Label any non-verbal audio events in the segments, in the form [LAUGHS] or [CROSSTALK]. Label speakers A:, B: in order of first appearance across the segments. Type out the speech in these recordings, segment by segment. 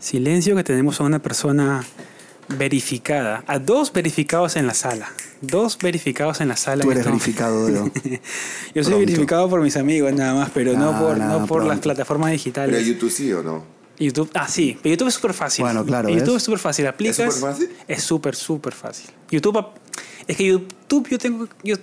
A: Silencio que tenemos a una persona verificada, a dos verificados en la sala. Dos verificados en la sala.
B: Tú
A: en
B: eres
A: este momento.
B: verificado, [LAUGHS] Dodo.
A: [LAUGHS] Yo soy
B: Pronto.
A: verificado por mis amigos nada más, pero no
B: Ah,
A: por, no
B: nada,
A: por las
B: pronto.
A: plataformas digitales.
C: Pero YouTube sí o no.
A: YouTube, ah, sí, pero YouTube es súper fácil.
B: Bueno, claro,
A: YouTube
B: ¿ves?
A: es súper fácil. Aplicas.
C: ¿Es súper fácil?
A: Es súper, súper fácil. YouTube, ap- es que YouTube, yo tengo. Yo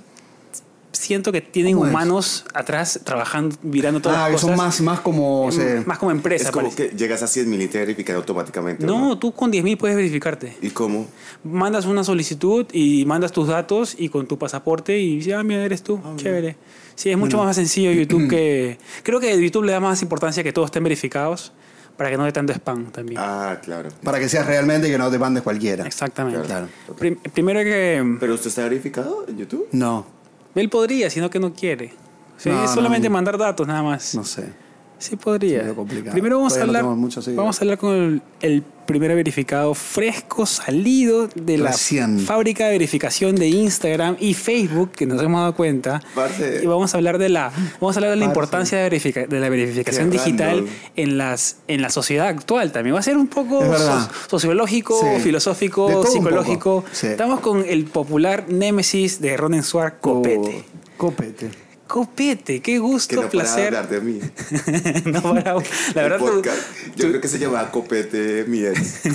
A: siento que tienen
B: ¿Cómo es?
A: humanos atrás trabajando, mirando todas
B: ah,
A: las
B: que
A: cosas.
B: son más, más como. o sea,
A: más como empresa,
C: Es como
A: parece.
C: que llegas así en military y pican automáticamente.
A: No, tú con 10.000 puedes verificarte.
C: ¿Y cómo?
A: Mandas una solicitud y mandas tus datos y con tu pasaporte y dices, ah, mira, eres tú. Chévere. Sí, es
B: Mm.
A: mucho más sencillo
B: [CLEARS THROAT]
A: YouTube que... Creo que YouTube le da más importancia que todos estén verificados para que no dé tanto spam también.
C: Ah, claro.
B: para que seas realmente y que no te mandes cualquiera.
A: Exactamente.
B: Claro.
A: Prim- primero que
C: ¿Pero usted está verificado en YouTube?
B: No,
A: él podría, sino que no quiere. O sea,
B: No,
A: es
B: no,
A: solamente
B: no.
A: mandar datos nada más.
B: no sé.
A: Sí podría.
B: Se me dio complicado.
A: Primero vamos a
B: Todavía no
A: hablar
B: tenemos muchos seguidores.
A: vamos a hablar con el, el primer verificado fresco salido de la
B: Recién.
A: fábrica de verificación de Instagram y Facebook que nos hemos dado cuenta.
C: Parce.
A: Y vamos a hablar de la vamos a hablar de la
B: Parce.
A: importancia de, verifica- de la verificación
C: Qué
A: digital
C: random.
A: en las en la sociedad actual también. Va a ser un poco
B: Es verdad.
A: so- sociológico,
B: Sí. De todo
A: filosófico,
B: un
A: psicológico.
B: poco. Sí.
A: Estamos con el popular némesis de Ronen Suar Copete.
B: Oh, copete.
A: Copete, qué
C: Que
A: gusto,
C: no para de
A: placer.
C: hablar de mí.
A: [LAUGHS] no para. La
C: El
A: verdad, tú-
C: podcast. Yo creo que se llama Copete mi ex.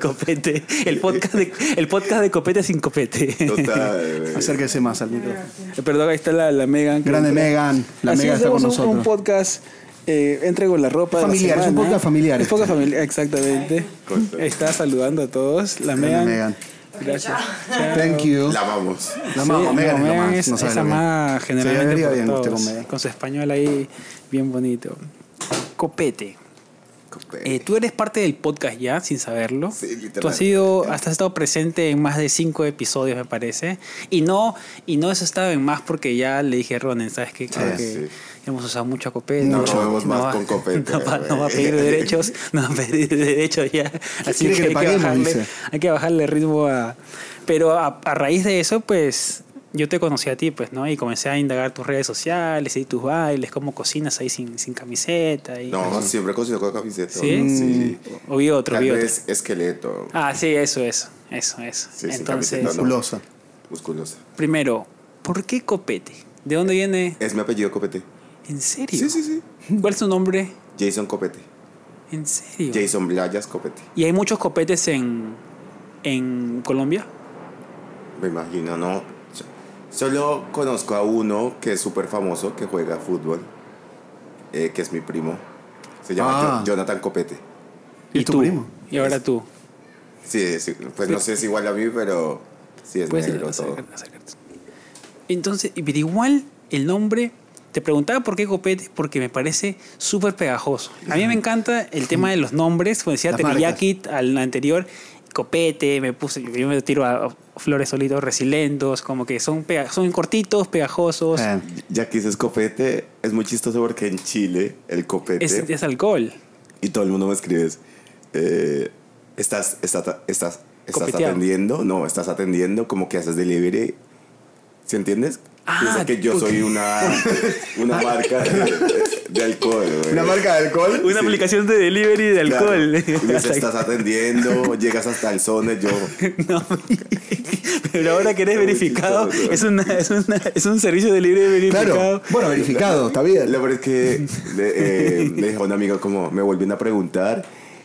A: [LAUGHS] Copete. El podcast, de, el podcast de Copete sin Copete.
C: Total.
A: [LAUGHS]
C: eh.
B: Acérquese más al micrófono.
A: Perdón, ahí está la, la Megan. que
B: Grande
A: entra.
B: Megan. La
A: Así
B: Megan está con
A: hacemos un-
B: nosotros.
A: un podcast. eh, entre con la ropa de la
B: Familiar, es un
A: semana.
B: podcast familiar
A: Es
B: este.
A: podcast familiar, exactamente.
C: Corta.
A: Está saludando a todos. La
B: Grande
A: Megan.
B: Megan.
A: Gracias. Chao.
B: Thank you.
C: La amamos.
B: La
A: Sí,
B: amamos, Megan es lo más,
A: es,
B: no sabe
A: es
B: lo que es.
A: amada
B: Se
A: generalmente
B: llevaría
A: por
B: bien usted
A: todos,
B: con Megan.
A: con su español ahí bien bonito. Copete.
C: Copete.
A: Eh, tú eres parte del podcast ya, sin saberlo.
C: Sí, literal.
A: Tú has sido, has estado presente en más de cinco episodios, me parece. Y no, y no has estado en más porque ya le dije a Ronen, ¿sabes qué? Creo
C: Ah,
A: que
C: sí.
A: hemos usado mucho a Copete.
C: No
A: Mucho.
C: vemos más
A: va-
C: con Copete,
A: No va, no va a
C: güey.
A: pedir derechos, no va a pedir [LAUGHS] derechos ya. Así
B: quiere
A: que, hay,
B: que le
A: que
B: paguemos,
A: bajarle,
B: dice?
A: hay que bajarle ritmo a... Pero a, a raíz de eso, pues... Yo te conocí a ti, pues, ¿no? Y comencé a indagar tus redes sociales y tus bailes, cómo cocinas ahí sin, sin camiseta. Y...
C: No, siempre cocino con camiseta.
A: ¿Sí?
C: Sí.
A: O vi otro,
C: Tal
A: vi otro.
C: vez esqueleto.
A: Ah, sí, eso, eso, eso, eso.
C: Sí, sin
A: Entonces,
C: camiseta, no.
B: Musculosa.
C: Musculosa.
A: primero, ¿por qué copete? ¿De dónde viene?
C: Es mi apellido Copete.
A: ¿En serio?
C: Sí, sí, sí.
A: ¿Cuál es su nombre?
C: Jason Copete.
A: ¿En serio?
C: Jason Blayas Copete.
A: ¿Y hay muchos copetes en, en Colombia?
C: Me imagino, no. So- Solo conozco a uno que es súper famoso, que juega fútbol, eh, que es mi primo. Se llama
B: Ah.
C: Jo- Jonathan Copete.
B: ¿Y tu
A: tú?
B: primo?
A: Y ahora tú.
C: Sí, sí, pues no sé si es igual a mí, pero sí es
A: Puedes
C: negro todo.
A: acercarte, acercarte. Entonces, pero igual el nombre... Te preguntaba por qué copete, porque me parece súper pegajoso. A mí me encanta el tema de los nombres, como decía
B: Las marcas.
A: teriyaki al anterior, copete, me puse, yo me tiro a a flores solitos, resilentos, como que son, pega- son cortitos, pegajosos.
C: Ah,
B: Eh,
C: Ya que dices copete, es muy chistoso porque en Chile el copete
A: es, es alcohol.
C: y todo el mundo me escribe es, eh, estás, estás, estás, estás
A: Copeteado.
C: atendiendo, no, estás atendiendo como que haces delivery. ¿Sí entiendes?
A: Ah,
C: Piensa que yo
A: ok.
C: soy una, una marca de, de alcohol. güey.
B: ¿Una marca de alcohol?
A: Una aplicación de delivery de
C: Claro.
A: alcohol. [LAUGHS]
C: Y me dice, estás atendiendo, llegas hasta el zone, yo. [LAUGHS]
A: No. Pero ahora que eres
C: Está muy
A: verificado,
C: chistoso.
A: es, una- es, una- es un servicio de libre verificado.
B: Claro. Bueno, verificado, está bien.
C: La verdad
A: [LAUGHS]
C: es que le, eh, le dije a un amigo como, me vuelven a preguntar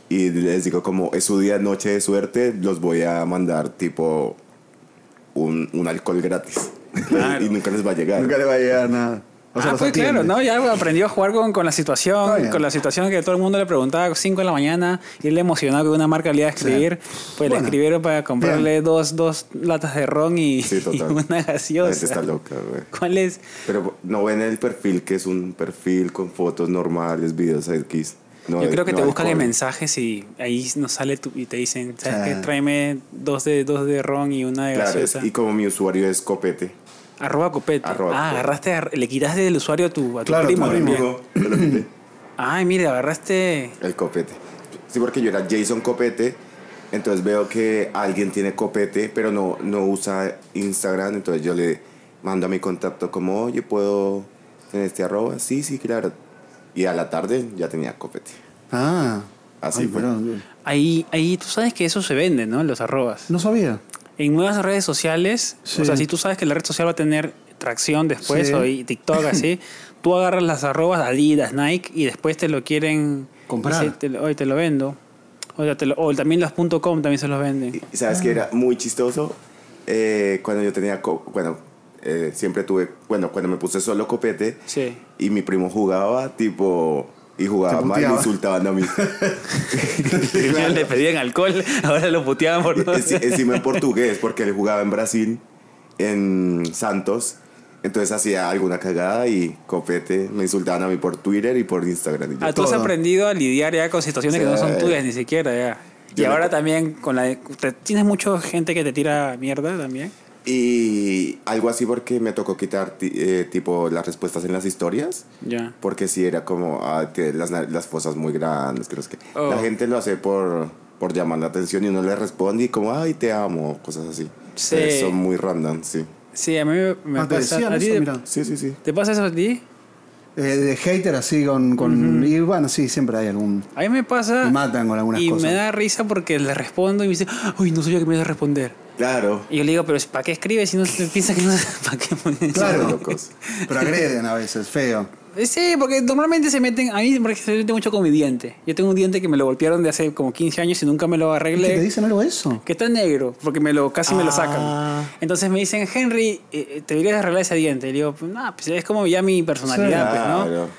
C: y les digo como, es su día, noche de suerte, los voy a mandar tipo un, un alcohol gratis.
A: Claro.
C: [LAUGHS] y nunca les va a llegar.
B: Nunca le va a llegar nada. O sea,
A: ah,
B: los
A: pues
B: atiende.
A: claro, ¿no? Ya aprendió a jugar con, con la situación,
B: Está bien.
A: con la situación que todo el mundo le preguntaba 5 de la mañana y él emocionado que una marca le iba a escribir, pues le
B: Bueno.
A: escribieron para comprarle dos, dos latas de ron [LAUGHS] y,
C: Sí, total.
A: y una
C: La gente está
A: gaseosa.
C: loca, güey.
A: ¿Cuál es?
C: Pero no ven el perfil, que es un perfil con fotos normales, videos X. No
A: Yo
C: hay-
A: creo que
C: no
A: te
C: hay
A: buscan en
C: alcohol.
A: mensajes y ahí nos sale tu- y te dicen, ¿sabes
B: Sí.
A: qué? Tráeme dos de, dos de ron y una de
C: Ah. Claro, es-
A: gaseosa.
C: y como mi usuario es copete.
A: Arroba copete.
C: Arroba
A: ah,
C: copete.
A: agarraste, a- le quitaste del usuario a tu, a tu
B: Claro,
A: primo.
B: tu primo.
A: también.
C: Amigo, te lo quité.
A: Ay, mira, agarraste...
C: El copete. Sí, porque yo era Jason Copete. Entonces veo que alguien tiene copete, pero no, no usa Instagram. Entonces yo le mando a mi contacto como, oye, ¿puedo tener este arroba? Sí, sí, claro. Y a la tarde ya tenía copete.
B: Ah.
C: Así
B: Ay,
C: fue.
B: perdón.
A: Ahí, ahí tú sabes que eso se vende, ¿no? Los arrobas.
B: No sabía.
A: En nuevas redes sociales,
B: Sí.
A: o sea, si tú sabes que la red social va a tener tracción después,
B: Sí.
A: o y TikTok
B: [LAUGHS]
A: así, tú agarras las arrobas Adidas, Nike y después te lo quieren
B: Comprar.
A: Sí, te lo- Hoy te lo vendo. O, sea, te lo- o también las .com también se los venden.
C: Y sabes que
B: Ah.
C: era muy chistoso Eh, cuando yo tenía, co- bueno, eh, siempre tuve, bueno, cuando me puse solo copete
A: Sí.
C: y mi primo jugaba, tipo, y jugaba
B: Te
C: mal y
B: puteaba. [LAUGHS]
C: insultaban a mí.
A: Primero [LAUGHS] le pedían alcohol, ahora lo puteaban por [LAUGHS] todo.
C: Enci- Encima en portugués, porque él jugaba en Brasil, en Santos. Entonces hacía alguna cagada y copete me insultaban a mí por Twitter y por Instagram. Y yo,
A: Ah, tú has
B: todo.
A: aprendido a lidiar ya con situaciones que no son
C: Sí.
A: tuyas ni siquiera ya. Y
C: Yo me-
A: ahora también con la te- tienes mucha gente que te tira mierda también.
C: Y algo así porque me tocó quitar ti- eh, tipo las respuestas en las historias.
A: Ya.
C: Porque si era como ah, que las, na- las fosas muy grandes, que no sé qué.
A: Oh.
C: La gente lo hace por, por llamar la atención y uno le responde y como, ay, te amo, cosas así.
A: Sí.
C: Eh, son muy random, sí.
A: Sí, a mí me- me
B: Ah, te
A: pasa.
B: decían
A: ¿a ti
B: eso,
A: te-
B: mira.
C: Sí, sí, sí.
A: ¿Te pasa eso a ti?
B: Eh, de hater así con... con Y bueno, sí, siempre hay algún...
A: A mí me pasa.
B: Me matan con algunas
A: Ah, y
B: cosas.
A: me da risa porque le respondo y me dice, uy, no sabía que me ibas a responder.
C: Claro.
A: Y yo le digo, pero ¿para qué escribes si no se- piensa que no sabes [LAUGHS] para qué pones?"
B: Claro.
C: Locos.
B: Pero agreden a veces, feo.
A: Sí, porque normalmente se meten. A mí, por ejemplo, yo tengo mucho con mi diente. Yo tengo un diente que me lo golpearon de hace como 15 años y nunca me lo arreglé.
B: ¿Qué te dicen algo de eso?
A: que está negro, porque me lo, casi me lo
C: Ah.
A: sacan. Entonces me dicen, Henry, eh, eh, te deberías arreglar ese diente. Y le digo, pues nada, pues es como ya mi personalidad, pues, ¿no?
C: Claro.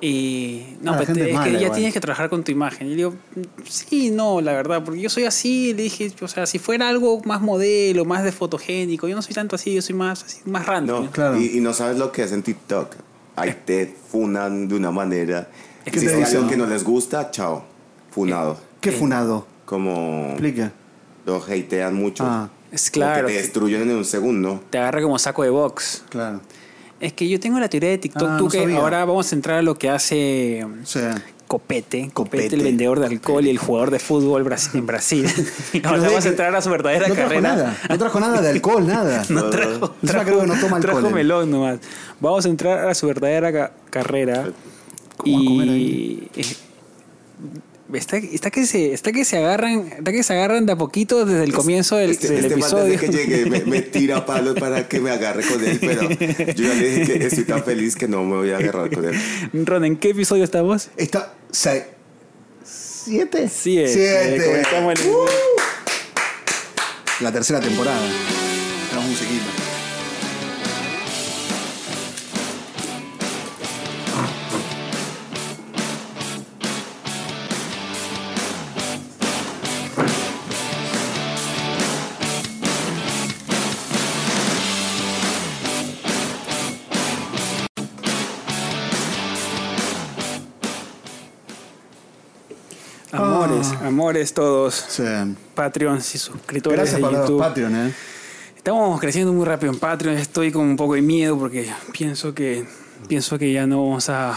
A: Y no,
B: Ah, la
A: pues,
B: gente
A: te-
B: es
A: es
B: mala
A: que ya
B: igual.
A: tienes que trabajar con tu imagen. Y le digo, sí, no, la verdad, porque yo soy así, le dije, o sea, si fuera algo más modelo, más de fotogénico, yo no soy tanto así, yo soy más, así, más random.
C: No,
A: ¿no?
B: Claro. Eh.
C: Y, y no sabes lo que es en TikTok. Ahí te funan de una manera.
A: Es que
C: Es que
B: te dicen,
C: algo
B: ¿no? Eh,
C: que no les gusta, chao. Funado.
B: ¿Qué funado?
C: Como
B: Explica.
C: lo hatean mucho.
B: Ah,
A: Es
C: Como
A: claro,
C: que te
A: te,
C: destruyen en un segundo.
A: agarra como saco de box.
B: claro.
A: Es que yo tengo la teoría de TikTok,
B: Ah,
A: tú
B: no
A: que
B: sabía.
A: ahora vamos a entrar a lo que hace mm,
B: O sea,
A: Copete, Copete,
B: Copete.
A: el vendedor de alcohol y el jugador de fútbol brasi- en Brasil. [LAUGHS] Ahora
B: Pero ve
A: vamos a
B: que
A: entrar a su verdadera
B: no trajo
A: carrera.
B: nada. No trajo nada de alcohol, nada.
A: [LAUGHS] No trajo,
B: Encima creo que no toma alcohol,
A: trajo
B: él.
A: melón nomás. Vamos a entrar a su verdadera ca- carrera.
B: ¿Cómo va a comer
A: Y eh, está, está que se está que se agarran, está que se agarran de a poquito desde el comienzo del,
C: Este,
A: del
C: este man
A: episodio.
C: desde que llegué me,
A: [LAUGHS]
C: me tira palos para que me agarre con él, pero yo ya le dije que estoy tan feliz que no me voy a agarrar con él.
A: [LAUGHS] Ron, ¿en qué episodio estamos?
B: Está. se- ¿Siete?
A: Siete. eh,
B: este.
A: Comenzamos el-
B: Uh. La tercera temporada. La musiquita.
A: Amores,
B: Ah.
A: amores todos.
B: Sí.
A: Patreons y suscriptores
B: Gracias
A: de
B: para los
A: YouTube.
B: Patreon, ¿eh?
A: Estamos creciendo muy rápido en Patreon. Estoy con un poco de miedo porque pienso que pienso que ya no vamos a,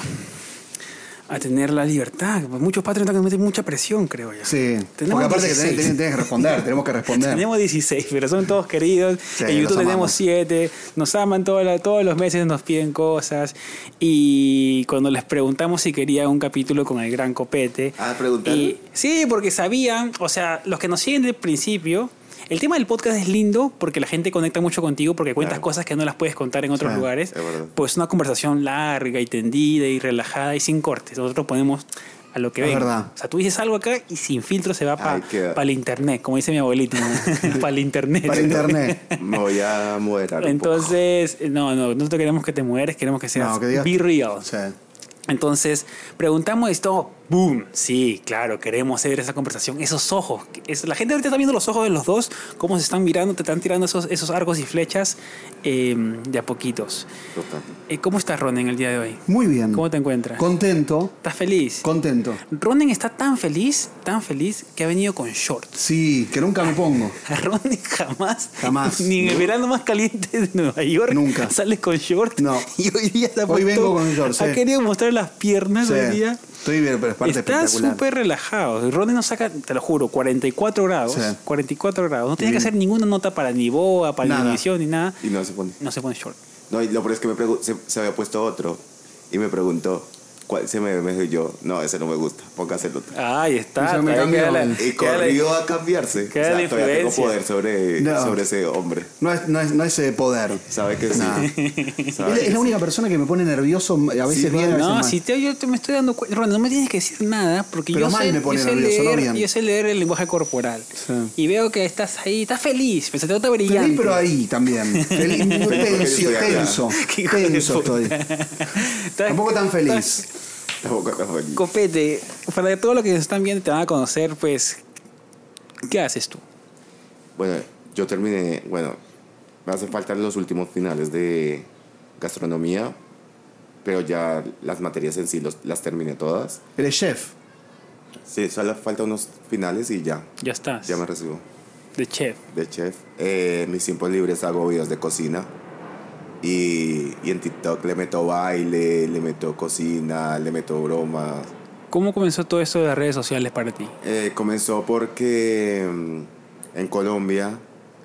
A: a tener la libertad. Muchos Patreons están meten mucha presión, creo yo.
B: Sí.
A: Tenemos
B: Porque aparte
A: 16.
B: que tenés, tenés que responder, tenemos que responder.
A: Tenemos 16, pero son todos queridos.
B: Sí,
A: en YouTube
B: los
A: tenemos
B: amamos.
A: 7. Nos aman todo la- todos los meses, nos piden cosas. Y cuando les preguntamos si querían un capítulo con el gran copete.
C: Ah, ¿preguntaron?
A: y- sí, porque sabían, o sea, los que nos siguen del principio. El tema del podcast es lindo porque la gente conecta mucho contigo porque cuentas
C: Claro.
A: cosas que no las puedes contar en otros
B: Sí,
A: lugares.
C: es verdad.
A: Pues una conversación larga y tendida y relajada y sin cortes. Nosotros ponemos a lo que
B: Es
A: venga.
B: verdad.
A: O sea, tú dices algo acá y sin filtro se va para
C: Ahí queda.
A: el internet, como dice mi abuelito,
B: [LAUGHS]
A: para el internet.
B: Para internet.
C: Me voy a moderar. un
A: [LAUGHS]
C: poco.
A: Entonces, no, no, no te queremos que te mueres, queremos que seas
B: No, que digas-
A: be real.
B: Sí.
A: Entonces, preguntamos esto, boom, sí, claro, queremos hacer esa conversación, esos ojos, que es- la gente ahorita está viendo los ojos de los dos, cómo se están mirando, te están tirando esos, esos arcos y flechas eh, de a poquitos.
C: Total.
A: Eh, ¿Cómo estás, Ronen, el día de hoy?
B: Muy bien.
A: ¿Cómo te encuentras?
B: Contento.
A: ¿Estás feliz?
B: Contento.
A: Ronen está tan feliz, tan feliz, que ha venido con shorts.
B: Sí, que nunca me pongo.
A: A Ronen jamás,
B: Jamás.
A: ni en el verano más caliente de Nueva York,
B: Nunca.
A: sales con shorts.
B: No.
A: [LAUGHS] Y hoy día se ha
B: Hoy vengo
A: puesto-
B: con shorts,
A: Ha
B: sí.
A: querido mostrar las piernas
B: Sí.
A: hoy día.
B: Estoy bien, pero es parte
A: Está
B: espectacular.
A: súper relajado. Ronen nos saca, te lo juro, 44 grados.
B: Sí.
A: 44 grados. No tiene que hacer ninguna nota para ni boa, para
B: Nada.
A: ni edición, ni nada.
C: Y no se pone.
A: No se pone short.
C: No, y lo peor es que me pregun- se, se había puesto otro y me preguntó, ¿Cuál? Se me, me yo, no, ese no me gusta, póngase
A: [LAUGHS]
C: el otro.
A: Ahí está.
B: Eso me
A: todavía
B: cambió.
A: queda la-
C: Y
A: queda la-
C: corrió a cambiarse. O
A: queda la
C: sea, todavía tengo
A: influencia.
C: poder sobre,
B: No.
C: sobre ese hombre.
B: No es, no es, no es eh, poder.
C: ¿Sabe que sí?
B: Es,
C: ¿Sabe que [LAUGHS]
B: es la
C: sí?
B: única persona que me pone nervioso a veces bien, a veces
A: No,
B: mal.
A: si te, yo te- me estoy dando cuenta, Ronald, no me tienes que decir nada, porque
B: Pero
A: yo,
B: mal
A: sé,
B: me pone
A: yo sé
B: nervioso, no
A: leer,
B: bien.
A: yo sé leer el lenguaje corporal.
B: Sí.
A: Y veo que estás ahí, estás feliz, pero se te nota brillante. [LAUGHS]
B: Feliz, pero ahí también. Feliz, muy
C: Porque yo
B: tenso,
C: estoy acá.
B: tenso.
A: Qué hijo de
B: Tenso
A: puta.
B: estoy.
A: Estás-
B: Tampoco tan feliz.
A: estás-
C: Tampoco está feliz.
A: Copete, para todo lo que nos están viendo y te van a conocer, pues, ¿qué haces tú?
C: Bueno, yo terminé, bueno, me hacen falta los últimos finales de gastronomía, pero ya las materias en sí los- las terminé todas.
B: Eres chef.
C: Sí, solo falta unos finales y ya,
A: Ya estás,
C: ya me recibo
A: de chef.
C: de chef. Eh, mis tiempos libres hago videos de cocina y, y en TikTok le meto baile, le meto cocina, le meto bromas.
A: ¿Cómo comenzó todo esto de las redes sociales para ti?
C: Eh, comenzó porque mm, en Colombia,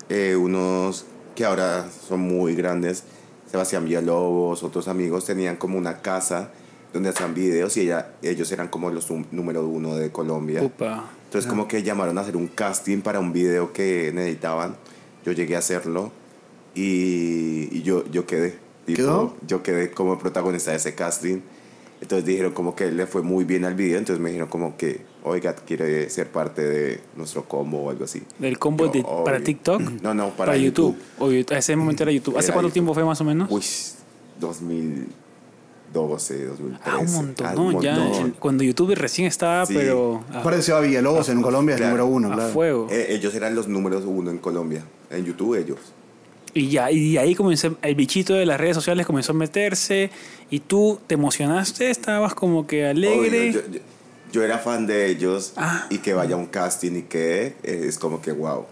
C: eh, unos que ahora son muy grandes, Sebastián Villalobos, otros amigos, tenían como una casa donde hacían videos y ella, ellos eran como los num- número uno de Colombia.
A: Upa.
C: Entonces como que llamaron a hacer un casting para un video que necesitaban. Yo llegué a hacerlo y, y yo, yo quedé. Tipo,
B: ¿Quedó?
C: Yo quedé como protagonista de ese casting. Entonces dijeron como que le fue muy bien al video. Entonces me dijeron como que, oiga, quiere ser parte de nuestro combo o algo así.
A: ¿Del combo
C: Yo,
A: de-
C: obvio.
A: para TikTok?
C: No, no, para,
A: Para, YouTube.
C: YouTube.
A: O YouTube. A ese momento era YouTube. ¿Hace
C: Era
A: cuánto
C: YouTube.
A: tiempo fue más o menos?
C: Uy, 2012, 2013.
A: Ah, un montón,
C: Ah,
A: ¿no? ya
C: montón.
A: cuando YouTube recién estaba,
C: Sí.
A: pero a,
B: Ah. Aparte se va Villalobos
A: Ah,
B: en Colombia, es
C: claro.
B: número uno,
A: a
B: claro.
A: fuego.
C: Eh, ellos eran los números uno en Colombia. En YouTube ellos.
A: Y ya, y ahí comenzó, el bichito de las redes sociales comenzó a meterse y tú te emocionaste, estabas como que alegre.
C: Obvio, yo, yo- yo era fan de ellos
A: Ah.
C: y que vaya a un casting y que eh, es como que wow.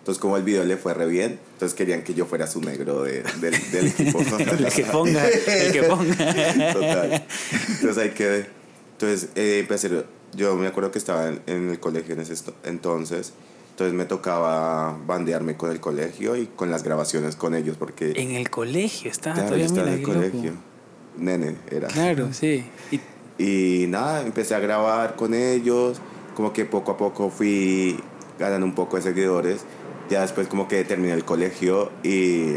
C: Entonces como el video le fue re bien, entonces querían que yo fuera su negro de- del, del equipo.
A: [LAUGHS] El que ponga, el que ponga.
C: [LAUGHS] Total. Entonces ahí quedé. Entonces eh, empecé, yo me acuerdo que estaba en, en el colegio en ese esto- entonces, entonces me tocaba bandearme con el colegio y con las grabaciones con ellos porque
A: En el colegio, estaba
C: claro, yo
A: Eh, ah, todavía
C: estaba en el
A: mira, qué loco.
C: colegio. Nene era.
A: Claro, sí. Y
C: Y nada, empecé a grabar con ellos, como que poco a poco fui ganando un poco de seguidores. Ya después como que terminé el colegio y,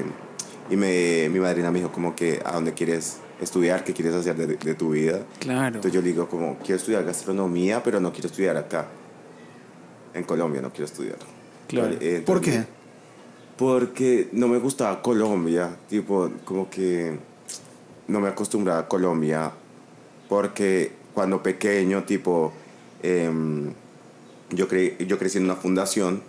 C: y me, mi madrina me dijo como que a dónde quieres estudiar, qué quieres hacer de, de tu vida.
A: claro.
C: Entonces yo le digo como, quiero estudiar gastronomía, pero no quiero estudiar acá. En Colombia no quiero estudiar.
A: Claro.
C: Entonces-
B: Eh, ¿Por qué?
C: porque no me gustaba Colombia, tipo, como que no me acostumbraba a Colombia, porque cuando pequeño, tipo, em, yo, cre- yo crecí en una fundación,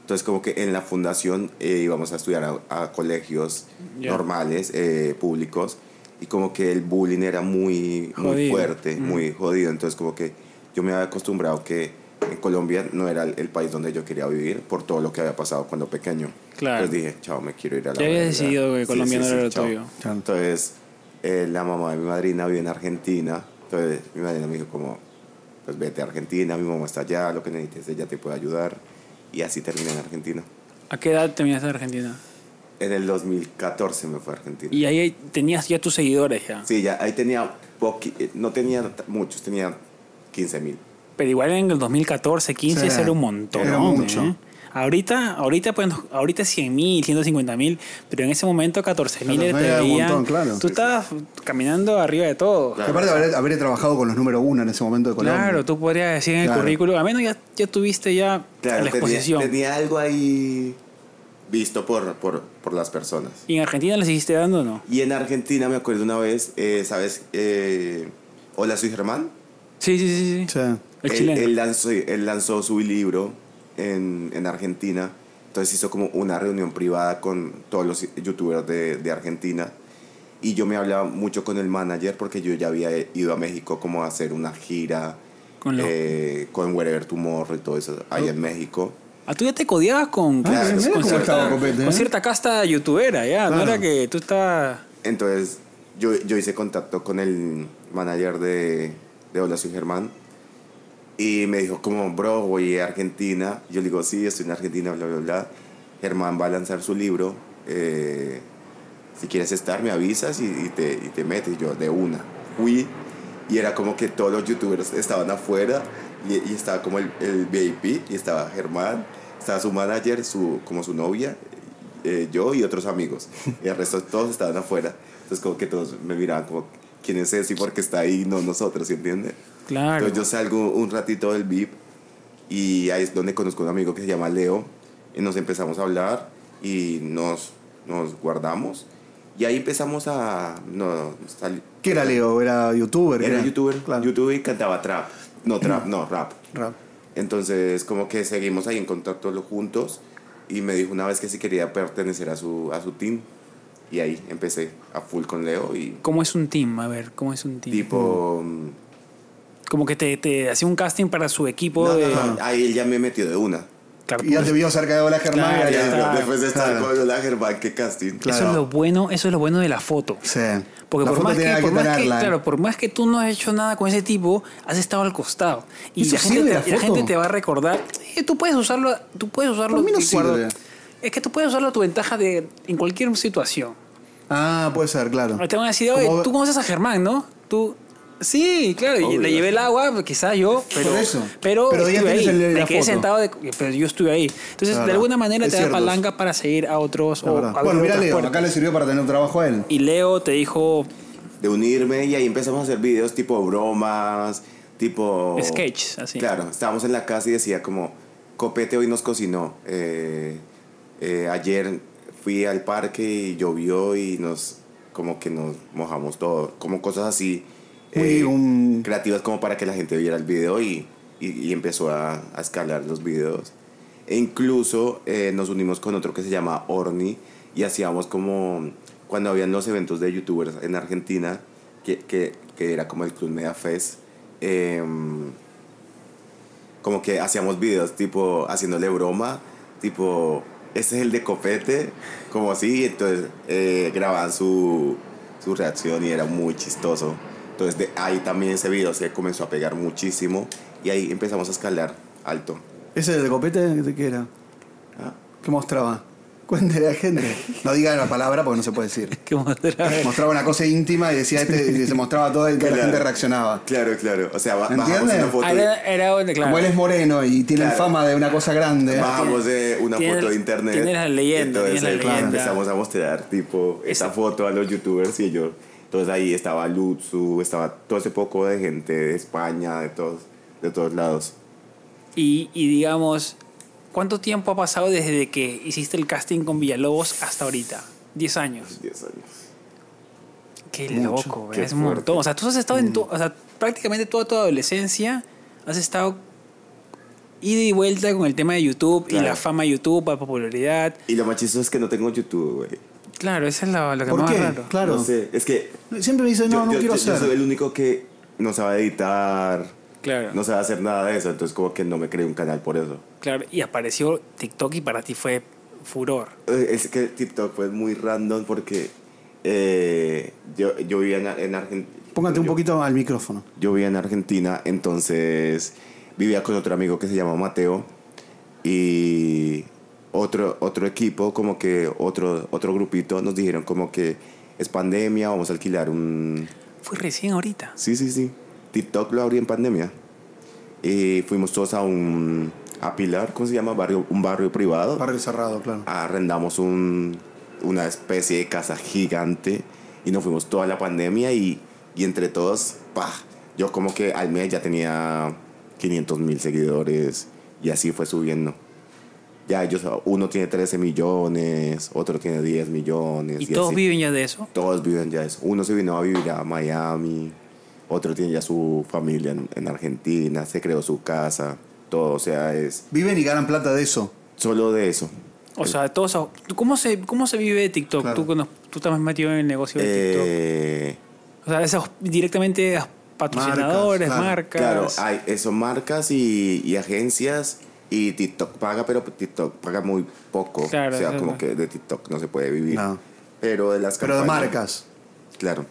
C: entonces como que en la fundación eh, íbamos a estudiar a, a colegios
A: Ya.
C: normales, eh, públicos, y como que el bullying era muy, muy
A: Jodido.
C: fuerte, muy jodido, entonces como que yo me había acostumbrado que en Colombia no era el, el país donde yo quería vivir por todo lo que había pasado cuando pequeño.
A: Claro.
C: Entonces dije, chao, me quiero ir a la
A: Ya habías
C: verga".
A: decidido que Colombia no era lo
C: chao.
A: tuyo.
B: Chao.
C: Entonces, eh, la mamá de mi madrina vive en Argentina. Entonces, mi madrina me dijo como, pues vete a Argentina, mi mamá está allá, lo que necesites, ella te puede ayudar. Y así terminé en Argentina.
A: ¿A qué edad terminaste en Argentina?
C: En el 2014 me fue a Argentina.
A: Y ahí tenías ya tus seguidores ya.
C: Sí, ya ahí tenía, poqui- eh, no tenía t- muchos, tenía 15 mil.
A: Pero igual en el 2014, 15
B: Sí,
A: eso era un montón.
B: era
A: ¿no?
B: mucho.
A: ¿Eh? Ahorita, ahorita, pues, nos- ahorita 100 mil, 150 mil, pero en ese momento 14 mil
B: 14.000 era un montón, claro.
A: Tú estabas caminando arriba de todo.
C: Claro.
A: Claro,
B: Que aparte habré, habré trabajado con los número uno en ese momento de Colombia.
A: tú podrías decir en el
B: Claro.
A: currículo, a menos ya, ya tuviste ya
C: Claro,
A: la
C: tenía,
A: exposición.
C: tenía algo ahí visto por, por, por las personas.
A: ¿Y en Argentina le seguiste dando o no?
C: Y en Argentina me acuerdo una vez, eh, ¿sabes? Eh, Hola, soy Germán.
A: Sí, sí, sí. sí.
B: Sí. Ah,
A: El
C: él,
A: chileno.
C: él lanzó, él lanzó su libro en, en Argentina. Entonces hizo como una reunión privada con todos los youtubers de, de Argentina. Y yo me hablaba mucho con el manager porque yo ya había ido a México como a hacer una gira
A: Con lo-
C: eh, con Wherever Tomorrow y todo eso allá en México.
A: Ah, tú ya te codeabas con,
B: Ah,
A: con-
C: sí, mira
A: con
C: cómo
A: cierta,
C: estaba
B: Copete, ¿eh?
A: con cierta casta youtubera, ya. No
B: Claro.
A: era que tú estabas...
C: Entonces, yo, yo hice contacto con el manager de, de Hola Soy Germán y me dijo como, bro, voy a Argentina. Yo le digo, sí, estoy en Argentina, bla, bla, bla. Germán va a lanzar su libro. eh, si quieres estar, me avisas y, y te, y te metes. Y yo, de una. Fui Y era como que todos los youtubers estaban afuera y, y estaba como el, el VIP y estaba Germán, estaba su manager, su, como su novia, eh, yo y otros amigos. Y el resto todos estaban afuera. Entonces como que todos me miraban como, ¿quién es ese? Porque está ahí, no nosotros, ¿sí entiendes?
A: Claro.
C: Entonces yo salgo un ratito del VIP y ahí es donde conozco a un amigo que se llama Leo y nos empezamos a hablar y nos, nos guardamos y ahí empezamos a... No, sal-
B: ¿Qué era Leo? ¿Era youtuber? ¿Qué
C: Era youtuber,
B: Claro.
C: youtuber y cantaba trap. No, trap, no, rap.
B: Rap.
C: Entonces como que seguimos ahí en contacto los juntos y me dijo una vez que si quería pertenecer a su, a su team y ahí empecé a full con Leo y
A: ¿Cómo es un team? A ver, ¿cómo es un team?
C: tipo... mm,
A: Como que te, te hacía un casting para su equipo
C: no, no,
A: de...
C: no, ahí él ya me metió de una.
A: Claro,
B: Y ya te vio cerca de Hola Germán.
A: Claro,
B: y
A: ya
B: era-
A: está.
C: Después de estar
B: Claro.
C: con la Germán, qué casting.
B: Claro.
A: Eso es lo bueno, eso es lo bueno de la foto.
B: Sí.
A: Porque
B: La
A: por
B: foto
A: más, que,
B: tenía
A: por, más que-
B: tenerla, ¿eh?
A: claro, por más que tú no has hecho nada con ese tipo, has estado al costado. Y
B: Eso
A: la gente,
B: sirve,
A: te,
B: la
A: y la
B: foto.
A: gente te va a recordar. "Eh, tú puedes usarlo, tú puedes usarlo.
B: mí no
A: y guardo-
B: sirve.
A: Es que tú puedes usarlo a tu ventaja de, en cualquier situación.
B: Ah, puede ser, claro.
A: Te van a decir, oye,
B: Como-
A: tú conoces a Germán, ¿no? Tú. Sí, claro, y
C: Obvio.
A: le llevé el agua, quizás yo, pero.
B: Por eso.
A: Pero,
B: Pero ya
A: estuve ahí.
B: tienes el- la
A: me quedé
B: foto.
A: sentado, de- pero yo estuve ahí. Entonces,
B: Claro,
A: de alguna manera
B: es
A: te
B: cierto.
A: da palanca para seguir a otros.
B: La
A: o
B: verdad.
A: abrir
B: Bueno, mira
A: otras
B: Leo,
A: puertas.
B: acá le sirvió para tener un trabajo a él.
A: Y Leo te dijo
C: de unirme y ahí empezamos a hacer videos tipo bromas, tipo...
A: Sketches, así.
C: Claro, estábamos en la casa y decía como, Copete hoy nos cocinó, eh, eh, ayer fui al parque y llovió y nos, como que nos mojamos todo, como cosas así eh,
B: Muy Eh, un-
C: creativas como para que la gente viera el video y, y- y empezó a, a escalar los videos. E incluso eh, nos unimos con otro que se llama Orni y hacíamos como cuando habían los eventos de youtubers en Argentina, que, que- que era como el Club Media Fest, em, como que hacíamos videos tipo haciéndole broma, tipo, este es el de copete, como así, entonces eh, grababan su, su reacción y era muy chistoso. Entonces de ahí también ese video se comenzó a pegar muchísimo y ahí empezamos a escalar alto.
B: ¿Ese del copete qué era?
C: Ah,
B: ¿Qué mostraba? Cuéntele a la gente. No diga la palabra porque no se puede decir.
A: que
B: [LAUGHS]
A: mostrar.
B: Mostraba una cosa íntima y decía este, y se mostraba todo y toda la
C: Claro.
B: gente reaccionaba.
C: Claro, claro. O sea, ba-
B: ¿Me
C: bajamos
B: entiendes?
C: una foto.
A: Ah, Era, era donde, claro.
B: Como él es moreno y tiene
C: Claro. Ah,
B: fama de una cosa grande.
C: Bajamos de eh, una
A: Tienes-
C: foto de internet.
A: tienes la leyenda,
C: Entonces
A: tienes la
C: ahí
A: leyenda.
C: empezamos a mostrar tipo esa
A: Ese-
C: foto a los youtubers y yo. Entonces ahí estaba Lutsu, estaba todo ese poco de gente de España, de todos, de todos lados.
A: Y, y digamos, ¿cuánto tiempo ha pasado desde que hiciste el casting con Villalobos hasta ahorita? 10 años.
C: 10 años.
A: Qué
B: Mucho,
A: loco,
C: qué
A: ¿verdad? es un
C: fuerte. Mm.
A: montón. O sea, tú has estado en tu, o sea, prácticamente toda tu adolescencia has estado ida y vuelta con el tema de YouTube y
C: Claro.
A: la fama de YouTube, la popularidad.
C: Y lo más chistoso es que no tengo YouTube, güey.
A: Claro, esa es la, la que
B: ¿Por
A: más
B: qué?
A: raro.
B: Claro.
C: No sé, es que
B: Siempre me dicen, no,
C: yo,
B: no
C: yo-
B: quiero
C: yo- yo
B: hacer.
C: soy el único que no sabe editar,
A: Claro.
C: no sabe hacer nada de eso. Entonces como que no me creé un canal por eso.
A: Claro, y apareció TikTok y para ti fue furor.
C: Eh, Es que TikTok fue muy random porque eh, yo, yo vivía en, Argentina.
B: Póngate un poquito al micrófono.
C: Yo vivía en Argentina, entonces vivía con otro amigo que se llama Mateo y otro, otro equipo, como que otro, otro grupito, nos dijeron como que es pandemia, vamos a alquilar un...
A: Fue recién ahorita.
C: Sí, sí, sí. TikTok lo abrí en pandemia. Y fuimos todos a un... A Pilar, ¿cómo se llama? Barrio, un barrio privado
B: Barrio cerrado, claro.
C: Ah. arrendamos un- una especie de casa gigante y nos fuimos toda la pandemia y, y entre todos, pa, yo como que al mes ya tenía 500 mil seguidores y así fue subiendo. Ya ellos, uno tiene 13 millones, otro tiene 10 millones.
A: Y todos
C: así.
A: viven ya de eso.
C: Todos viven ya eso. Uno se vino a vivir a Miami, otro tiene ya su familia en, en Argentina, se creó su casa, todo, o sea, es
B: Viven y ganan plata de eso.
C: solo de eso.
A: O sea, todos. ¿tú ¿Cómo se, cómo se vive de TikTok?
B: Claro.
A: Tú, cono- tú estás más metido en el negocio de
C: Eh,
A: TikTok. O sea, esos directamente a patrocinadores,
B: Marcas,
A: marcas.
C: Claro, hay eso, marcas y, y agencias y TikTok paga, pero TikTok paga muy poco.
A: Claro,
C: o sea,
A: es
C: como
A: verdad.
C: que de TikTok no se puede vivir.
B: No.
C: Pero de las
B: Pero de
C: campañas-
B: marcas.
C: Claro.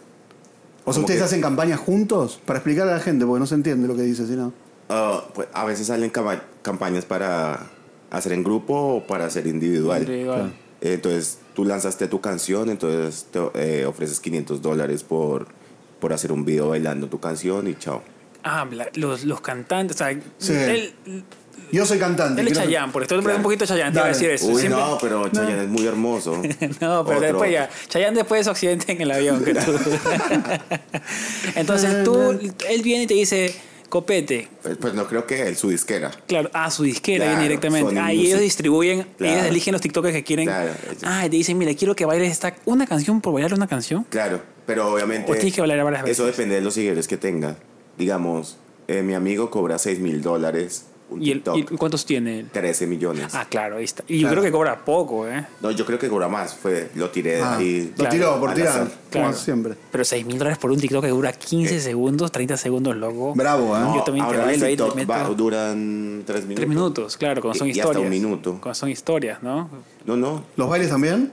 B: O sea,
C: Como
B: ustedes
C: que-
B: hacen campañas juntos para explicar a la gente, porque no se entiende lo que dice, si no.
C: Ah, pues, a veces salen cama- campañas para hacer en grupo o para hacer individual.
A: Individual. Claro.
C: Entonces tú lanzaste tu canción, entonces te eh, ofreces 500 dólares por, por hacer un video bailando tu canción y chao.
A: Ah, la- los, los cantantes. O sea,
B: Sí.
A: él,
B: Yo soy cantante.
A: él es
B: quiero-
A: Chayanne, por esto es un poquito Chayanne, te iba a
B: Dale.
A: decir eso.
C: Uy,
A: Siempre-
C: no, pero Chayanne es muy hermoso.
A: [LAUGHS] No, pero
C: Otro.
A: después ya. Chayanne después de su accidente en el avión. que tuvo.
C: [LAUGHS]
A: Entonces tú, él viene y te dice, copete.
C: Pues, pues no creo que él, su disquera.
A: Claro, a su disquera
C: Claro,
A: viene directamente.
C: Sony
A: Ahí
C: Music.
A: ellos distribuyen,
C: Claro.
A: ellos eligen los TikTokers que quieren.
C: Claro, ellos.
A: ah, y te dicen, mira, quiero que bailes esta, una canción por bailar una canción.
C: Claro, pero obviamente.
A: O tienes que bailar varias veces.
C: Eso depende de los seguidores que tenga. Digamos, eh, mi amigo cobra 6 mil dólares. Un
A: ¿Y, el,
C: TikTok,
A: y cuántos tiene él?
C: 13 millones.
A: Ah, claro, ahí está. Y yo
B: Claro.
A: creo que cobra poco, ¿eh?
C: No, yo creo que cobra más. Fue, lo tiré de
B: Ah,
C: Eh, ahí.
B: Lo tiró por
C: al
B: tirar,
C: azar.
A: Claro.
B: como siempre.
A: Pero 6 mil dólares por un TikTok que dura
C: Eh.
A: 15 segundos, 30 segundos, loco.
B: Bravo, ¿eh?
A: Yo
C: No,
A: también te
C: ahora
A: bailo
C: los
A: ahí, te
C: TikTok
A: meto-
C: va- duran 3 minutos.
A: 3 minutos, claro, cuando son
C: Y- y hasta
A: historias.
C: un minuto.
A: Cuando son historias, ¿no?
C: No, no.
B: ¿Los bailes también?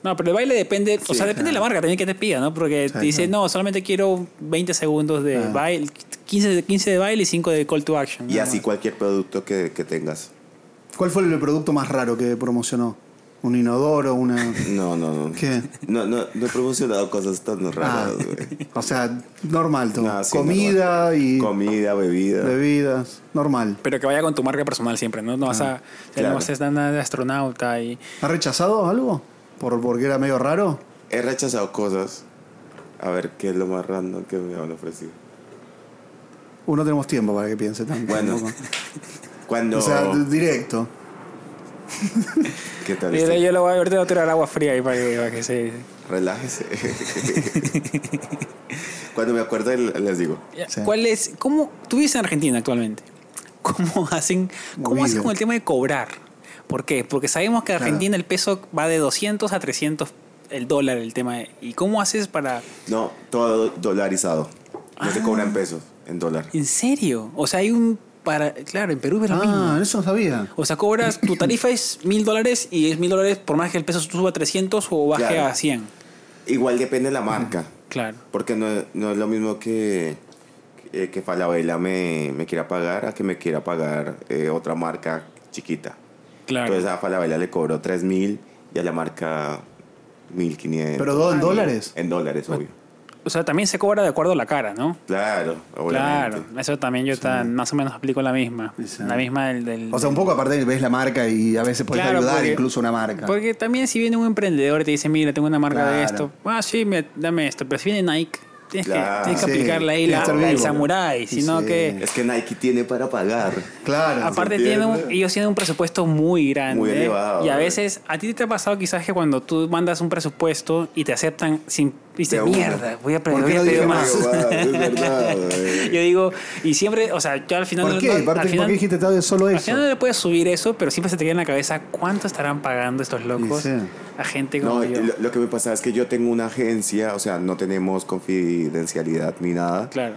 A: No, pero el baile depende, o
C: Sí,
A: sea, depende de la
B: claro.
A: marca también que te pida, ¿no? Porque te dice,
B: claro.
A: no, solamente quiero 20 segundos de
B: Claro.
A: baile, 15, de- 15 de baile y 5 de call to action.
C: Ah. Y
B: Ah.
A: nada
C: así
A: más.
C: cualquier producto que, que tengas.
B: ¿Cuál fue el producto más raro que promocionó? ¿Un inodoro?
C: [LAUGHS]
B: ¿Una.?
C: No, no, no.
B: ¿Qué?
C: No, no, no he promocionado cosas tan
B: Ah,
C: raras, güey.
B: o sea, normal todo.
C: No, sí,
B: Comida [LAUGHS]
C: normal.
B: y
C: Comida, bebida.
B: bebidas. Normal.
A: Pero que vaya con tu marca personal siempre, ¿no? No vas a. o sea,
C: Ah, claro.
A: No haces nada de astronauta y.
B: ¿Ha rechazado algo? ¿Por, ¿Porque era medio raro?
C: He rechazado cosas. A ver qué es lo más random que me han ofrecido.
B: Uh, no tenemos tiempo para que piense tanto.
C: Bueno,
B: tampoco.
C: Cuando.
B: O sea, d- directo.
C: ¿Qué tal?
A: Y
C: este?
A: yo lo voy, a- ahorita le voy a tirar agua fría ahí para que, para que se. [LAUGHS]
C: Relájese. Cuando me acuerdo, les digo.
B: Sí.
A: ¿Cuál es. ¿Cómo. Tú vives en Argentina actualmente? [LAUGHS] ¿Cómo hacen, cómo
B: Movido.
A: hacen con el tema de cobrar? ¿Por qué? Porque sabemos que en
B: Claro.
A: Argentina el peso va de 200 a 300 el dólar, el tema. de- ¿Y cómo haces para.?
C: No, todo dolarizado. No se
A: Ah.
C: cobra en pesos, en dólar.
A: ¿En serio? O sea, hay un. para Claro, en Perú es lo mismo.
B: Ah, eso no sabía.
A: O sea, cobras,
B: [CLEARS THROAT]
A: tu tarifa es mil dólares y es mil dólares por más que el peso suba a 300 o baje
C: Claro.
A: a 100.
C: Igual depende de la marca.
A: Claro.
C: Porque no, no es lo mismo que, que, que Falabella me, me quiera pagar a que me quiera pagar eh, otra marca chiquita.
A: Claro.
B: Pues, ah.
C: Entonces a Falabella le cobró 3 mil y a la marca 1500.
B: ¿Pero do- en
C: Ah,
B: dólares?
C: En dólares, obvio.
A: o sea, también se cobra de acuerdo a la cara, ¿no?
C: Claro, obviamente.
A: Claro, eso también yo tan, más o menos aplico la misma.
B: Sí.
A: La misma del... del-
B: O sea, un poco aparte ves la marca y a veces puedes
A: Claro,
B: ayudar
A: porque-
B: incluso una marca.
A: Porque también si viene un emprendedor y te dice, mira, tengo una marca de
B: Claro.
A: esto. Ah, sí, mira, dame esto. Pero si viene Nike, tienes,
C: Claro.
A: que, tienes que
B: Sí,
A: aplicarle ahí
B: tiene
A: la,
B: que estar
A: la del
B: vivo.
A: samurái.
B: Sí,
A: Sino
B: sí.
A: que...
C: Es que Nike tiene para pagar.
B: Claro.
A: Aparte
C: se
A: tienen
C: entiende.
A: un- ellos tienen un presupuesto muy grande.
C: Muy elevado, eh.
A: Y a
C: ¿verdad?
A: veces, a ti te ha pasado quizás que cuando tú mandas un presupuesto y te aceptan sin dices,
C: De una.
A: mierda, voy a pedir,
B: ¿Por
A: voy
B: qué
A: a
B: no
A: pedir
B: dije
A: más.
C: Wow,
A: [LAUGHS]
C: es verdad, güey.
A: Yo digo, y siempre, o sea, yo al final
B: ¿Por
A: no-
B: qué?
A: no-
B: Aparte,
A: al
B: ¿Por qué
A: final,
B: dijiste tal- solo
A: al
B: eso?
A: final no le puedes subir eso, pero siempre se te queda en la cabeza cuánto estarán pagando estos locos
B: Sí, sí.
A: a gente como
C: No,
A: yo.
C: lo, lo que me pasa es que yo tengo una agencia, o sea, no tenemos confidencialidad ni nada.
A: Claro,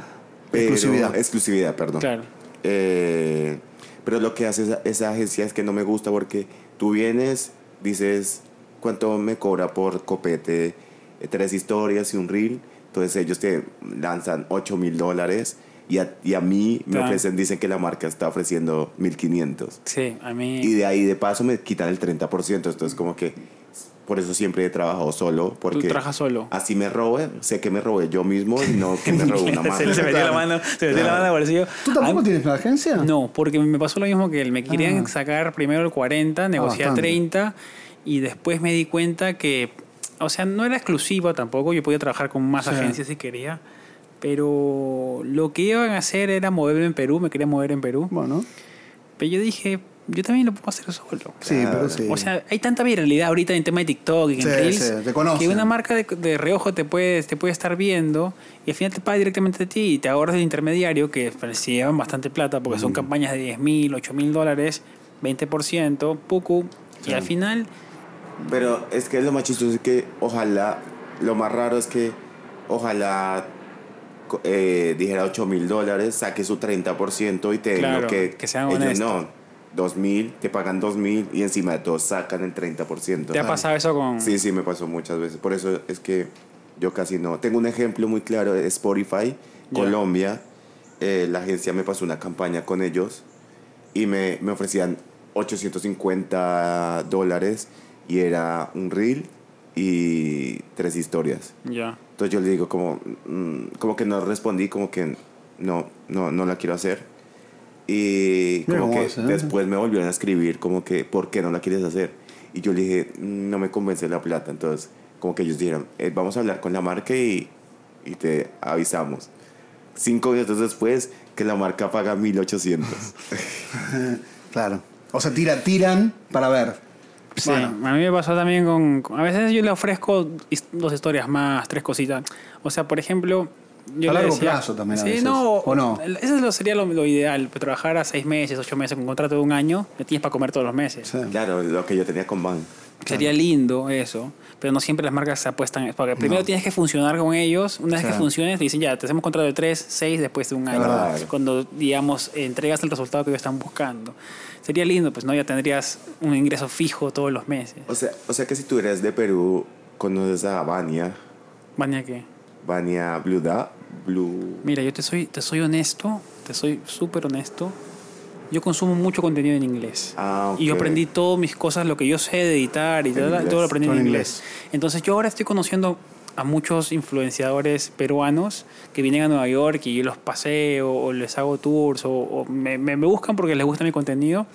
C: pero-
B: Exclusividad.
C: Exclusividad, perdón.
A: claro.
C: Eh, pero lo que hace esa, esa agencia es que no me gusta porque tú vienes, dices cuánto me cobra por copete, eh, tres historias y un reel. Entonces ellos te lanzan 8 mil dólares y a, y a mí me
A: Claro.
C: ofrecen, dicen que la marca está ofreciendo 1500.
A: Sí, a
C: Y
A: mí.
C: de ahí de paso me quitan el 30%. Entonces como que por eso siempre he trabajado solo. Porque
A: trabajas solo.
C: Así me robe, sé que me robé yo mismo y no
A: [LAUGHS]
C: que me robó una
A: se,
C: marca.
A: se metió la
B: Claro.
A: mano, se metió la
C: Claro.
A: mano al bolsillo.
B: ¿Tú tampoco
A: A mí-
B: tienes una agencia?
A: No, porque me pasó lo mismo que él. Me querían
B: Ah.
A: sacar primero el 40, negocié a
B: bastante.
A: 30 y después me di cuenta que, o sea, no era exclusiva tampoco. Yo podía trabajar con más
B: Sí.
A: agencias si quería. Pero lo que iban a hacer era moverme en Perú, me quería mover en Perú.
B: Bueno,
A: Pero yo dije, yo también lo puedo hacer solo.
B: sí,
C: Claro.
B: pero sí.
A: O sea, hay tanta viralidad ahorita en tema de TikTok y en
B: Sí,
A: Reels
B: sí, te conocen.
A: que una marca de, de reojo te puede, te puede estar viendo y al final te paga directamente a ti y te ahorras el intermediario que pues, se llevan bastante plata porque
B: Mm.
A: son campañas de 10 mil, 8 mil dólares, 20%, pucu. Y al final,
C: Pero es que lo más chistoso es que ojalá, lo más raro es que ojalá co- eh, dijera 8 mil dólares, saque su 30% y te den
A: Claro,
C: lo que,
A: que sean
C: ellos
A: honestos.
C: no, 2 mil, te pagan 2 mil y encima de todo sacan el 30%.
A: ¿te ha pasado eso con...?
C: Sí, sí, me pasó muchas veces. Por eso es que yo casi no. Tengo un ejemplo muy claro: es
A: Ya.
C: Spotify, Colombia. Eh, la agencia me pasó una campaña con ellos y me, me ofrecían 850 dólares y era un reel y tres historias.
A: Ya.
C: Entonces yo le digo como, mm, como que no respondí, como que no, no, no la quiero hacer. Y
B: Mira
C: como
B: cómo
C: que
B: hace, ¿eh?
C: después me volvieron a escribir como que, ¿por qué no la quieres hacer? Y yo le dije, "Mm, no me convence la plata. Entonces como que ellos dijeron, "Eh, vamos a hablar con la marca y, y te avisamos. Cinco minutos después que la marca
B: [LAUGHS]
C: paga 1800.
B: Claro. O sea, tira, tiran para ver.
A: Sí,
B: Bueno,
A: a mí me pasó también con, con- A veces yo le ofrezco his- dos historias más, tres cositas. O sea, por ejemplo... Yo
B: A
A: le
B: largo
A: decía-
B: plazo también a
A: Sí,
B: veces,
A: no,
B: ¿o no?
A: Eso es lo- sería lo, lo ideal, pues, trabajar a seis meses, ocho meses, con un contrato de un año, me tienes para comer todos los meses.
B: sí.
C: claro, lo que yo tenía con Van.
A: Sería lindo eso, pero no siempre las marcas se apuestan. Porque primero tienes que funcionar con ellos. Una vez que
B: Claro.
A: funciones, te dicen ya, te hacemos contrato de 3, 6 después de un año.
C: verdad.
A: Cuando, digamos, entregas el resultado que ellos están buscando. Sería lindo, pues no, ya tendrías un ingreso fijo todos los meses.
C: O sea, o sea que si tú eres de Perú, conoces a Vania,
A: Vania, que
C: Vania Blue Da, Blue...
A: Mira, yo te soy, te soy honesto, te soy súper honesto. Yo consumo mucho contenido en inglés.
C: Ah,
A: Y yo
C: ok.
A: aprendí todas mis cosas, lo que yo sé de editar y
C: En
A: tal,
C: inglés,
A: todo lo aprendí en
B: todo en
A: inglés. Entonces yo ahora estoy conociendo a muchos influenciadores peruanos que vienen a Nueva York y yo los paseo o les hago tours o, o me, me- me buscan porque les gusta mi contenido,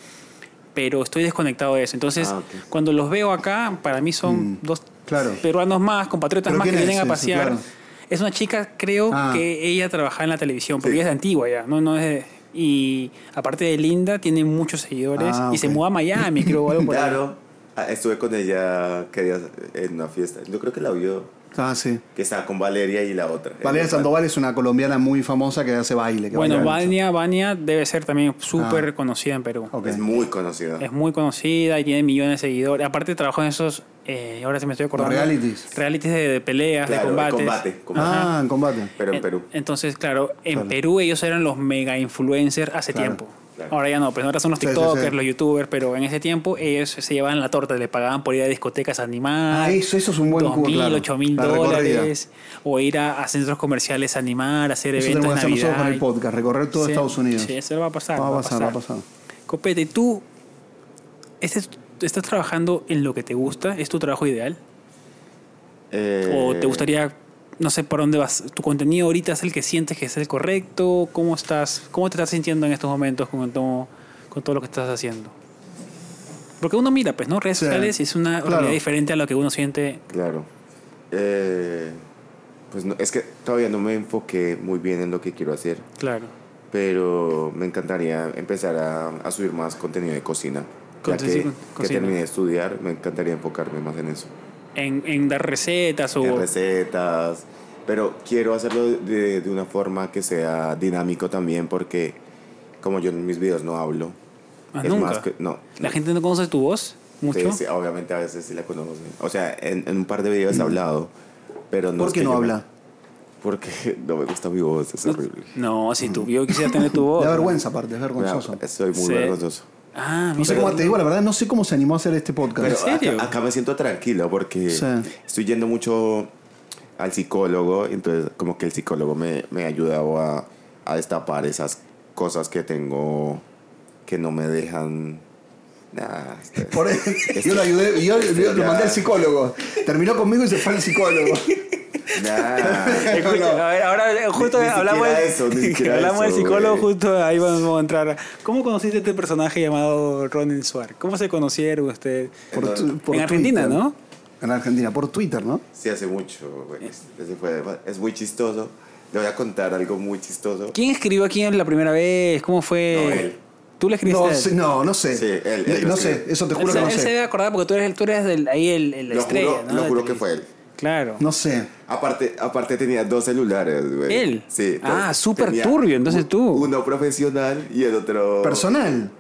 A: pero estoy desconectado de eso. Entonces
C: Ah, ok.
A: cuando los veo acá, para mí son dos
B: claro.
A: peruanos más, compatriotas
B: ¿Pero
A: más que
B: quién es
A: vienen a
B: ese?
A: pasear.
B: Claro.
A: Es una chica, creo
B: Ah.
A: que ella trabajaba en la televisión, porque ella es de antigua ya, no, no es de- y aparte de linda, tiene muchos seguidores
B: Ah,
A: y se
B: ok.
A: mudó a Miami, creo, o algo por ahí.
C: Claro, ah, estuve con ella que día en una fiesta. Yo creo que la vio,
B: Ah, sí.
C: que estaba con Valeria y la otra.
B: Valeria Sandoval es una colombiana muy famosa que hace baile. que
A: Eh, Bueno,
B: baila mucho.
A: Vania, Vania debe ser también súper conocida en Perú.
B: Ah. Ok.
C: Es muy conocida.
A: Es muy conocida y tiene millones de seguidores. Aparte trabajó en esos, eh, ahora se me estoy acordando.
B: Los realities.
A: Realities de, de peleas,
C: Claro,
A: de
C: de
A: combates. Eh,
C: combate, combate.
A: Ajá.
B: Ah, en combate.
C: Pero en
A: En-
C: Perú.
A: Entonces, claro, en Perú ellos eran los mega influencers hace tiempo.
C: claro.
A: Ahora ya no, pues ahora son los
B: Sí, sí,
A: TikTokers,
B: sí.
A: los YouTubers, pero en ese tiempo ellos se llevaban la torta, le pagaban por ir a discotecas animadas.
B: Ah, eso- eso es un buen
A: dos
B: cubo,
A: mil,
B: claro.
A: ocho mil
B: La recorrida.
A: dólares. O ir a, a centros comerciales a animar, a hacer
B: Eso
A: eventos de
B: tenemos que hacer
A: Navidad.
B: nosotros con el podcast, recorrer todo
A: Sí,
B: Estados Unidos.
A: Sí, eso va a pasar.
B: va a pasar, va a pasar.
A: Copete, ¿tú este es- estás trabajando en lo que te gusta? ¿Es tu trabajo ideal? ¿O
C: Eh,
A: te gustaría, no sé por dónde vas, tu contenido ahorita es el que sientes que es el correcto? ¿Cómo estás? ¿Cómo te estás sintiendo en estos momentos con todo, con todo lo que estás haciendo? Porque uno mira, pues, ¿no? Redes
B: Sí.
A: sociales y es una
B: Claro.
A: realidad diferente a lo que uno siente.
C: Claro. Eh, pues no, es que todavía no me enfoqué muy bien en lo que quiero hacer,
A: Claro.
C: pero me encantaría empezar a, a subir más contenido de cocina. Ya
A: Contenido
C: que,
A: con-
C: que
A: cocina.
C: terminé de estudiar, me encantaría enfocarme más en eso.
A: En, en dar recetas o...
C: en recetas. Pero quiero hacerlo de, de una forma que sea dinámico también, porque como yo en mis videos no hablo.
A: Ah, nunca.
C: que- no.
A: La gente no conoce tu voz
C: Sí,
A: mucho.
C: sí, obviamente a veces sí la conocen. O sea, en, en un par de
A: Mm.
C: videos he hablado, pero no
B: ¿Por
C: es
B: qué
C: que
B: no
C: yo me-
B: habla?
C: porque [LAUGHS] no me gusta mi voz, es horrible. Mm.
A: No, si tú, yo quisiera tener
C: [LAUGHS]
A: tu voz.
B: Da
A: ¿no?
B: vergüenza aparte, es
C: Me da-
B: vergonzoso.
C: soy muy
A: Sí.
C: vergonzoso.
A: Ah,
B: No
A: mira.
B: sé cómo, te digo la verdad, no sé cómo se animó a hacer este podcast.
C: Pero
A: serio?
C: Acá, acá me siento tranquilo porque
B: Sí.
C: estoy yendo mucho al psicólogo, entonces como que el psicólogo me, me ha ayudado a, a destapar esas cosas que tengo que no me dejan... nada
B: [LAUGHS] Por eso, [LAUGHS] yo lo ayudé, yo, yo lo mandé al psicólogo. Terminó conmigo y se fue al psicólogo.
A: [LAUGHS] Escucha,
B: No.
A: a ver, ahora eh, justo
C: Ni- ni
A: hablamos,
C: siquiera
A: del- [LAUGHS]
C: eso, ni siquiera
A: hablamos del
C: eso,
A: psicólogo,
C: güey.
A: justo ahí vamos a entrar. ¿Cómo conociste a este personaje llamado Ronin Suar? ¿Cómo se conocieron ustedes?
B: Por tu- por
A: en Argentina,
B: Twitter.
A: ¿no?
B: En Argentina, por Twitter, ¿no?
C: Sí, hace mucho. güey. Ese fue- es muy chistoso. Le voy a contar algo muy chistoso.
A: ¿Quién escribió a quién la primera vez? ¿Cómo fue?
C: No, él.
A: ¿Tú le escribiste?
B: No,
A: a él?
B: sé- no, no sé.
C: Sí, él- él
B: no
C: lo
B: sé,
C: escribió.
B: eso te
A: Él
B: juro
A: se-
B: que no
A: él se
B: sé.
A: debe acordar porque tú eres, tú eres del- ahí el, el- la
C: Lo
A: estrella,
C: juro,
A: ¿no?
C: lo
A: De
C: juro que
A: televisión.
C: fue él.
A: Claro.
B: No sé.
C: Aparte, aparte tenía dos celulares, güey.
A: ¿Él?
C: Sí.
A: Ah,
C: entonces
A: súper
C: tenía
A: turbio, entonces
C: un-
A: tú.
C: Uno profesional y el otro...
B: Personal.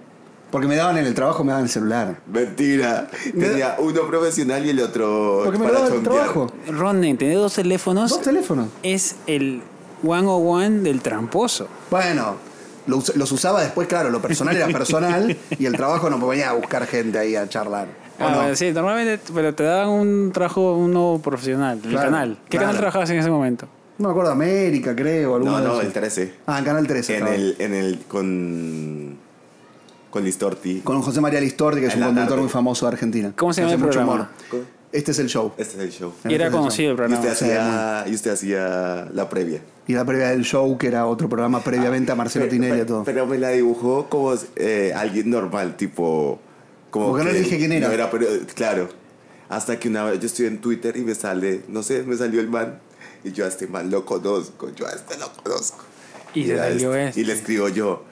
B: Porque me daban en el trabajo, me daban el celular.
C: Mentira. Tenía uno profesional y el otro.
B: Porque me lo
C: para
B: daban en el
C: chondear.
B: trabajo.
A: Ronin, tenés dos teléfonos.
B: Dos teléfonos.
A: Es el 101 del tramposo.
B: Bueno, lo us- los usaba después, claro, lo personal
A: [LAUGHS]
B: era personal y el trabajo no me venía a buscar gente ahí a charlar. ¿O
A: Ah,
B: no?
A: bueno, sí, normalmente pero te daban un trabajo uno profesional, el
B: Claro,
A: canal. ¿Qué
B: claro.
A: canal trabajabas en ese momento?
B: No me acuerdo, América, creo, alguno
C: No,
B: de
C: no,
B: esos.
C: el 13.
B: Ah, en Canal 13.
C: En
B: estaba.
C: el, en el. Con. Con Listorti.
B: Con José María Listorti, que es
C: En
B: un
C: la
B: conductor
C: tarde.
B: muy famoso de Argentina.
A: ¿Cómo se llama
B: Hace
A: el
B: mucho
A: programa?
B: humor.
C: Con-
B: Este es el show.
C: Este es el show.
A: Y era
B: Entonces,
A: conocido el
C: Y usted,
A: programa.
C: hacía, y usted hacía la previa.
B: Y la previa del show, que era otro programa previamente
A: Ah,
B: a Marcelo
C: Pero-
B: Tinelli y
C: pero-
B: todo.
C: Pero me la dibujó como eh, alguien normal, tipo. Como
B: Porque no le dije quién era.
C: no pero- claro. Hasta que una vez yo estoy en Twitter y me sale, no sé, me salió el man. Y yo a este man lo conozco, yo a este lo conozco.
A: Y se
C: era
A: salió
C: este.
A: este.
C: Y le escribo yo,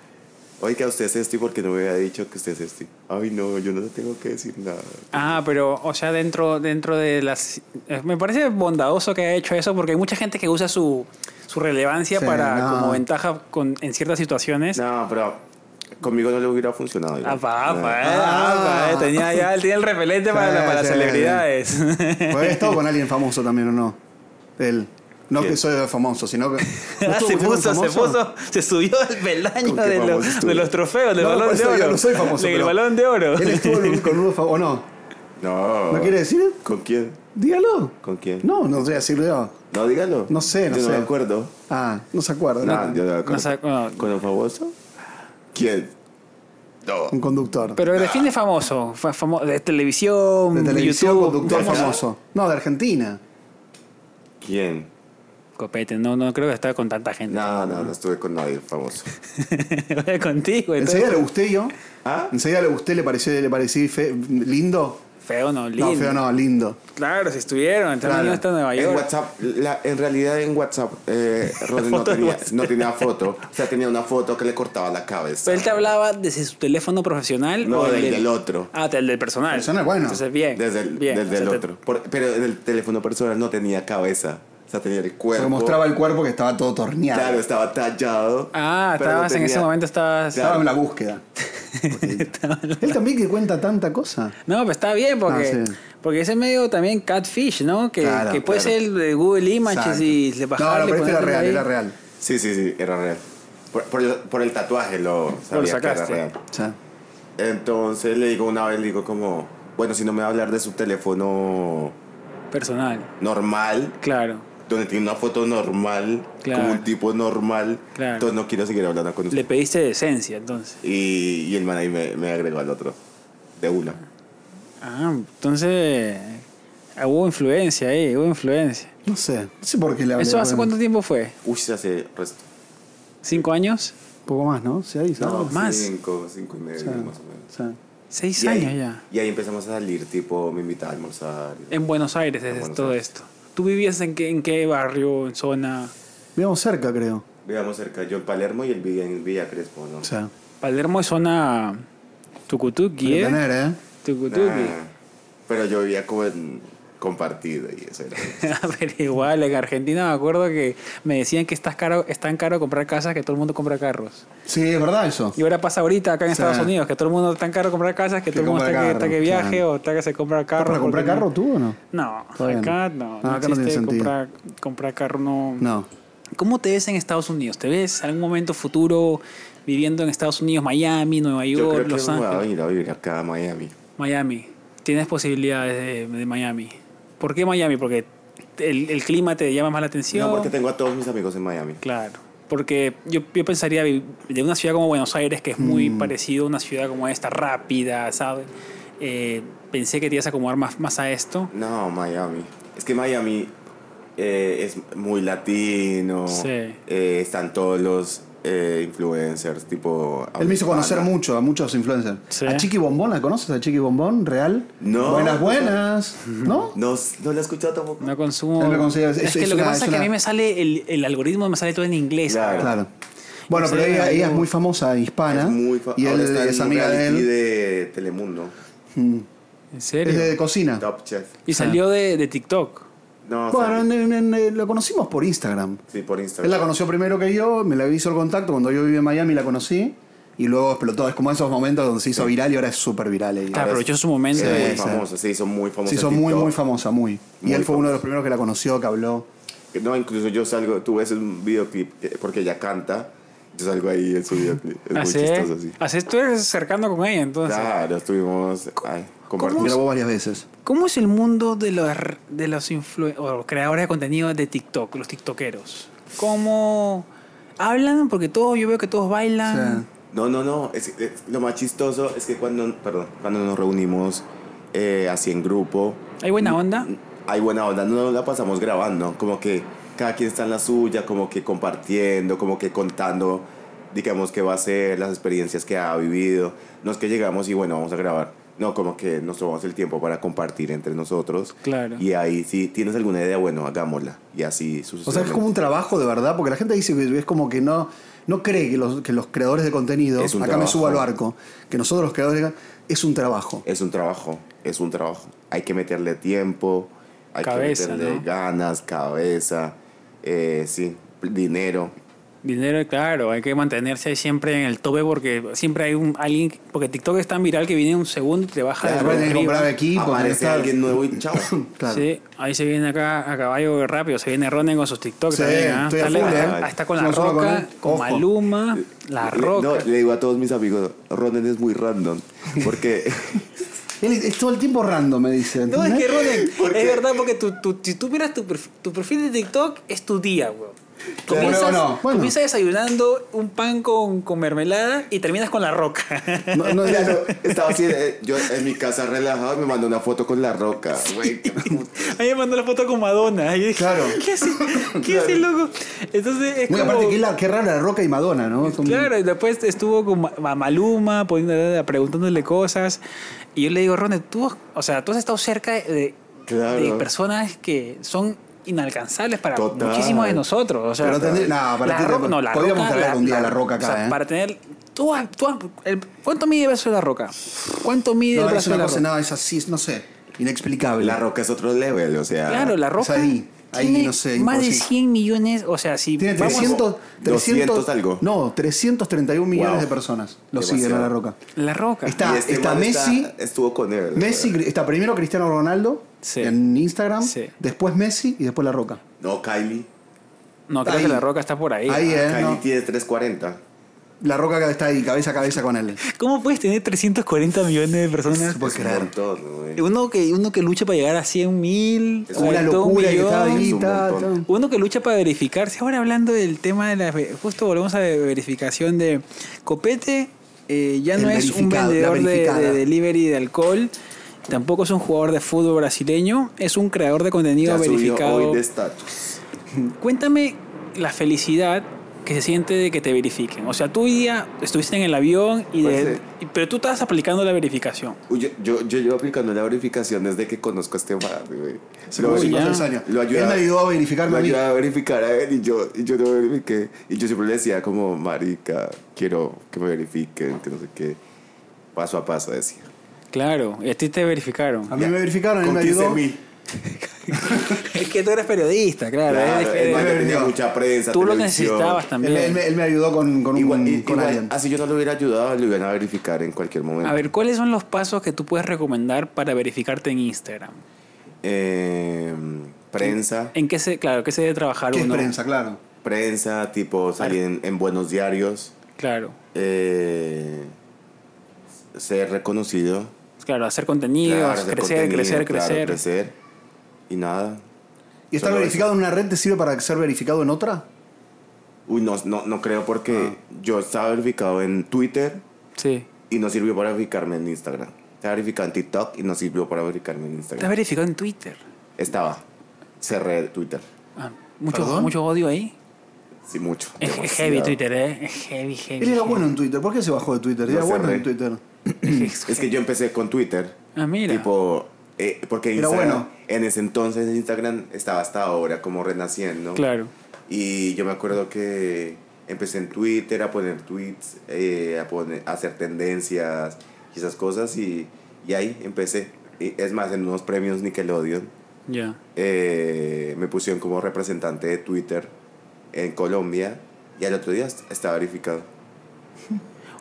C: oiga, usted es este porque no me había dicho que usted es este. Ay, no, yo no le tengo que decir nada.
A: Ah, pero, o sea, dentro, dentro de las... eh, Me parece bondadoso que haya hecho eso porque hay mucha gente que usa su, su relevancia
B: Sí,
A: para
B: no.
A: como ventaja con, en ciertas situaciones.
C: No, pero conmigo no le hubiera funcionado.
A: Ah, pa,
C: No.
A: pa, eh,
B: Ah.
A: ah, pa, eh, tenía ya él tenía el repelente para,
B: Sí,
A: la- para las
B: sí.
A: celebridades.
B: Pues había estado con alguien famoso también, ¿o no? Él. No
C: ¿Quién?
B: que soy famoso,
A: [LAUGHS]
B: sino que... ¿No
A: [LAUGHS] Ah,
B: estuvo
A: se
B: usted con
A: puso, se
B: famoso?
A: puso, se subió al peldaño
C: ¿Con qué
A: de,
C: famoso
A: los-
C: estuvo?
A: de los trofeos, del
B: No, por
A: balón de
B: eso yo
A: oro.
B: no soy famoso,
A: Del
B: pero-
A: balón de oro.
B: Él estuvo en un- con uno famoso, ¿o no?
C: No.
B: ¿No quiere decir?
C: ¿Con quién?
B: Dígalo.
C: ¿Con quién?
B: No, no voy a decirlo yo.
C: No, dígalo.
B: No sé, no
C: yo
B: sé.
C: no me acuerdo.
B: Ah, no se acuerda.
C: No,
B: ¿no?
C: yo no me acuerdo.
A: No sé, no.
C: ¿Con el famoso? ¿Quién? No.
B: Un conductor.
A: Pero define famoso, fa- famo- de televisión,
B: de televisión,
A: YouTube,
B: conductor
A: de-
B: famoso. No, de Argentina.
C: ¿Quién?
A: Copete, no, no creo que estaba con tanta gente.
C: No, no, no estuve con nadie famoso.
A: [LAUGHS] Vaya contigo, entonces,
B: Enseguida le gusté yo.
C: ¿Ah?
B: Enseguida le gusté, le pareció, le parecí fe- lindo.
A: feo no, lindo.
B: No, feo no, lindo.
A: Claro, si estuvieron, entonces
B: Claro.
A: no está en Nueva
C: En
A: York.
C: WhatsApp, la- en realidad en WhatsApp,
A: [LAUGHS]
C: eh, Rodri no
A: foto de
C: tenía,
A: WhatsApp.
C: no tenía foto. O sea, tenía una foto que le cortaba la cabeza.
A: Pero él te hablaba desde su teléfono profesional
C: No,
A: o
C: del- del otro.
A: Ah, del, del personal.
B: Personal, bueno.
A: Entonces, bien.
C: Desde el,
A: bien.
C: desde
A: O sea,
C: el
A: te-
C: otro. Por- pero en el teléfono personal no tenía cabeza. O sea, tenía el
B: Se
C: cuerpo.
B: le mostraba el cuerpo que estaba todo torneado.
C: Claro, estaba tallado.
A: Ah,
C: pero no
A: estabas en ese
C: tenía-
A: momento, estabas.
B: Estaba en
A: [LAUGHS]
B: la búsqueda. Él también que cuenta tanta cosa.
A: No, pero está bien porque,
B: Ah, sí.
A: porque ese medio también catfish, ¿no? Que,
B: Claro,
A: que puede
B: claro.
A: ser de Google Images
B: Exacto.
A: y le bajarle.
B: No, no, pero este era
A: ponerle
B: real,
A: ahí.
B: era real.
C: Sí, sí, sí, era real. Por, por el, por el tatuaje lo sabía que era
A: sacaste.
C: real.
B: O sea,
C: Entonces le digo una vez, le digo como, bueno, si no me va a hablar de su teléfono
A: Personal,
C: normal,
A: claro.
C: donde tiene una foto normal,
A: Claro.
C: como un tipo normal,
A: Claro.
C: entonces no quiero seguir hablando con usted.
A: Le pediste decencia, entonces.
C: Y, y el man ahí me, me agregó al otro, de una.
A: Ah, entonces. ah, hubo influencia ahí, hubo influencia.
B: no sé. No sé por qué le hablé.
A: ¿Eso hace
B: bueno,
A: cuánto tiempo fue?
C: Uy, se hace resto.
A: ¿Cinco años?
B: Un poco más, ¿no? Sí, ahí, ¿sabes?
A: No, más.
C: Cinco, cinco y medio,
B: O sea,
C: más o menos.
B: o sea,
A: Seis
C: Y ahí-
A: años ya. Eh.
C: Y ahí empezamos a salir, tipo, me invitaba a almorzar.
A: En Buenos Aires es
C: Buenos
A: todo
C: Aires.
A: esto. ¿Tú vivías en qué, en qué barrio, en zona?
B: vivíamos cerca, creo.
C: Vivíamos cerca, yo en Palermo y él vivía en Villa Crespo, ¿no?
B: O sea,
A: Palermo es zona Tucutuqui,
B: para
A: ¿eh?
B: tener, ¿eh?
A: Tucutuqui.
C: Nah, Ah, pero yo vivía como en compartido y eso era.
A: [LAUGHS] Pero igual, en Argentina me acuerdo que me decían que estás caro, es tan caro comprar casas que todo el mundo compra carros.
B: Sí, es verdad eso.
A: Y ahora pasa ahorita acá en
B: Sí.
A: Estados Unidos, que todo el mundo es tan caro comprar casas que
B: Que
A: todo el mundo
B: compra
A: está que, está
B: carro,
A: que viaje
B: claro.
A: o está que se compra carro.
B: ¿Para comprar
A: porque
B: carro
A: no-
B: tú o no?
A: No,
B: Todavía no.
A: acá no.
B: No,
A: No,
B: acá no tiene
A: existe
B: sentido.
A: comprar, comprar carro, no.
B: No.
A: ¿Cómo te ves en Estados Unidos? ¿Te ves algún momento futuro viviendo en Estados Unidos, Miami, Nueva
C: Yo
A: York,
C: creo que
A: Los
C: me voy a
A: Ángeles?
C: venir a vivir acá a Miami.
A: Miami. Tienes posibilidades de, de Miami. ¿Por qué Miami? Porque el, el clima te llama más la atención.
C: No, porque tengo a todos mis amigos en Miami.
A: Claro. Porque yo, yo pensaría vi- de una ciudad como Buenos Aires, que es muy
C: Mm.
A: parecido a una ciudad como esta, rápida, ¿sabes? Eh, pensé que te ibas a acomodar más, más a esto.
C: No, Miami. Es que Miami eh, es muy latino.
A: Sí.
C: eh, están todos los eh, influencers, tipo.
B: Él me hizo conocer
C: Habana.
B: mucho a muchos influencers.
A: Sí.
B: ¿A Chiqui Bombón la conoces? ¿A Chiqui Bombón? ¿Real?
C: No.
B: Buenas, buenas. ¿No?
C: [LAUGHS] No, no lo he escuchado tampoco.
A: No consumo.
B: Él lo consigue,
A: es,
B: es-
A: que
B: es
A: lo que
B: una-
A: pasa es
B: es
A: que a
B: una-
A: mí me sale el, el algoritmo, me sale todo en inglés.
C: Claro.
B: Claro. Bueno, pero
A: Sí,
B: ella, ella
A: yo-
B: es muy famosa, hispana.
C: Es muy fa-
B: y él
C: ahora está en
B: es
C: un
B: amiga de
C: reality
B: él.
C: de Telemundo.
A: ¿En
B: Es
A: serio?
B: de cocina.
C: Top Chef.
A: Y salió de, de TikTok.
C: No,
B: Bueno,
C: sale-
B: en- en- en- lo conocimos por Instagram.
C: sí, por Instagram.
B: Él la conoció primero que yo, me la hizo el contacto cuando yo viví en Miami, la conocí. Y luego explotó. Es como esos momentos donde se hizo viral y ahora es súper viral. ella.
A: Claro, aprovechó su momento.
C: Era
B: Sí,
C: muy
B: sí.
C: famosa, se hizo muy famosa.
B: Se hizo
C: en
B: muy,
C: TikTok.
B: muy famosa, muy. Y
C: Muy
B: él fue uno
C: famosa.
B: de los primeros que la conoció, que habló.
C: No, incluso yo salgo, tú ves un videoclip que- porque ella canta, yo salgo ahí en su videoclip. Es muy
A: Así
C: chistoso así.
A: Así tú eres cercano con ella, entonces.
C: Claro, estuvimos ay, compartiendo.
B: Grabó varias veces.
A: ¿Cómo es el mundo de los, de los influ- o creadores de contenido de TikTok, los TikTokeros? ¿Cómo hablan? Porque todos, yo veo que todos bailan.
B: Sí.
C: eh, No, no, no. es- es- lo más chistoso es que cuando, perdón, cuando nos reunimos eh, así en grupo.
A: Hay buena onda.
C: Hay buena onda, no la pasamos grabando, como que cada quien está en la suya, como que compartiendo, como que contando, digamos, qué va a ser, las experiencias que ha vivido. No es que llegamos y bueno, vamos a grabar. No, como que nos tomamos el tiempo para compartir entre nosotros.
A: Claro.
C: Y ahí, si tienes alguna idea, bueno, hagámosla. Y así
B: O sea,
C: sucesivamente.
B: es como un trabajo de verdad, porque la gente dice que es como que no, no cree que los, que los creadores de contenido, acá
C: Es un
B: me
C: trabajo.
B: subo al barco, que nosotros los creadores de es un trabajo.
C: Es un trabajo, es un trabajo. Hay que meterle tiempo, hay
A: Cabeza,
C: que meterle
A: ¿no?
C: ganas, cabeza, eh, sí, dinero.
A: Dinero, claro, hay que mantenerse siempre en el tope porque siempre hay un alguien, porque TikTok es tan viral que viene un segundo y te baja
B: Claro,
A: de
B: tenés que
A: arriba.
B: comprar equipo, tenés
C: Aparece
B: que estar-
C: [LAUGHS]
B: [COUGHS]
C: alguien nuevo y chao.
B: Claro.
A: Sí, ahí se viene acá a caballo rápido, se viene Ronen con sus TikToks
B: Sí,
A: también, ¿ah?
B: estoy a
A: Está-
B: full,
A: está,
C: ¿eh?
A: está con La
B: No solo con
A: Roca,
B: él,
A: con
B: ojo.
A: Maluma, La
C: Le- No,
A: Roca.
C: le digo a todos mis amigos, Ronen es muy random, porque
B: Él es, es todo el tiempo random, me dice.
A: No, es
B: ¿entendés?
A: que
B: [LAUGHS]
A: Ronen, es verdad, porque tú, tú- si tú miras tu, perf- tu perfil de TikTok, es tu día, weón.
B: Claro.
A: Comienzas,
B: Bueno, bueno.
A: comienzas desayunando un pan con, con mermelada y terminas con la roca.
B: [LAUGHS]
A: [LAUGHS]
B: No, no,
C: [LAUGHS] Ya,
B: no.
C: no, estaba así, eh, yo en mi casa relajado me mandó una foto con la roca.
B: [LAUGHS]
C: güey, qué puta.
A: A mí me mandó la foto con Madonna. Y yo dije,
B: Claro.
A: ¿Qué
B: [LAUGHS]
A: hace? ¿Qué hace, loco? Entonces es
B: Muy
A: como...
B: aparte, qué, la- qué rara la Roca y Madonna, ¿no? Son-
A: Claro, y después estuvo con Ma- Ma- Maluma poniéndole- preguntándole cosas. Y yo le digo, Ronald, tú, has- o sea, tú has estado cerca de,
C: Claro.
A: de personas que son inalcanzables para
C: Total.
A: muchísimos de nosotros. O sea,
B: Pero tendrí- no, para
A: la
B: ti te-
A: Roca- no, la
B: podríamos
A: Roca,
B: traer
A: la-
B: algún día la Roca acá,
A: o sea,
B: ¿eh?
A: Para tener... Tú, has- tú has- el- ¿Cuánto mide el brazo de la roca? ¿Cuánto mide el
B: No, es
A: brazo de
B: una
A: la
B: cosa,
A: roca?
B: no, es así, es- no sé. Inexplicable.
C: Pues La roca es otro level, o sea.
A: Claro, la roca
B: Es ahí, ahí,
A: tiene
B: no sé,
A: más de
B: imposible.
A: 100 millones, o sea, si
B: Tiene
A: vamos-
B: 300,
C: 200 algo.
B: No, 331 millones
C: Wow.
B: de personas lo
C: Demasiado.
B: siguen a La Roca.
A: la roca.
B: Está-
C: Y este
B: está
C: man
B: Messi-
C: estuvo con él.
B: Messi está primero Cristiano Ronaldo
A: Sí.
B: en Instagram,
A: Sí.
B: después Messi y después La Roca.
C: No, Kylie.
A: no, creo
B: ahí.
A: que la roca está por ahí.
B: Ahí, eh,
C: Kylie
B: no.
C: tiene 340.
B: La Roca está ahí, cabeza a cabeza con él.
A: ¿Cómo puedes tener 340 millones de personas?
B: Se puede
C: Es un
B: creer.
C: montón, güey.
A: Uno que, uno que lucha para llegar a 100 mil.
C: Es
B: Una
C: Ahí
B: locura que está
C: millón.
B: ahí.
C: Es un
B: ta,
C: montón.
B: ta.
A: Uno que lucha para verificarse. Ahora hablando del tema de la... ve- Justo volvemos a la verificación de Copete. eh, ya
B: El
A: no es un
B: verificado, la
A: vendedor de,
B: verificada.
A: de delivery de alcohol. Tampoco es un jugador de fútbol brasileño. Es un creador de contenido
C: Ya subió
A: verificado.
C: hoy de
B: este.
C: estatus.
A: Cuéntame la felicidad que se siente de que te verifiquen. O sea, tú hoy día estuviste en el avión, y de-
C: Pues sí.
A: y- pero tú estabas aplicando la verificación.
C: Uy, Yo, yo, yo llevo aplicando la verificación desde que conozco a este man, güey.
B: Se
C: Lo-
B: puso
A: ya.
B: tres años.
C: Lo ayuda-
B: Él me ayudó a verificarme
C: Me
B: a mí.
C: ayudaba a verificar a él y yo, y yo no verifiqué. Y yo siempre le decía como, marica, quiero que me verifiquen, que no sé qué. Paso a paso decía.
A: Claro, y a ti te verificaron.
B: A mí me verificaron, él me ayudó.
C: mil.
A: [LAUGHS] es que tú eres periodista, claro. es
C: Claro, el
A: diferente.
C: man ya tenía
B: Verificado.
C: mucha prensa,
A: tú lo
C: televisión.
A: necesitabas
B: Él,
A: también.
B: él me, él me ayudó con, con un
C: Igual, i-
B: con
C: igual,
B: alguien.
C: así yo no lo hubiera ayudado, lo iban a verificar en cualquier momento.
A: A ver, ¿cuáles son los pasos que tú puedes recomendar para verificarte en Instagram?
C: Eh, prensa,
A: ¿En qué se, claro, qué se debe trabajar
B: ¿Qué es
A: uno?
B: prensa? Claro.
C: prensa, tipo salir en, en buenos diarios,
A: Claro.
C: eh, ser reconocido.
A: Claro, hacer contenidos,
C: claro, hacer
A: crecer,
C: contenido,
A: crecer,
C: claro,
A: crecer,
C: crecer. Y nada.
B: ¿Y estar
C: Solo
B: verificado en una red te sirve para ser verificado en otra?
C: Uy, no, no, no creo porque yo estaba verificado en Twitter
A: Sí.
C: y no sirvió para verificarme en Instagram. Estaba verificado en TikTok y no sirvió para verificarme en
A: ¿Te has
C: Instagram.
A: verificado en Twitter?
C: Estaba. Cerré Twitter.
A: Ah, mucho,
B: ¿Perdón?
A: mucho odio ahí.
C: Sí, mucho.
A: Es, es
C: demasiado.
A: [LAUGHS] heavy Twitter, ¿eh? Es heavy, heavy.
B: Él era
A: heavy.
B: bueno en Twitter. ¿Por qué se bajó de Twitter?
C: No
B: Era
C: sé,
B: bueno
C: re.
B: en Twitter.
A: Es,
C: Es que yo empecé con Twitter.
A: Ah, mira.
C: Tipo, eh, porque
B: Era
C: Instagram,
B: bueno.
C: en ese entonces Instagram estaba hasta ahora como renaciendo.
A: Claro.
C: Y yo me acuerdo que empecé en Twitter a poner tweets, eh, a, poner, a hacer tendencias y esas cosas y, y ahí empecé. Y es más, en unos premios Nickelodeon
A: Ya.
C: eh, me pusieron como representante de Twitter en Colombia y al otro día est- estaba verificado.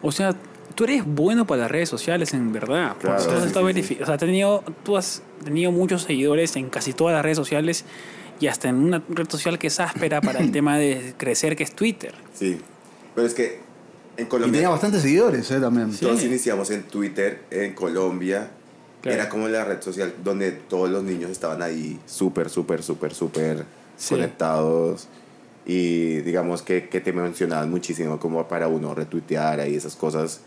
A: O sea, tú eres bueno para las redes sociales en verdad. porque
C: Claro,
A: tú, has
C: sí,
A: estado
C: sí,
A: verifi- o sea, has tenido, tú has tenido muchos seguidores en casi todas las redes sociales y hasta en una red social que es áspera para
C: [CLEARS THROAT]
A: el tema de crecer, que es Twitter.
C: Sí. Pero es que en
B: Y tenía
C: Colombia
B: bastantes seguidores eh, también.
A: Sí.
C: todos iniciamos en Twitter en Colombia.
A: Claro.
C: Era como la red social donde todos los niños estaban ahí súper, súper, súper, súper
A: Sí.
C: conectados. Y digamos que, que te mencionaban muchísimo como para uno retuitear ahí esas cosas.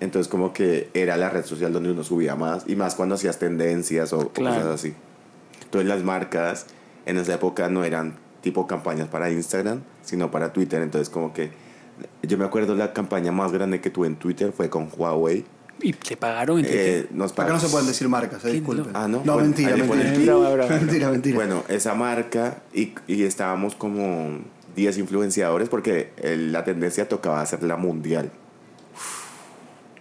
C: Entonces como que era la red social donde uno subía más y más cuando hacías tendencias o, o
A: Claro.
C: cosas así. Entonces las marcas en esa época no eran tipo campañas para Instagram, sino para Twitter. Entonces como que yo me acuerdo la campaña más grande que tuve en Twitter fue con Huawei.
A: Y te pagaron en
C: Eh,
A: Twitter.
C: nos
B: Acá no
C: pagamos-
B: se pueden decir marcas, eh,
A: Qué
B: disculpen.
A: loco.
C: Ah, no,
B: No,
C: bueno,
B: mentira,
C: ahí le
B: mentira.
C: ponen
B: Mentira,
A: bravo, bravo.
B: [LAUGHS] mentira, mentira.
C: Bueno, esa marca y, y estábamos como 10 influenciadores porque el- la tendencia tocaba hacer la mundial.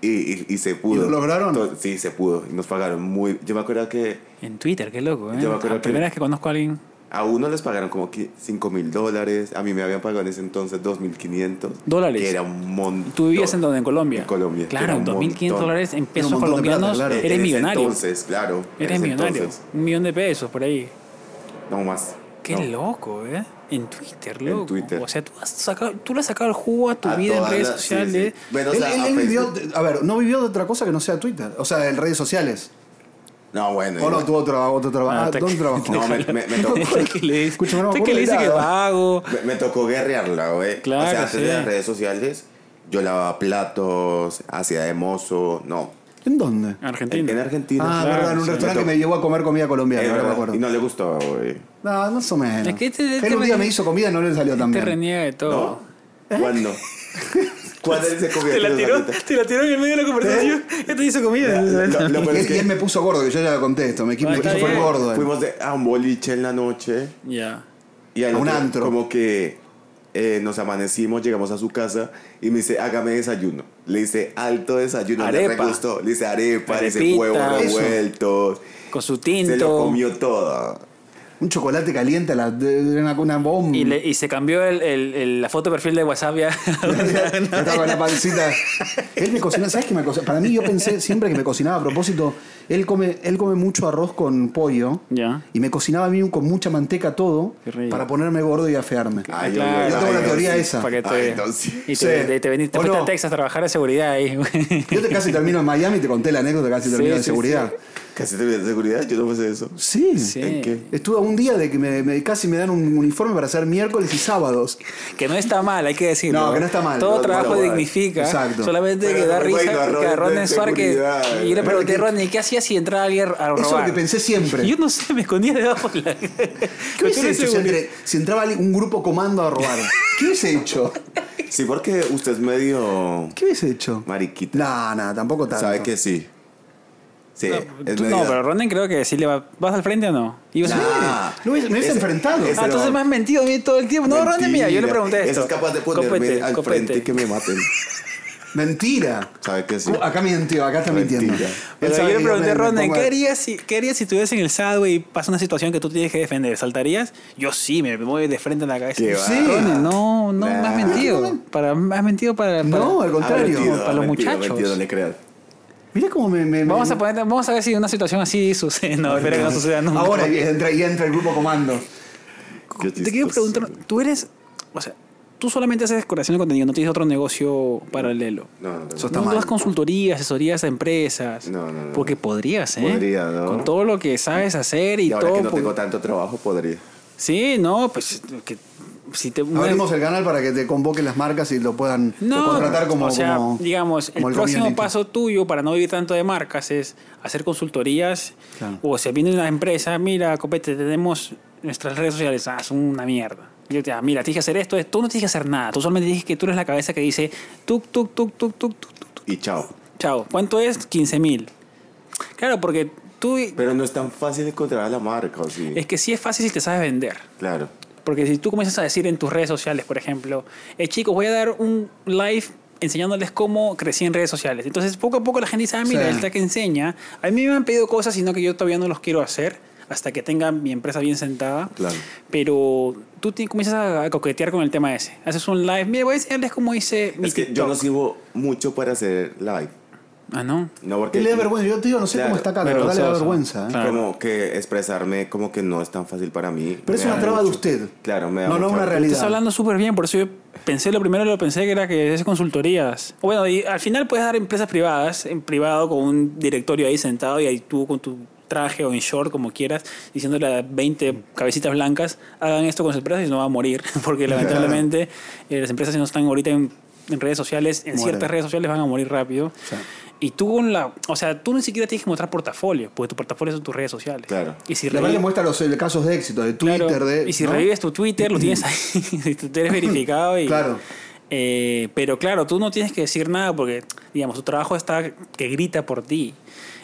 C: Y, y- y se pudo.
B: ¿Y lo lograron?
C: To- Sí, se pudo. Y nos pagaron muy... Yo me acuerdo que
A: En Twitter, qué loco, ¿eh?
C: Yo me acuerdo
A: La primera
C: que-
A: vez que conozco a alguien.
C: a uno les pagaron como 5 mil dólares. A mí me habían pagado en ese entonces 2.500.
A: Dólares.
C: Que era un montón.
A: ¿Tú vivías en dónde? ¿En Colombia?
C: En Colombia. Era
A: Claro,
C: un
A: 2.500
C: montón.
A: dólares en pesos
B: montón de plata,
A: colombianos.
B: claro.
C: En
A: Eres
C: ese
A: millonario.
C: Entonces, claro. en
A: eres
C: ese
A: millonario.
C: entonces.
A: Un millón de pesos por ahí.
C: No más.
A: Qué
C: No.
A: loco, ¿eh? En Twitter, loco.
C: Twitter.
A: O sea, tú, has sacado, tú le has sacado el jugo a tu
C: A
A: vida en
C: todas
A: redes
C: las- sí,
A: sociales.
C: sí.
A: [LAUGHS]
C: Bueno, o
B: él,
C: sea,
B: él-
C: a
B: él vivió,
C: Facebook.
B: a ver, no vivió de otra cosa que no sea Twitter, o sea, en redes sociales.
C: No, bueno.
B: O no,
C: igual.
B: tuvo otro, otro trabajo.
A: Ah,
B: Ah,
A: te-
B: ¿Dónde trabajó?
C: No, me, me- me tocó.
A: [LAUGHS]
C: [LAUGHS]
A: que le dice,
B: Escucha, no me
A: usted que le
B: acuerdo de
A: dice que
B: nada.
A: vago.
C: Me, me tocó guerrearla, güey.
A: Claro,
C: o sea, antes
A: sí.
C: de las redes sociales, yo lavaba platos, hacía de mozo, no.
B: ¿En dónde?
C: En, en
A: Argentina.
C: Argentina.
B: Ah,
A: claro,
B: verdad, en un
A: sí.
B: restaurante que
C: Me
B: me llevó a comer comida colombiana,
C: Eh,
B: ahora me
C: ¿verdad?
B: acuerdo.
C: Y no le gustó, güey.
B: No, más o menos.
A: Es que este- este
B: Él un día
A: re-
B: me hizo comida y no le salió tan
A: Te
B: bien.
A: reniega de
C: ¿No?
A: todo. [LAUGHS]
C: ¿Cuándo? ¿Cuándo él se comió
A: Te la
C: los
A: tiró,
C: alitas?
A: te la tiró en el medio de la conversación. [LAUGHS] Ya te hizo comida.
C: Lo- lo
B: Y
C: peor
B: él,
C: es
B: y él
C: que
B: me puso gordo, que yo ya contesto. Me, me
A: Ah,
B: quiso
A: está
B: poner
A: bien.
B: gordo. eh. él.
C: fuimos de, a un boliche en la noche
A: Ya.
C: y al
B: A un
C: otro-
B: antro.
C: como que eh, nos amanecimos, llegamos a su casa y me dice, hágame desayuno. Le dice, alto desayuno, le
A: Arepa.
C: re gustó. Le dice, arepa, le dice,
A: Arepita.
C: huevos
B: Eso.
C: revueltos.
A: Con su
C: Se lo
A: tinto.
C: comió todo.
B: Un chocolate caliente, a la, de- una, una bomba.
A: Y, le- y se cambió el- el- el- la foto de perfil de WhatsApp ya.
B: [LAUGHS] Estaba con la pancita. Él me cocinaba, ¿sabes qué me cocinaba? Para mí yo pensé siempre que me cocinaba a propósito, él come, él come mucho arroz con pollo
A: Ya.
B: y me cocinaba a mí con mucha manteca todo
A: Qué rico.
B: para ponerme gordo y afearme.
C: Ay,
A: Claro.
C: ay,
A: Yo
B: tengo
C: ay,
B: la
C: ay,
B: teoría
C: sí.
B: esa.
A: Para que
C: Ay,
A: te,
C: entonces.
A: y te,
B: Sí.
A: te, te veniste- te
B: ¿O
A: fuiste
B: no?
A: a Texas a trabajar de seguridad ahí.
B: Yo te casi termino en Miami, te conté la anécdota, casi
A: Sí,
B: termino de
A: sí,
B: seguridad.
C: ¿Casi te de seguridad? Yo no pasé eso.
B: Sí.
A: Sí.
C: ¿En qué?
B: Estuve a un día de que me, me- casi me dan un uniforme para hacer miércoles
A: [LAUGHS]
B: y sábados.
A: Que no está mal, hay que decirlo. ¿eh?
B: No, que no está mal.
A: Todo
B: No,
A: trabajo
C: bueno,
A: dignifica.
B: exacto.
A: Solamente
C: Pero
A: que da
C: no me
A: risa
C: cuento,
A: que a
C: Ron,
A: Ron
C: de
A: Suar que.
C: seguridad.
A: Y yo le pregunté,
B: Pero que-
A: Ronnie, ¿qué hacía si entraba alguien a robar?
B: Eso es lo que pensé
A: [LAUGHS]
B: siempre.
A: Yo no sé, me escondía debajo de la.
B: [LAUGHS] ¿Qué hubiese hecho si, entre- si entraba alguien- un grupo comando
A: [LAUGHS]
B: a robar? ¿Qué hubiese hecho?
C: Sí, porque usted es medio
B: ¿Qué hubiese hecho?
C: mariquita.
B: No, no, tampoco tanto.
C: ¿Sabe que sí? Sí. es
A: Tú-
C: medio-
A: no, pero Ronen creo que sí le va. ¿Vas al frente o no? Y yo,
B: Sí,
A: sí.
C: Ah,
B: lo hubiese, me hubiese
C: ese-
B: enfrentado.
A: Ah,
C: ese-
A: entonces
C: no.
A: me has mentido a mí todo el tiempo. No, Ronen, mira, yo le
C: Mentira.
A: pregunté esto.
C: Ese Es capaz de ponerme
A: Copete,
C: al
A: copete.
C: frente y que me maten.
B: Mentira. Uh,
C: ¿Sabe que sí? Ah,
B: Acá mintió, acá está mintiendo.
C: Mentira.
A: Pero yo
B: Él sabe
A: le
B: que yo
A: pregunté
B: me-
A: a
B: me
A: Ronen,
B: pongo-
A: ¿qué harías, si, ¿qué harías si estuvieras en el subway y pasa una situación que tú tienes que defender? ¿Saltarías? Yo sí, me voy de frente en la cabeza.
C: Qué
B: Sí.
C: va.
A: Ronen, no, no, me
C: Nah.
A: has mentido. Para, me has mentido para... para-
B: No, al
C: Ah,
B: contrario.
C: mentido,
A: Para los
C: mentido,
A: muchachos.
C: mentido, no le creas.
B: Mirá cómo me. me-
A: Vamos
B: me-
A: a, poner, vamos a ver si una situación así sucede. No, espera que no suceda nunca.
B: Ahora y entra, y entra el grupo comando.
C: Qué
A: te quiero
C: chistoso.
A: preguntar, tú eres... O sea, tú solamente haces decoración de contenido, no tienes otro negocio paralelo.
C: No, no, no.
B: Sos- Está
A: No, no
B: mal.
A: das consultorías, asesorías a empresas.
C: No, no, no.
A: Porque podrías, ¿eh?
C: Podría, ¿no?
A: Con todo lo que sabes hacer y,
C: Y ahora
A: todo.
C: que no
A: po-
C: tengo tanto trabajo, podría.
A: Sí, no, pues que, si te mueves-
B: Abrimos el canal para que te convoquen las marcas y lo puedan
A: no,
B: contratar como.
A: o sea,
B: como-
A: digamos, el,
B: como
A: próximo
B: community.
A: paso tuyo para no vivir tanto de marcas es hacer consultorías
B: Claro.
A: o si viene una empresa, mira, copete, tenemos nuestras redes sociales, ah, son una mierda. Y yo te, ah, mira, tienes que hacer esto, esto, tú no tienes que hacer nada, tú solamente dices que tú eres la cabeza que dice tuk tuk tuk tuk tuk tuk. tuk.
C: Y chao.
A: Chao, ¿cuánto es? 15 mil. Claro, porque tú
C: Pero no es tan fácil encontrar a la marca, ¿o sí?
A: es que sí es fácil si te sabes vender.
C: Claro.
A: Porque si tú comienzas a decir en tus redes sociales, por ejemplo, eh, chicos, voy a dar un live enseñándoles cómo crecí en redes sociales. Entonces, poco a poco la gente dice, ah, mira,
B: Sí.
A: él está que enseña. A mí me han pedido cosas, sino que yo todavía no los quiero hacer hasta que tenga mi empresa bien sentada.
C: Claro.
A: Pero tú te- comienzas a coquetear con el tema ese. Haces un live, mira, voy a enseñarles cómo hice mi
C: Es que yo
A: TikTok".
C: no sirvo mucho para hacer live.
A: Ah, ¿no?
C: No, porque...
B: Él le da vergüenza. Yo te digo, no sé
C: Eh, Claro,
B: cómo está acá, pero le da
A: vergonzoso.
B: vergüenza. ¿eh?
A: Claro.
C: Como que expresarme como que no es tan fácil para mí.
B: Pero es
C: Me
B: una
C: da
B: traba de
C: mucho-
B: usted.
C: Claro, me da
B: No, no,
C: mucha-
B: una realidad.
A: Estás hablando súper bien, por eso yo pensé lo primero lo pensé que era que es consultorías. O Bueno, y al final puedes dar empresas privadas, en privado, con un directorio ahí sentado y ahí tú con tu traje o en short, como quieras, diciéndole a 20 cabecitas [LAUGHS] blancas, hagan esto con sus empresas y no va a morir, porque lamentablemente eh, las empresas no están ahorita en en redes sociales, en
B: Mueren.
A: ciertas redes sociales van a morir rápido.
B: Sí.
A: Y tú con la, o sea, tú ni siquiera tienes que mostrar portafolio, porque tu portafolio son tus redes sociales.
C: Claro.
A: Y si
B: La verdad
A: revives-
B: que muestra los eh, casos de éxito de Twitter,
A: claro,
B: de.
A: y si
B: ¿no?
A: revives tu Twitter, lo
B: [CLEARS THROAT]
A: tienes ahí, [LAUGHS] si tú eres verificado y
B: Claro.
A: eh, pero claro, tú no tienes que decir nada porque, digamos, tu trabajo está que grita por ti.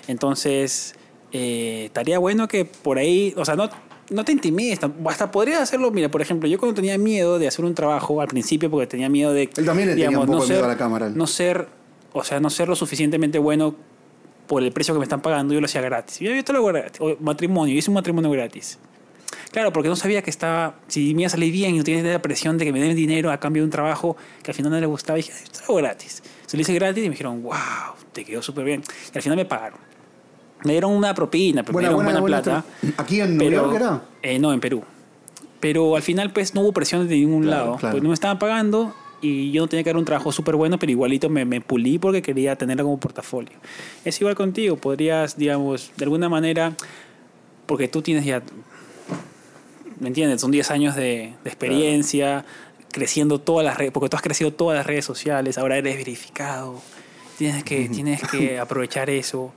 A: Entonces, eh, estaría bueno que por ahí, o sea, no, no te intimides. tam- Hasta podrías hacerlo, mira, por ejemplo, yo cuando tenía miedo de hacer un trabajo al principio porque tenía miedo de...
B: Él también le tenía un poco de miedo a la cámara.
A: No ser, o sea, no ser lo suficientemente bueno por el precio que me están pagando, yo lo hacía gratis. Yo, yo te lo hago gratis. O matrimonio, yo hice un matrimonio gratis. Claro, porque no sabía que estaba, si me iba a salir bien y no tenía la presión de que me den dinero a cambio de un trabajo que al final no le gustaba, dije, "Ay, esto lo hago gratis. Se lo hice gratis y me dijeron, wow, te quedó súper bien. Y al final me pagaron. Me dieron una propina, pero
B: Buena,
A: me dieron
B: buena,
A: buena,
B: buena
A: plata.
B: tra- ¿Aquí en Nueva
A: pero-
B: York era?
A: eh, no, en Perú. Pero al final, pues, no hubo presión de ningún
B: Claro,
A: lado.
B: claro.
A: Pues no me estaban pagando y yo no tenía que dar un trabajo súper bueno, pero igualito me, me pulí porque quería tenerlo como portafolio. Es igual contigo. Podrías, digamos, de alguna manera, porque tú tienes ya ¿me entiendes? Son 10 años de, de experiencia, creciendo todas las redes, porque tú has crecido todas las redes sociales, ahora eres verificado, tienes que, tienes que aprovechar eso.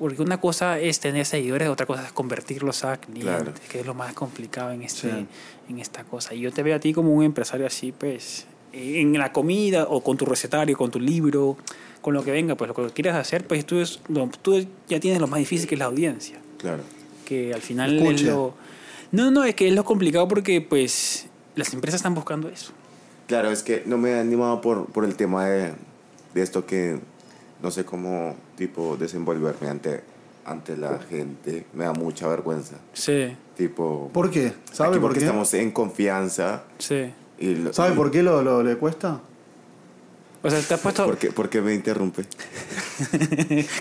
A: Porque una cosa es tener seguidores, otra cosa es convertirlos a clientes,
C: Claro.
A: que es lo más complicado en, este,
B: Sí.
A: en esta cosa. Y yo te veo a ti como un empresario así, pues, en la comida o con tu recetario, con tu libro, con lo que venga, pues lo que quieras hacer, pues tú, es, lo- tú ya tienes lo más difícil que es la audiencia
C: Claro.
A: que al final
B: Escucha.
A: es lo... No, no, es que es lo complicado porque pues las empresas están buscando eso.
C: Claro, es que no me he animado por, por el tema de, de esto que no sé cómo tipo desenvolverme ante, ante la gente. Me da mucha vergüenza.
A: Sí,
C: Tipo,
B: ¿Por qué?
C: aquí
B: ¿Sabe por
C: porque
B: qué?
C: estamos en confianza.
A: sí.
C: Y lo-
B: ¿Sabe por qué lo, lo- le cuesta?
A: O sea, te has [LAUGHS] puesto...
C: ¿Por qué, por qué me interrumpe?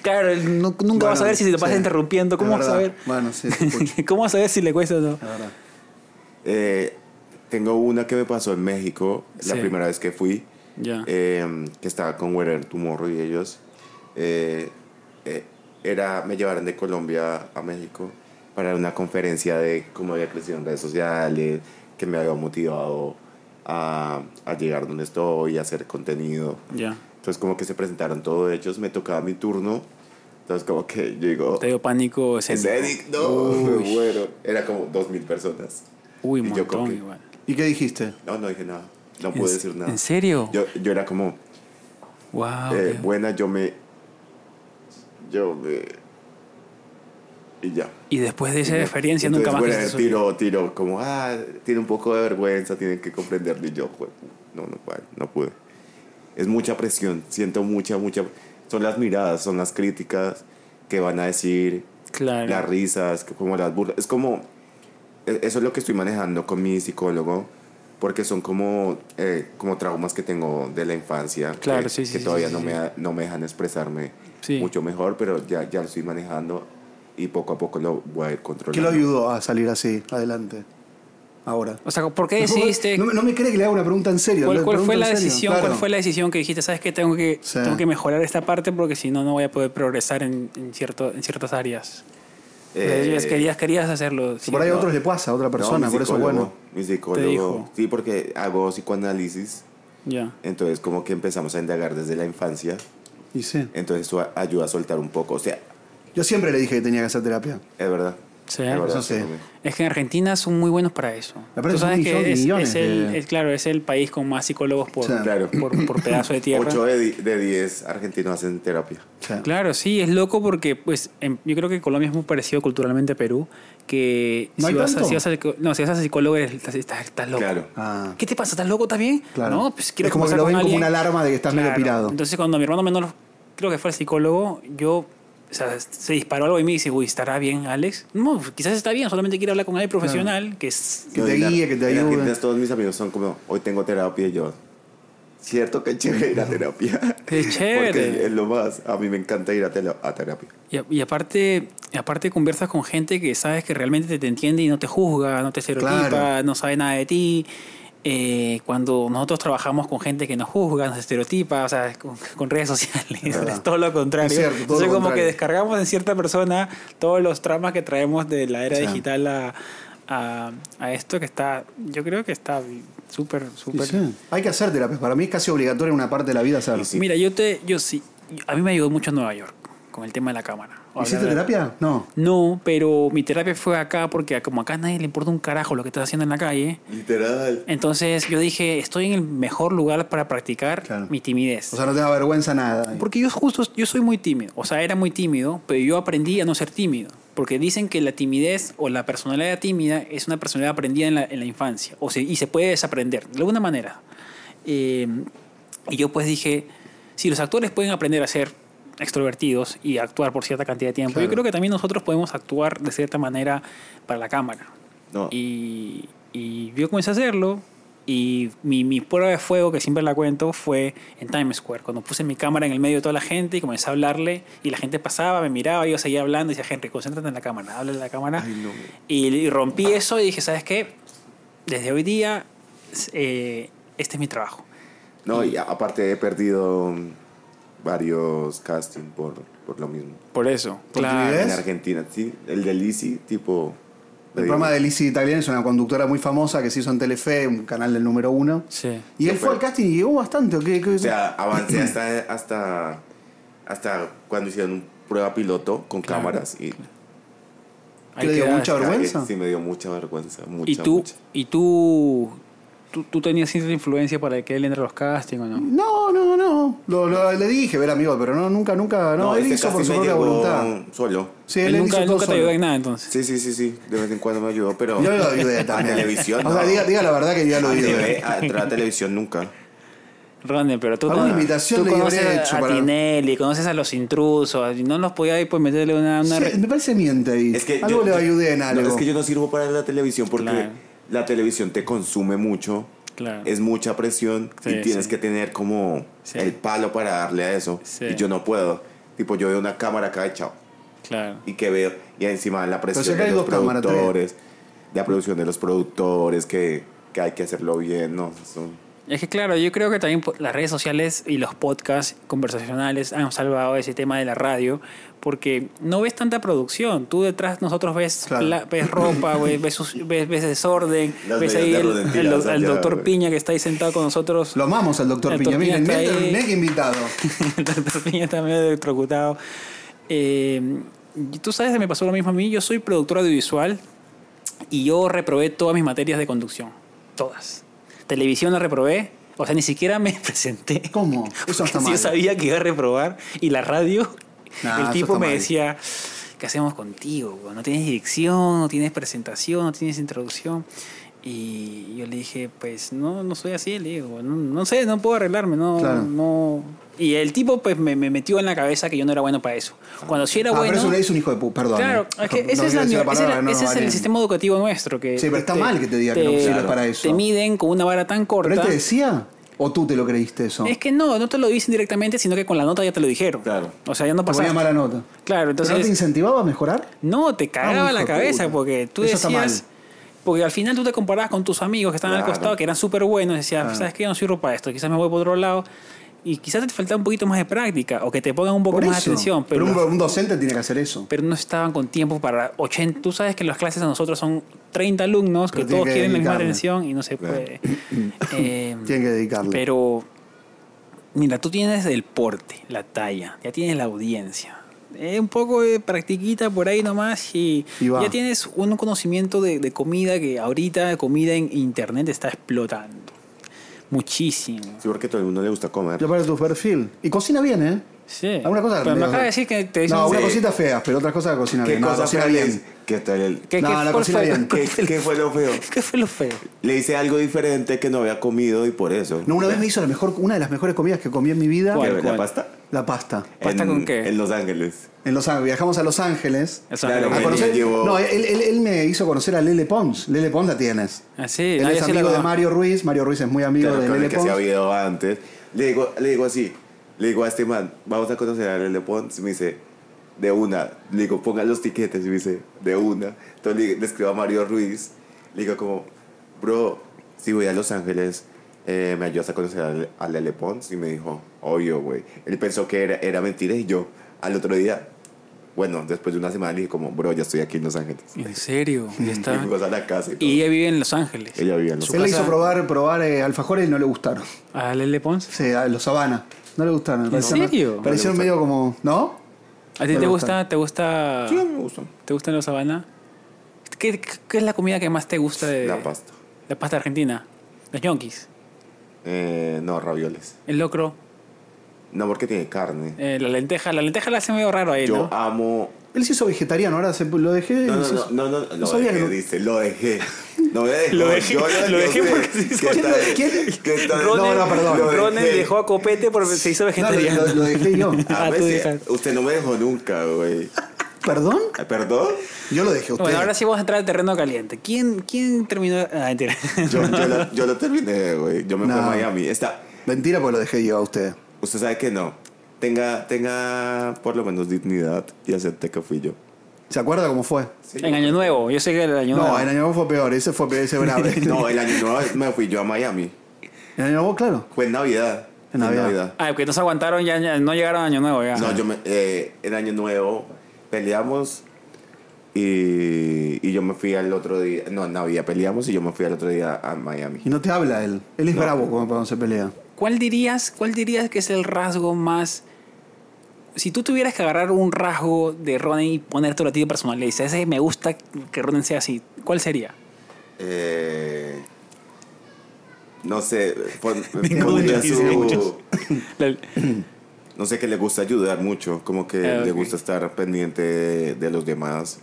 A: Claro, el- nu- nunca vas a
B: Bueno,
A: ver si te pasas
B: sí.
A: interrumpiendo. ¿Cómo
B: Es
A: vas a
B: verdad.
A: ver?
B: Bueno, sí, te
A: [LAUGHS]
B: escucho,
A: ¿Cómo vas a ver si le cuesta o no?
B: la verdad.
C: Eh, tengo una que me pasó en México,
A: Sí.
C: la primera vez que fui,
A: Ya.
C: eh, que estaba con Werner Tumorro y ellos. eh, eh, era, me llevaron de Colombia a México para una conferencia de cómo había crecido en redes sociales, que me había motivado a, a llegar donde estoy, a hacer contenido.
A: Ya.
C: Entonces como que se presentaron todos ellos, me tocaba mi turno. Entonces como que yo digo,
A: Te dio pánico
C: "Es
A: escénico.
C: Eric, no, [LAUGHS] me muero". Era como dos mil personas.
A: Uy,
C: Y
A: un
C: yo como
A: montón
C: que-
A: igual.
B: ¿Y qué dijiste?
C: No, no dije nada. No
A: ¿En-
C: pude decir nada.
A: ¿En serio?
C: Yo, yo era como,
A: wow.
C: eh,
A: qué-
C: buena, yo me. Yo me. Y ya.
A: Y después de esa experiencia
C: Entonces,
A: nunca más...
C: bueno,
A: quisiste subir.
C: tiro, tiro, como, ah, tiene un poco de vergüenza, tienen que comprenderlo. Y yo, "Jue- no, no, puedo, no pude. Es mucha presión, siento mucha, mucha. Son las miradas, son las críticas que van a decir,
A: Claro.
C: las risas, que como las burlas. Es como, e- eso es lo que estoy manejando con mi psicólogo, porque son como, eh, como traumas que tengo de la infancia, que-
A: Claro,
C: que,
A: sí, sí, sí,
C: todavía
A: sí,
C: no,
A: sí.
C: Me, da- no me dejan expresarme
A: Sí.
C: mucho mejor, pero ya, ya lo estoy manejando y poco a poco lo voy a ir
B: ¿Qué lo
C: controlando.
B: ayudó a salir así? Adelante. Ahora.
A: O sea, ¿por qué
B: No,
A: decidiste...?
B: No, me- no me cree que le haga una pregunta en serio.
A: ¿Cuál,
B: le
A: cuál
B: pregunto
A: fue
B: en
A: la
B: serio.
A: decisión?
B: Claro.
A: ¿Cuál fue la decisión que dijiste? Sabes que tengo que
B: Sí.
A: tengo que mejorar esta parte porque si no no voy a poder progresar en, en cierto en ciertas áreas.
C: Eh,
A: Querías- querías querías hacerlo. sí,
B: Por ahí a
A: ¿no?
B: otros le pasa, a otra
C: no,
B: persona,
C: mi
B: por eso es
C: psicólogo,
B: bueno.
C: Mi
A: Te
C: psicólogo.
A: dijo.
C: Sí, porque hago psicoanálisis,
A: Ya.
C: entonces como que empezamos a indagar desde la infancia,
B: Y sí.
C: entonces eso a- ayuda a soltar un poco, o sea,
B: Yo siempre le dije que tenía que hacer terapia.
C: es verdad.
A: Sí,
C: Es verdad,
B: eso sí.
C: conmigo.
A: Es que en Argentina son muy buenos para eso.
B: Aparte
A: Tú
B: son
A: sabes
B: millón-
A: que es,
B: millones
A: es el,
B: de-
A: es- claro, es el país con más psicólogos por,
B: Sí.
C: Claro.
A: por, por pedazo de tierra.
C: 8 de, di- de 10 argentinos hacen terapia.
B: O sea,
A: Claro, sí, es loco porque pues en- yo creo que Colombia es muy parecido culturalmente a Perú, que
B: ¿No
A: si,
B: hay
A: vas a,
B: tanto?
A: si vas a- no, si vas a psicólogo eres- estás, estás- estás loco.
C: Claro.
B: Ah,
A: ¿Qué te pasa? ¿Estás loco también?
B: claro.
A: No, pues quiero
B: es como que
A: conversar
B: lo
A: con
B: ven como
A: alguien.
B: una alarma de que estás medio
A: Claro.
B: pirado.
A: Entonces, cuando mi hermano menor, creo que fue al psicólogo, yo, o sea, se disparó algo en mí y dice, uy, ¿estará bien, Alex? No, quizás está bien, solamente quiero hablar con alguien profesional que
B: [LAUGHS]
A: es.
B: Que
C: Yo
B: te
C: en la-
B: guíe, que te
C: en la
B: ayude.
C: Argentina todos mis amigos son como, hoy tengo terapia y yo. Cierto que chévere ir a terapia.
A: Qué [LAUGHS] chévere.
C: Porque es lo más. A mí me encanta ir a, tela- a terapia.
A: Y, a- y aparte, y aparte conversas con gente que sabes que realmente te, te entiende y no te juzga, no te estereotipa,
B: Claro.
A: no sabe nada de ti. Eh, cuando nosotros trabajamos con gente que nos juzga, nos estereotipa, o sea, con, con redes sociales, es todo lo contrario.
B: Es cierto, todo
A: Entonces,
B: lo
A: como
B: contrario.
A: que descargamos en cierta persona todos los traumas que traemos de la era
B: Sí.
A: digital a, a, a esto que está, yo creo que está súper,
B: Sí,
A: súper...
B: sí. Hay que hacer terapia. Para mí es casi obligatorio en una parte de la vida hacer.
C: Y sí.
A: Mira, yo te, yo sí, a mí me ayudó mucho Nueva York con el tema de la cámara.
B: ¿Hiciste
A: Hablar-
B: terapia? No.
A: No, pero mi terapia fue acá porque como acá a nadie le importa un carajo lo que estás haciendo en la calle,
C: Literal.
A: entonces yo dije, estoy en el mejor lugar para practicar
B: Claro.
A: mi timidez.
B: O sea, no te da vergüenza nada.
A: Porque yo justo, yo soy muy tímido, o sea, era muy tímido, pero yo aprendí a no ser tímido. Porque dicen que la timidez o la personalidad tímida es una personalidad aprendida en la, en la infancia, o se- y se puede desaprender, de alguna manera. Eh, y yo pues dije, si los actores pueden aprender a ser extrovertidos y actuar por cierta cantidad de tiempo, yo
B: Claro.
A: creo que también nosotros podemos actuar de cierta manera para la cámara.
C: No.
A: Y, y yo comencé a hacerlo. Y mi, mi prueba de fuego, que siempre la cuento, fue en Times Square, cuando puse mi cámara en el medio de toda la gente y comencé a hablarle. Y la gente pasaba, me miraba, y yo seguía hablando. Y decía, Henry, concéntrate en la cámara, habla en la cámara. y, y rompí eso y dije, ¿sabes qué? Desde hoy día, eh, este es mi trabajo.
C: No, y a- aparte he perdido mm, varios castings por, por lo mismo.
A: Por eso.
B: ¿Por tu idea?
A: Claro.
C: En
B: ¿Es?
C: Argentina, sí. El de Lizzy, tipo.
B: El programa de Lizzie Italian es una conductora muy famosa que se hizo en Telefe, un canal del número uno.
A: Sí.
B: Y él
C: No,
B: fue
C: pero-
B: al casting y llegó bastante. ¿o qué? ¿Qué-
C: O sea,
B: [CLEARS THROAT]
C: avancé hasta, hasta, hasta cuando hicieron un prueba piloto con
A: Claro.
C: cámaras y
A: Hay
B: le dio
A: dar-
B: mucha vergüenza.
C: cagué. sí me dio mucha vergüenza. Mucha,
A: ¿Y tú,
C: mucha.
A: y tú, tú, tú tenías cierta influencia para que él entre a los castings o no?
B: No, no, no. Lo- lo- le dije, ver amigo, pero no, nunca, nunca. No, él
C: este
B: hizo por
C: casting
B: su
C: me
B: propia
C: llegó
B: voluntad.
C: Solo.
B: Sí,
A: él nunca,
B: hizo
A: él
B: todo
A: nunca te
B: solo.
A: ayudó en nada entonces.
C: Sí, sí, sí, sí. De vez en cuando me ayudó, pero.
B: Yo lo ayudé también.
C: A televisión,
B: O sea,
C: no. Ah, ¿eh?
B: diga, diga la verdad que yo ya lo
C: a
B: ayudé.
C: TV, a entrar a televisión nunca.
A: Ronnie, pero tú,
B: Alguna
A: cono-
B: invitación
A: tú
B: le
A: conoces
B: habré
A: a-
B: hecho
A: a
B: para-
A: Tinelli, conoces a los intrusos, y no los podía ir pues meterle una... una re-
B: Sí, me parece miente ahí.
C: Es que
B: algo
C: yo-
B: le
C: yo-
B: ayudé en
C: no,
B: algo.
C: es que yo no sirvo para la televisión porque
A: Claro.
C: la televisión te consume mucho.
A: Claro.
C: Es mucha presión
A: Sí,
C: y tienes
A: sí.
C: que tener como
A: Sí.
C: el palo para darle a eso.
A: Sí.
C: Y yo no puedo. Tipo, yo veo una cámara acá y chao.
A: Claro.
C: Y que veo. Y encima la
B: si
C: presión
B: acá
C: de
B: hay
C: los
B: dos cámaras, tres.
C: productores. La producción de los productores, que, que hay que hacerlo bien, ¿no? Eso-
A: Es que claro, yo creo que también po- las redes sociales y los podcasts conversacionales han salvado ese tema de la radio, porque no ves tanta producción. Tú detrás nosotros ves,
B: Claro.
A: pla- ves ropa, güey, ves, sus- ves, ves desorden,
C: Las
A: ves
C: medias
A: ahí
C: de
A: el,
C: rodentila,
A: el do-
C: o sea,
A: el
C: ya,
A: doctor
C: güey.
A: Piña que está ahí sentado con nosotros.
B: Lo amamos al doctor
A: El
B: Piña.
A: Dr. Piña
B: Miren,
A: está
B: mega
A: ahí. [LAUGHS]
B: invitado.
A: el doctor Piña está medio electrocutado. Eh, y Tú sabes que me pasó lo mismo a mí. Yo soy productor audiovisual y yo reprobé todas mis materias de conducción. Todas. Televisión la reprobé. O sea, ni siquiera me [LAUGHS] presenté.
B: ¿Cómo? Eso
A: [LAUGHS]
B: está
A: Si
B: mal. Ah,
A: yo sabía que iba a reprobar y la radio,
B: Nah, eso
A: el tipo
B: está
A: me
B: mal.
A: decía, ¿qué hacemos contigo? güey? No tienes dirección, no tienes presentación, no tienes introducción. Y yo le dije, pues no, no soy así, le digo, no, no sé, no puedo arreglarme, no,
B: Claro.
A: no. Y el tipo pues me, me metió en la cabeza que yo no era bueno para eso. Cuando sí era
B: Ah,
A: bueno.
B: pero eso le dice un hijo de puta, perdón.
A: Claro,
B: eh.
A: es que
B: No
A: ese es,
B: quiero
A: la- ese
B: decir la
A: es la-
B: palabra,
A: ese
B: no nos
A: es el
B: baneen.
A: sistema educativo nuestro. Que
B: Sí, pero está mal que te diga que no sirves para eso.
A: Te miden con una vara tan corta.
B: ¿Pero este él te decía? ¿O tú te lo creíste eso?
A: Es que no, no te lo dicen directamente, sino que con la nota ya te lo dijeron.
C: Claro.
A: O sea, ya no
B: Te
A: pasaba.
B: ponía mala nota.
A: Claro,
B: ¿Pero no te
A: entonces.
B: incentivaba a mejorar?
A: No, te
B: Ah, un
A: cagaba
B: hijo
A: la
B: de
A: cabeza
B: puta.
A: porque tú
B: Eso está
A: decías.
B: mal.
A: Porque al final tú te comparabas con tus amigos que estaban al
C: Claro.
A: costado, que eran súper buenos, y decías,
B: Claro.
A: ¿sabes qué? Yo no sirvo para esto, quizás me voy por otro lado. Y quizás te faltaba un poquito más de práctica o que te pongan un poco
B: Por
A: más
B: eso.
A: de atención. Pero,
B: Pero un, un docente tiene que hacer eso.
A: pero no estaban con tiempo para 80. Tú sabes que las clases a nosotros son 30 alumnos,
B: Pero
A: que
B: tiene
A: todos
B: que
A: quieren la misma
B: dedicarle.
A: atención y no se
B: [CLEARS THROAT]
C: Claro.
A: puede. Eh,
B: Tiene que dedicarle.
A: pero, mira, tú tienes el porte, la talla, ya tienes la audiencia. Eh, un poco de practiquita por ahí nomás y,
B: Y va.
A: ya tienes un conocimiento de, de comida que ahorita comida en internet está explotando. Muchísimo.
C: Sí, porque a todo el mundo le gusta comer.
B: Yo para tu perfil. Y cocina bien, ¿eh?
A: Sí.
B: Alguna cosa
A: Pero me
B: le-
A: acaba de decir que te dicen...
B: No, una
C: Sí.
B: cosita fea, pero otra cosa que cocina bien. No, cocina
C: fue
B: bien.
C: les- ¿Qué tal el-
A: ¿Qué-
B: No,
A: qué
B: la
A: fue-
B: cocina bien.
C: ¿Qué, qué fue lo feo?
A: [LAUGHS] ¿Qué fue lo feo?
C: Le hice algo diferente que no había comido y por eso.
B: No, una vez me hizo la mejor, una de las mejores comidas que comí en mi vida.
A: ¿Cuál?
C: ¿La- ¿La pasta?
B: La pasta.
A: ¿Pasta
C: en,
A: con qué?
C: En Los Ángeles.
B: En Los Ángeles. Viajamos a Los Ángeles.
A: Eso no
C: Claro,
B: A
A: me-
C: bueno.
B: conocer-
C: llevo-
B: No, él, él- él me hizo conocer a Lele Pons. Lele Pons la tienes.
A: Ah, sí,
B: él
A: no,
B: es
A: yo sí la
B: amigo de
A: conozco.
B: Mario Ruiz. Mario Ruiz es muy amigo
C: Claro,
B: de
C: con el
B: Lele
C: que se
B: Pons.
C: había ido antes. Le digo, le digo así. Le digo a este man, vamos a conocer a Lele Pons. Me dice, de una. Le digo, pongan los tiquetes. Y me dice, de una. Entonces le, le escribo a Mario Ruiz. Le digo como, bro, si voy a Los Ángeles, eh, ¿me ayudas a conocer a, Le- a Lele Pons? Y me dijo, obvio, güey. Él pensó que era, era mentira y yo, al otro día... Bueno, después de una semana le dije como, bro, ya estoy aquí en Los Ángeles.
A: En serio,
B: [LAUGHS]
A: ya
C: Y
A: está.
C: fuimos a la casa y
A: Ah.
C: todo.
A: Y ella vive en Los Ángeles.
C: Ella vivía en Los
A: Su
B: Él le hizo
A: casa-
B: probar, probar eh, alfajores y no le gustaron. [LAUGHS]
A: A Lele Pons.
B: Sí, a los Habana. No le gustaron. ¿En
A: serio?
B: Parecieron
C: No le
B: medio como. ¿No?
A: ¿A ti te
B: No le
A: gusta, te gusta,
C: Sí, me gustó.
A: te gustan los Habana? ¿Qué, qué- qué es la comida que más te gusta de
C: La pasta.
A: La pasta argentina, los ñoquis,
C: Eh, no, ravioles.
A: el locro,
C: No, porque tiene carne.
A: eh, la lenteja. La lenteja la hace medio raro ahí,
C: Yo
B: Ah,
A: ¿no?
C: amo...
B: Él se hizo vegetariano, ahora se, lo dejé.
C: No,
B: se
C: no,
B: hizo-
C: no, no, no, lo
B: sabía
C: dejé,
B: que-
C: dice, lo dejé. No me
A: [LAUGHS]
C: dejó,
A: Lo dejé-
C: yo
A: lo dejé
C: yo sé
A: porque se hizo-
C: que está-
B: ¿Quién-
C: que está-
B: Ronald- No, no, perdón.
C: lo
A: Ronald
C: dejé.
A: dejó a Copete porque se hizo
B: No, lo,
A: vegetariano.
B: lo- lo dejé
C: [LAUGHS]
B: yo.
A: Ah,
C: A
A: tú
C: veces-
A: dejaste.
C: usted no me dejó nunca, güey.
B: ¿Perdón?
C: Ay, ¿Perdón?
B: Yo lo dejé a usted.
A: Bueno, ahora sí vamos a entrar al terreno caliente. ¿Quién, quién terminó? Ah, mentira.
C: Yo, yo, lo, yo lo terminé, güey. Yo me fui
B: No.
C: a Miami. Está,
B: Mentira, pues lo dejé yo a usted.
C: usted sabe que no. Tenga, tenga por lo menos dignidad y acepte que fui yo.
B: ¿Se acuerda cómo fue?
A: en Año Nuevo, yo sé que era el Año
B: No,
A: Nuevo.
B: en Año Nuevo fue peor. Ese fue peor,
C: [LAUGHS]
B: ese bravo.
C: No, el año nuevo me fui yo a Miami.
B: En Año Nuevo, claro.
C: Fue en Navidad.
B: En Navidad.
A: Ah, porque no se aguantaron, ya, ya no llegaron a Año Nuevo. Ya.
C: No, yo me, eh, el año nuevo peleamos y, y yo me fui al otro día. No, en Navidad peleamos y yo me fui al otro día a Miami.
B: Y no te habla él. Él es
C: No.
B: bravo como cuando se pelea.
A: ¿Cuál dirías, ¿Cuál dirías que es el rasgo más... Si tú tuvieras que agarrar un rasgo de Ronen y ponértelo a ti de personal, le dices, "Ese me gusta que Ronen sea así, ¿cuál sería?
C: Eh, no sé,
A: [LAUGHS]
C: pon-
A: Ninguno,
C: pondría
A: sí,
C: su-
A: sí, muchos. La-
C: no sé que le gusta ayudar mucho, como que
A: Ah,
C: le
A: ok.
C: gusta estar pendiente de, de los demás.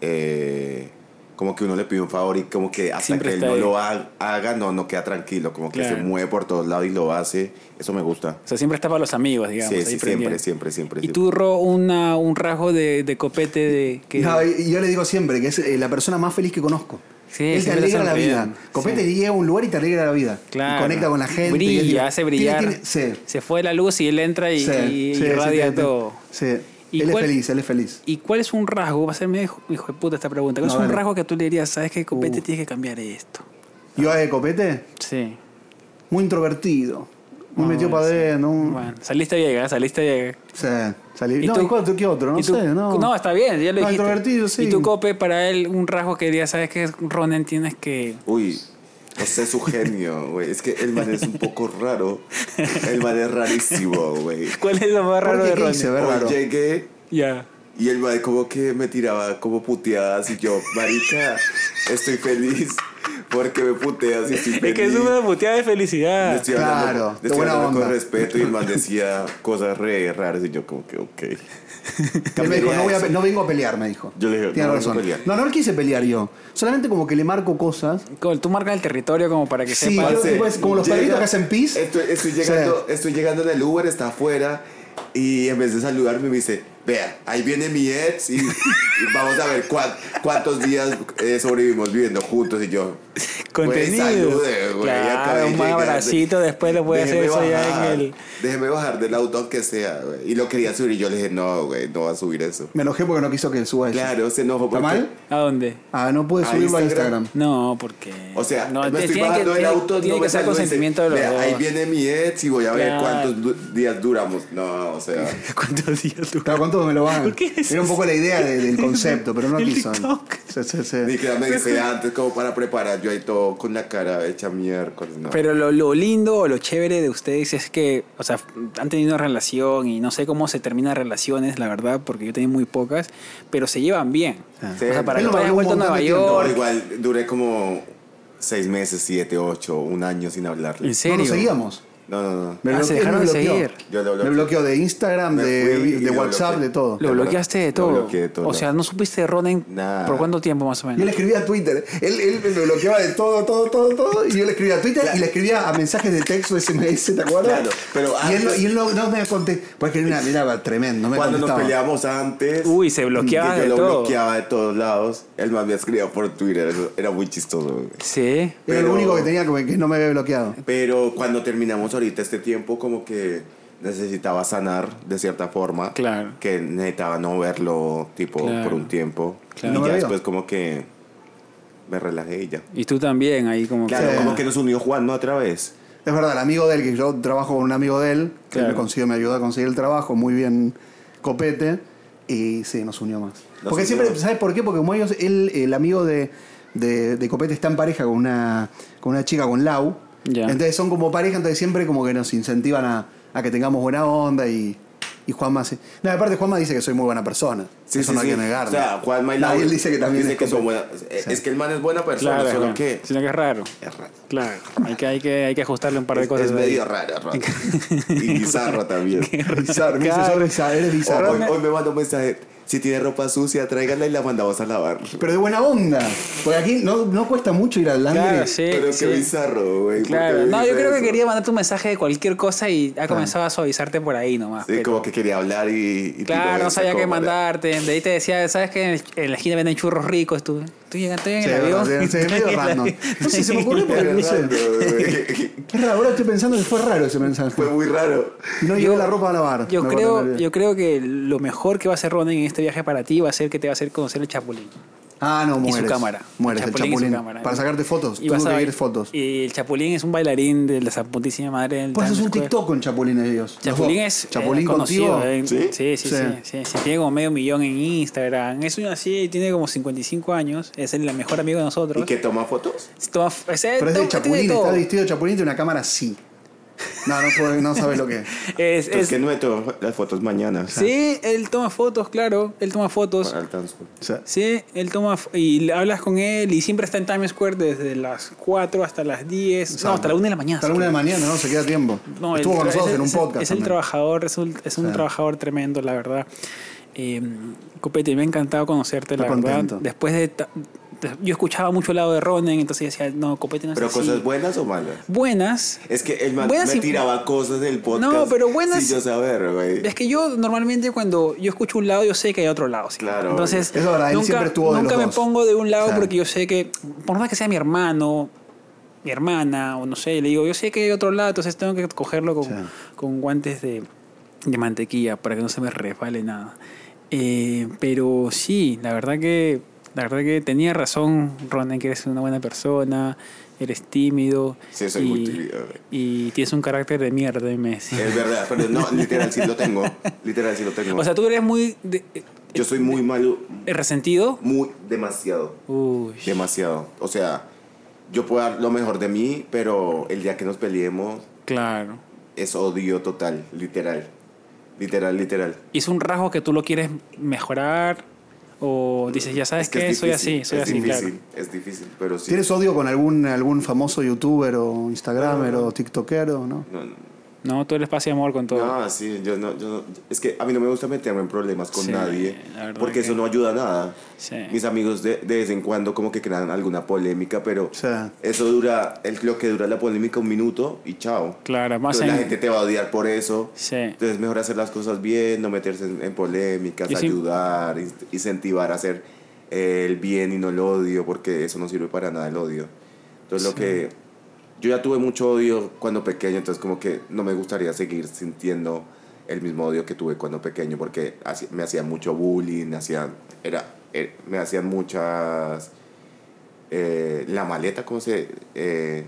C: Eh, como que uno le pide un favor y como que hasta
A: Siempre
C: que él
A: está
C: no
A: ahí.
C: lo ha- haga, no, no queda tranquilo, como que se
A: Claro.
C: mueve por todos lados y lo hace. Eso me gusta.
A: o sea, siempre está para los amigos, digamos.
C: sí,
A: ahí
C: sí, siempre,
A: prendiendo.
C: siempre, siempre.
A: Y
C: siempre.
A: tú, Ro, una, un rasgo de, de copete de... Que,
B: No, y y yo le digo siempre que es eh, la persona más feliz que conozco.
A: Sí,
B: Él te
A: siempre
B: alegra la
A: sonríen.
B: vida. Copete
A: Sí.
B: llega a un lugar y te alegra la vida. Y
A: Claro.
B: conecta con la gente. y
A: Brilla,
B: es div-
A: hace brillar.
B: Tiene- tiene- sí,
A: Se fue la luz y él entra y,
B: sí,
A: y- y
B: sí, sí,
A: irradia
B: tiene-
A: todo.
B: Sí.
A: ¿Y
B: Él
A: cuál-
B: es feliz, él es feliz.
A: ¿Y cuál es un rasgo? Va a ser medio hijo- hijo de puta esta pregunta. ¿Cuál
B: No,
A: es un
B: dale.
A: rasgo que tú le dirías, sabes que Copete
B: Uh.
A: tienes que cambiar esto?
B: Yo a Copete,
A: Sí.
B: muy introvertido. Muy
A: Ah,
B: metido
A: bueno,
B: para
A: sí.
B: adentro. un-
A: Bueno, saliste vieja, saliste vieja.
B: Sí, salí.
A: ¿Y
B: No,
A: tú-
B: ¿y cuál- tú qué otro? No
A: ¿Y tú-
B: sé, no.
A: No, está bien, ya lo
B: No,
A: dijiste.
B: introvertido, sí.
A: Y tu cope, para él, un rasgo que dirías, sabes que Ronen tienes que...
C: Uy, ese es su genio, güey. Es que el man es un poco raro. El man es rarísimo, güey.
A: ¿Cuál es lo más [LAUGHS]
B: ¿Por
A: raro
B: qué?
A: de
B: ¿Qué
A: Ronen?
B: hice? A ver,
C: Hoy
B: raro.
C: llegué
A: Ya.
C: y el man como que me tiraba como puteadas y yo, marica, estoy feliz porque me puteas y
A: [LAUGHS]
C: estoy
A: Es
C: feliz.
A: que es una puteada de
C: Le
A: felicidad.
C: estoy hablando,
B: Claro,
C: le
B: de
C: estoy
B: buena
C: hablando con
B: onda.
C: respeto y el man decía cosas re raras y yo como que, ok.
B: Él me dijo,
C: Cambiaría
B: no, voy a
C: eso.
B: pe- no vengo a pelear, me dijo.
C: Yo le dije,
B: Tiene
C: no vengo a
B: razón.
C: pelear.
B: No, no le quise pelear yo. Solamente como que le marco cosas.
A: Como Tú marcas el territorio como para que
B: Sí,
A: sepas...
B: yo-
C: Parce,
B: pues, como los perritos que hacen pis.
C: Estoy, estoy llegando, estoy llegando en el Uber, está afuera. Y en vez de saludarme me dice, vea, ahí viene mi ex y, y vamos a ver cuán- cuántos días eh, sobrevivimos viviendo juntos. Y yo, güey,
A: Contenido.
C: salude, güey, acabé
A: claro, un
C: llegando.
A: abracito después lo puede hacer
C: Déjeme
A: eso ya
C: bajar,
A: en el...
C: Déjeme bajar del auto aunque sea, güey. Y lo quería subir y yo le dije, no, güey, no va a subir eso.
B: Me enojé porque no quiso que suba eso.
C: Claro, se enojó
B: ¿Está
C: porque-
B: mal?
A: ¿A dónde?
B: Ah, no pude
C: A
B: subirlo a
C: Instagram.
B: Instagram.
A: No, porque...
C: O sea,
A: no,
C: me estoy
A: tiene que,
C: bajando del
A: tiene-
C: auto,
A: tiene
C: no
A: que
C: me
A: ser
C: saludes.
A: consentimiento de los
C: Vea,
A: dos.
C: Ahí viene mi ex y voy a ver
A: Claro.
C: cuántos du- días duramos. No, o sea,
A: [LAUGHS] ¿Cuántos días tú?
B: Claro, ¿cuántos me lo van?
A: ¿Por qué es
B: Era un poco la idea de- del concepto, pero no
A: El
B: quiso.
A: TikTok.
B: Sí, sí, sí.
C: ni que me
A: Pues
C: dice antes como para preparar. Yo ahí todo con la cara hecha miércoles. No.
A: Pero lo, lo lindo o lo chévere de ustedes es que, o sea, han tenido una relación y no sé cómo se terminan relaciones, la verdad, porque yo tenía muy pocas, pero se llevan bien.
B: Ah.
A: O sea, para que
B: Él no
A: tú hayas
B: habló un
A: vuelto a
B: montón
A: Nueva
B: de tiempo,
C: No,
A: York.
C: igual duré como seis meses, siete, ocho, un año sin hablarle.
A: ¿En
B: No
A: serio?
B: nos seguíamos.
C: No, no, no.
B: Me
A: Ah, se
B: bloqueó,
A: dejaron
B: me
A: de
B: bloqueó.
A: seguir.
C: Yo lo bloqueé.
B: Me bloqueó de Instagram,
C: Me
B: de,
C: fui y
B: de
C: lo
B: WhatsApp,
C: bloqueé.
B: de todo.
A: Lo bloqueaste de
C: Lo
A: todo.
C: bloqueé de todo,
A: O sea,
C: no.
A: no supiste de Ronen
C: Nada.
A: por cuánto tiempo más o
B: Yo le
A: menos.
B: escribía a Twitter. Él, él me bloqueaba de todo, todo, todo, todo. Y yo le escribía a Twitter y le escribía a mensajes de texto, SMS, ¿te acuerdas?
C: Claro, pero
B: y él, no-
C: antes-
B: y él no, no me contestó. Porque era, era tremendo, no me
C: Cuando nos
B: contestaba.
C: peleamos antes.
A: Uy, se bloqueaba
C: que yo
A: de
C: lo
A: todo.
C: bloqueaba de todos lados. Él más me escribía por Twitter. eso Era muy chistoso, güey.
A: Sí.
B: Era
C: pero-
B: lo único que tenía como que no me había bloqueado.
C: Pero cuando terminamos ahorita este tiempo, como que necesitaba sanar de cierta forma.
A: Claro.
C: Que necesitaba no verlo, tipo,
A: Claro.
C: por un tiempo.
A: Claro.
C: Y
B: No me
C: ya
B: veo.
C: después, como que me relajé y ya.
A: Y tú también, ahí como
C: Claro,
B: Sí.
C: como que nos unió Juan, ¿no? Otra vez.
B: Es verdad, el amigo de él, que yo trabajo con un amigo de él, que
A: Claro.
B: me consiguió, me ayudó a conseguir el trabajo, muy bien copete. y se nos unió más.
C: Nos
B: Porque siempre,
C: unió.
B: ¿sabes por qué? Porque como ellos, él, el amigo de, de, de Copete está en pareja con una, con una chica, con Lau.
A: Ya.
B: Entonces son como pareja, entonces siempre como que nos incentivan a, a que tengamos buena onda y, y Juanma... se- No, aparte Juanma dice que soy muy buena persona.
C: Sí,
B: Eso
C: sí,
B: no hay
C: sí.
B: que negarlo.
C: O sea, Juan Mailao
B: Nadie dice que también
C: dice
B: es
C: que
B: Copete.
C: son buena- es- Es que el man es buena persona,
A: Claro,
C: solo
A: claro.
C: que.
A: Sino que es raro.
C: Es raro.
A: Claro. Hay que, hay que, hay que ajustarle un par de
C: Es,
A: cosas.
C: es
A: ahí.
C: medio raro, raro. Y bizarro también.
B: Bizarro, [LAUGHS] me dice,
A: Cada
B: "Sos
A: vez-
B: bizarro, eres bizarro.
C: Hoy, hoy me mandó un mensaje. Si tiene ropa sucia, tráigala y la mandamos a lavar.
B: Pero de buena onda. Porque aquí no, no cuesta mucho ir al Landry.
A: Claro, sí.
C: Pero
A: sí.
C: qué bizarro, güey. ¿por qué
A: Claro.
C: me
A: No, yo
C: dice
A: creo que
C: eso?
A: quería mandarte un mensaje de cualquier cosa y ha comenzado a suavizarte por ahí nomás.
C: Sí,
A: pero-
C: como que quería hablar y. y tiró
A: Claro, no
C: esa
A: sabía qué
C: como de-
A: mandarte. De ahí te decía, ¿sabes que en, el- en la esquina venden churros ricos? Tú, tú llegaste en
B: Sí,
A: el
B: es
A: avión.
B: verdad, sí, es medio random.
A: [LAUGHS]
B: No sé, se me ocurrió porque
C: Era
B: no sé.
C: raro, güey.
B: Es raro, ahora estoy pensando que fue raro ese
C: [LAUGHS] Fue
B: mensaje.
C: muy raro.
B: Y no llevé la ropa a lavar.
A: Yo
B: me
A: creo,
B: acuerdo.
A: yo creo que lo mejor que va a hacer Ronen en este viaje para ti va a ser que te va a hacer conocer el Chapulín.
B: Ah, no,
A: su
B: mueres.
A: cámara.
B: Mueres, el
A: Chapulín y su
B: chapulín.
A: cámara.
B: Para sacarte fotos.
A: Y
B: Tuvo
A: vas
B: que
A: a
B: pedir
A: bail-
B: fotos.
A: Y el Chapulín es un bailarín de la santísima madre del
B: Pues
A: Times
B: es un
A: Square.
B: TikTok con Chapulín ellos. los
A: Chapulín
B: dos.
A: es eh,
B: Chapulín
A: conocido.
B: contigo.
A: eh.
C: ¿Sí?
A: Sí, sí, sí,
B: Sí.
A: sí, sí. Tiene como medio millón en Instagram. Es uno así, tiene como 55 años. Es el mejor amigo de nosotros.
C: ¿Y que toma fotos?
A: Se toma f- ese-
B: Pero es de
A: toma- tiene
B: Chapulín,
A: todo.
B: está vestido de Chapulín y una cámara sí. No, no, puedo- no sabes lo que es.
A: Es-
C: Es
A: es-
C: que no me tomo las fotos mañana.
A: Sí, pues, él toma fotos, claro. Él toma fotos.
C: Alcanzo.
B: O sea,
A: [LAUGHS] Sí, él toma f- y le hablas con él y siempre está en Times Square desde las 4 hasta las 10, no, hasta la 1 de la mañana.
B: Hasta la una de la mañana, no, se queda tiempo.
A: No,
B: Estuvo
A: el
B: con
A: tra-
B: nosotros
A: es-
B: en un
A: es- Es
B: podcast.
A: el
B: también.
A: trabajador, es un, es un
B: Sí.
A: trabajador tremendo, la verdad. Eh, Copete, me ha encantado conocerte, la
B: Está
A: verdad.
B: contento.
A: Después de, ta- de- yo escuchaba mucho el lado de Ronen, entonces decía, no, Copete no es
C: ¿Pero
A: así.
C: cosas buenas o malas?
A: buenas.
C: Es que el man
A: Buenas
C: me
A: y-
C: tiraba cosas del podcast.
A: No, pero buenas-
C: Sin yo saber, güey.
A: Es que yo normalmente cuando yo escucho un lado, yo sé que hay otro lado. ¿sí?
C: Claro,
A: Entonces,
B: obvio. Es verdad, él
A: nunca,
B: siempre estuvo de
A: nunca
B: los
A: me
B: dos.
A: pongo de un lado
B: Claro.
A: porque yo sé que, por más que sea mi hermano, mi hermana, o no sé, le digo, yo sé que hay otro lado, entonces tengo que cogerlo con,
B: Sí.
A: con guantes de, de mantequilla para que no se me resbale nada. Eh, pero sí, la verdad que la verdad que tenía razón, Ronan, que eres una buena persona, eres tímido.
C: Sí, soy
A: y,
C: muy tímido,
B: eh.
C: güey.
A: Y tienes un carácter de mierda, y me decía.
C: Es verdad,
A: [LAUGHS]
C: pero no, literal sí lo tengo. Literal sí lo tengo.
A: O sea, tú eres muy de-
C: yo soy muy malo,
A: eh, resentido.
C: muy demasiado.
A: Uy.
C: Demasiado. O sea, yo puedo dar lo mejor de mí, pero el día que nos peleemos
A: Claro.
C: es odio total, literal. Literal, literal.
A: ¿Y es un rasgo que tú lo quieres mejorar? ¿O dices, ya sabes
C: Es que
A: que
C: es
A: soy
C: difícil,
A: así, soy
C: es
A: así,
C: difícil,
A: claro?
C: Es difícil, pero sí.
B: ¿Tienes odio con algún, algún famoso youtuber o instagramer o tiktokero? ¿no?
C: No, no.
A: No, tú eres paz y amor con todo.
C: No, sí, yo no, yo no- es que a mí no me gusta meterme en problemas con
A: Sí,
C: nadie,
A: la verdad que-
C: porque eso no ayuda a nada.
A: Sí.
C: Mis amigos de, de vez en cuando como que crean alguna polémica, pero
B: O sea,
C: eso dura, el, lo que dura la polémica un minuto y chao.
A: Claro, más
C: Entonces,
A: en-
C: la gente te va a odiar por eso.
A: Sí.
C: Entonces mejor hacer las cosas bien, no meterse en, en polémicas,
A: Yo sí-
C: ayudar, in- incentivar a hacer eh, el bien y no el odio, porque eso no sirve para nada el odio. Entonces lo que yo ya tuve mucho odio cuando pequeño, entonces como que no me gustaría seguir sintiendo el mismo odio que tuve cuando pequeño, porque hacía- me hacían mucho bullying, me hacían, era, er- me hacían muchas... eh, la maleta, ¿cómo se...? eh,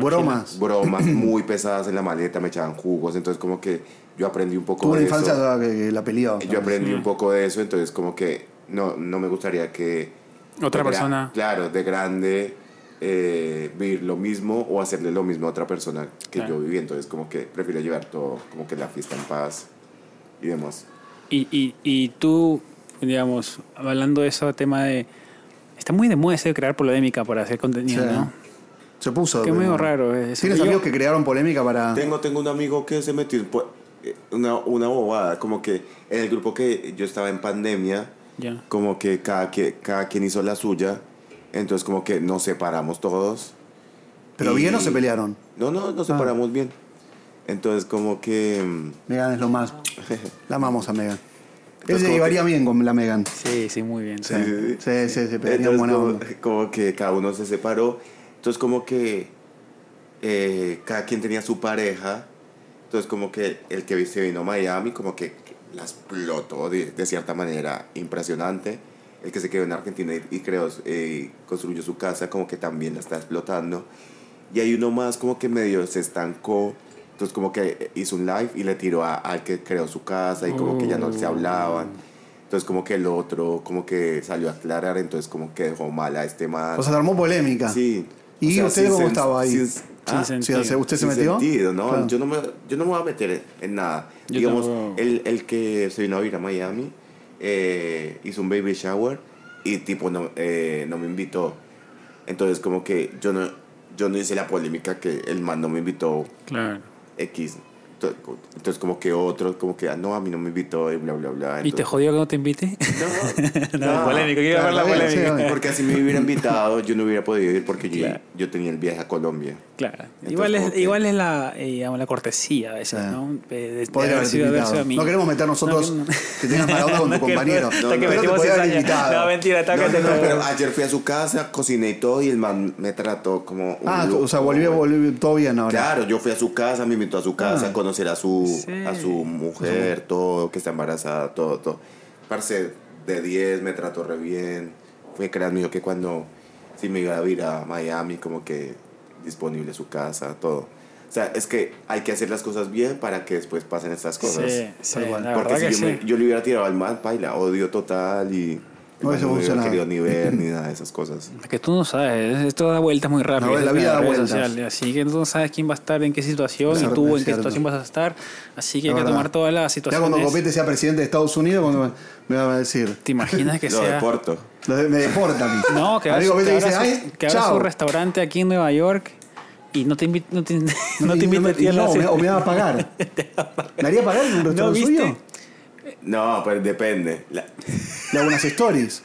B: bromas.
C: [CLEARS THROAT] bromas muy pesadas en la maleta, me echaban jugos, entonces como que yo aprendí un poco
B: Tuvo una
C: de
B: infancia
C: eso.
B: que, que la peleaba.
C: Yo aprendí un poco de eso, entonces como que no, no me gustaría que...
A: Otra
C: de gra-
A: persona.
C: Claro, de grande eh, vivir lo mismo o hacerle lo mismo a otra persona que
A: Claro.
C: yo viví, entonces como que prefiero llevar todo, como que la fiesta en paz y demás.
A: Y, y, y tú, digamos, hablando de ese tema de... Está muy de moda eso de crear polémica para hacer contenido,
B: Sí.
A: ¿no?
B: Se puso.
A: Qué
B: de-
A: medio raro eh. es eso.
B: ¿Tienes
A: Yo-
B: amigos que crearon polémica para.?
C: Tengo, tengo un amigo que se metió en po- eh, una, una bobada, como que en el grupo que yo estaba en pandemia,
A: Ya.
C: como que cada, que cada quien hizo la suya, entonces como que nos separamos todos.
B: ¿Pero
C: y-
B: bien o se pelearon?
C: No, no, nos separamos bien. Entonces como que... mm,
B: Megan es lo
C: [LAUGHS]
B: más. La amamos a Megan. Él
C: Entonces,
B: se
C: ¿cómo
B: llevaría bien con la Megan.
A: Sí, sí, muy bien. sí.
B: Sí, sí, sí, se
C: Entonces,
B: pelearían buena
C: Eh, como,
B: onda.
C: como que cada uno se separó. Entonces, como que eh, cada quien tenía su pareja. Entonces, como que el que se vino a Miami, como que la explotó de, de cierta manera impresionante. El que se quedó en Argentina y, y creó, eh, construyó su casa, como que también la está explotando. Y hay uno más, como que medio se estancó. Entonces, como que hizo un live y le tiró a- al que creó su casa y como que ya no se hablaban. Entonces como que el otro como que salió a aclarar, entonces como que dejó mal a este man.
B: O sea, se armó polémica.
C: sí.
B: ¿Y
C: O sea,
B: usted
C: sin
B: cómo
C: sen-
B: estaba ahí?
C: sin-
B: Sí,
C: ah,
A: sen-
B: o sea, ¿Usted se
C: sin
B: metió?
C: sentido, ¿no?
B: Claro.
C: Yo, no me, yo no me voy a meter en nada.
D: Yo
C: Digamos,
D: tampoco.
C: el, el que se vino a vivir a Miami eh, hizo un baby shower y tipo no, eh, no me invitó. Entonces como que yo no, yo no hice la polémica que el man no me invitó
D: Claro.
C: X. Entonces, co- Entonces como que otros como que, ah, no, a mí no me invitó y bla, bla, bla.
A: ¿Y te
C: Entonces-
A: jodió que no te invite? [LAUGHS]
C: [LAUGHS] No,
A: Nada,
C: no.
A: polémico, quiero ver la
B: Claro, sí,
A: polémica.
B: obvio.
C: Porque si me hubiera invitado, yo no hubiera podido ir porque yo,
A: Claro.
C: yo tenía el viaje a Colombia.
A: Claro.
C: Entonces,
A: igual, es,
C: como que-
A: igual es la, eh, digamos, la cortesía a veces,
B: Sí.
A: ¿no? Eh, de- de
B: Ah.
A: haber
B: Podría haberte
A: sido- haber sido
B: invitado.
A: amigo.
B: No queremos meter nosotros
A: No, que-
B: que
A: [LAUGHS]
B: tengas mala onda con tu
A: No, que-
B: compañero.
A: hasta
C: No,
A: que
C: no,
B: pero te
A: metimos
B: podía haber
A: cizaña.
B: invitado.
A: No, mentira,
C: No, no,
A: tácate.
C: no, pero ayer fui a su casa, cociné y todo y el man me trató como un
B: Ah,
C: loco,
B: o sea, volvió,
C: güey.
B: volvió todo bien ahora.
C: Claro, yo fui a su casa, me invitó a su casa a conocer a su,
A: Ah, Sí.
C: a su mujer, todo, que está embarazada, todo, todo. Parce, de 10 me trató re bien. Fue créanme yo que cuando si me iba a ir a Miami, como que disponible su casa, todo. O sea, es que hay que hacer las cosas bien para que después pasen estas cosas.
A: Sí, sí,
B: Tal cual.
A: la
C: Porque
A: verdad
C: si
A: que
C: yo,
A: sí.
C: me- yo le hubiera tirado al man, paila, odio total y
B: No hubiese
C: no hubiera
B: funcionado.
C: querido
B: [LAUGHS]
C: ni ver ni nada de esas cosas.
A: Es que tú no sabes, esto da vueltas muy rápido.
B: No, la
A: en
B: vida
A: las
B: da
A: redes
B: vueltas.
A: sociales, Así que tú no sabes quién va a estar en qué situación y
B: Cierto,
A: tú en
B: es
A: qué
B: cierto.
A: situación vas a estar. Así que
B: Es
A: hay que
B: verdad.
A: tomar todas las
B: Ya cuando
A: situaciones.
B: Copete sea presidente de Estados Unidos, cuando me, me va a decir,
A: ¿Te imaginas
C: [LAUGHS]
A: que
C: Lo
A: sea?
C: deporto.
B: lo de- me deporta a mí.
A: No, que abra,
B: Amigo
A: su,
B: Copete
A: que abra
B: dice,
A: su-
B: ay,
A: que abra su
B: chao.
A: restaurante aquí en Nueva York y no te invita no te, [LAUGHS] no te
B: Y
A: invita
B: me-
A: a ti a
B: y
A: la
B: no, me-
A: cena.
B: o me va a pagar.
A: [LAUGHS]
B: ¿Me haría pagar en un
A: ¿No
B: restaurante
A: viste?
B: suyo?
C: No, pero depende. La, [LAUGHS]
B: Le hago
A: [LAUGHS]
B: unas stories.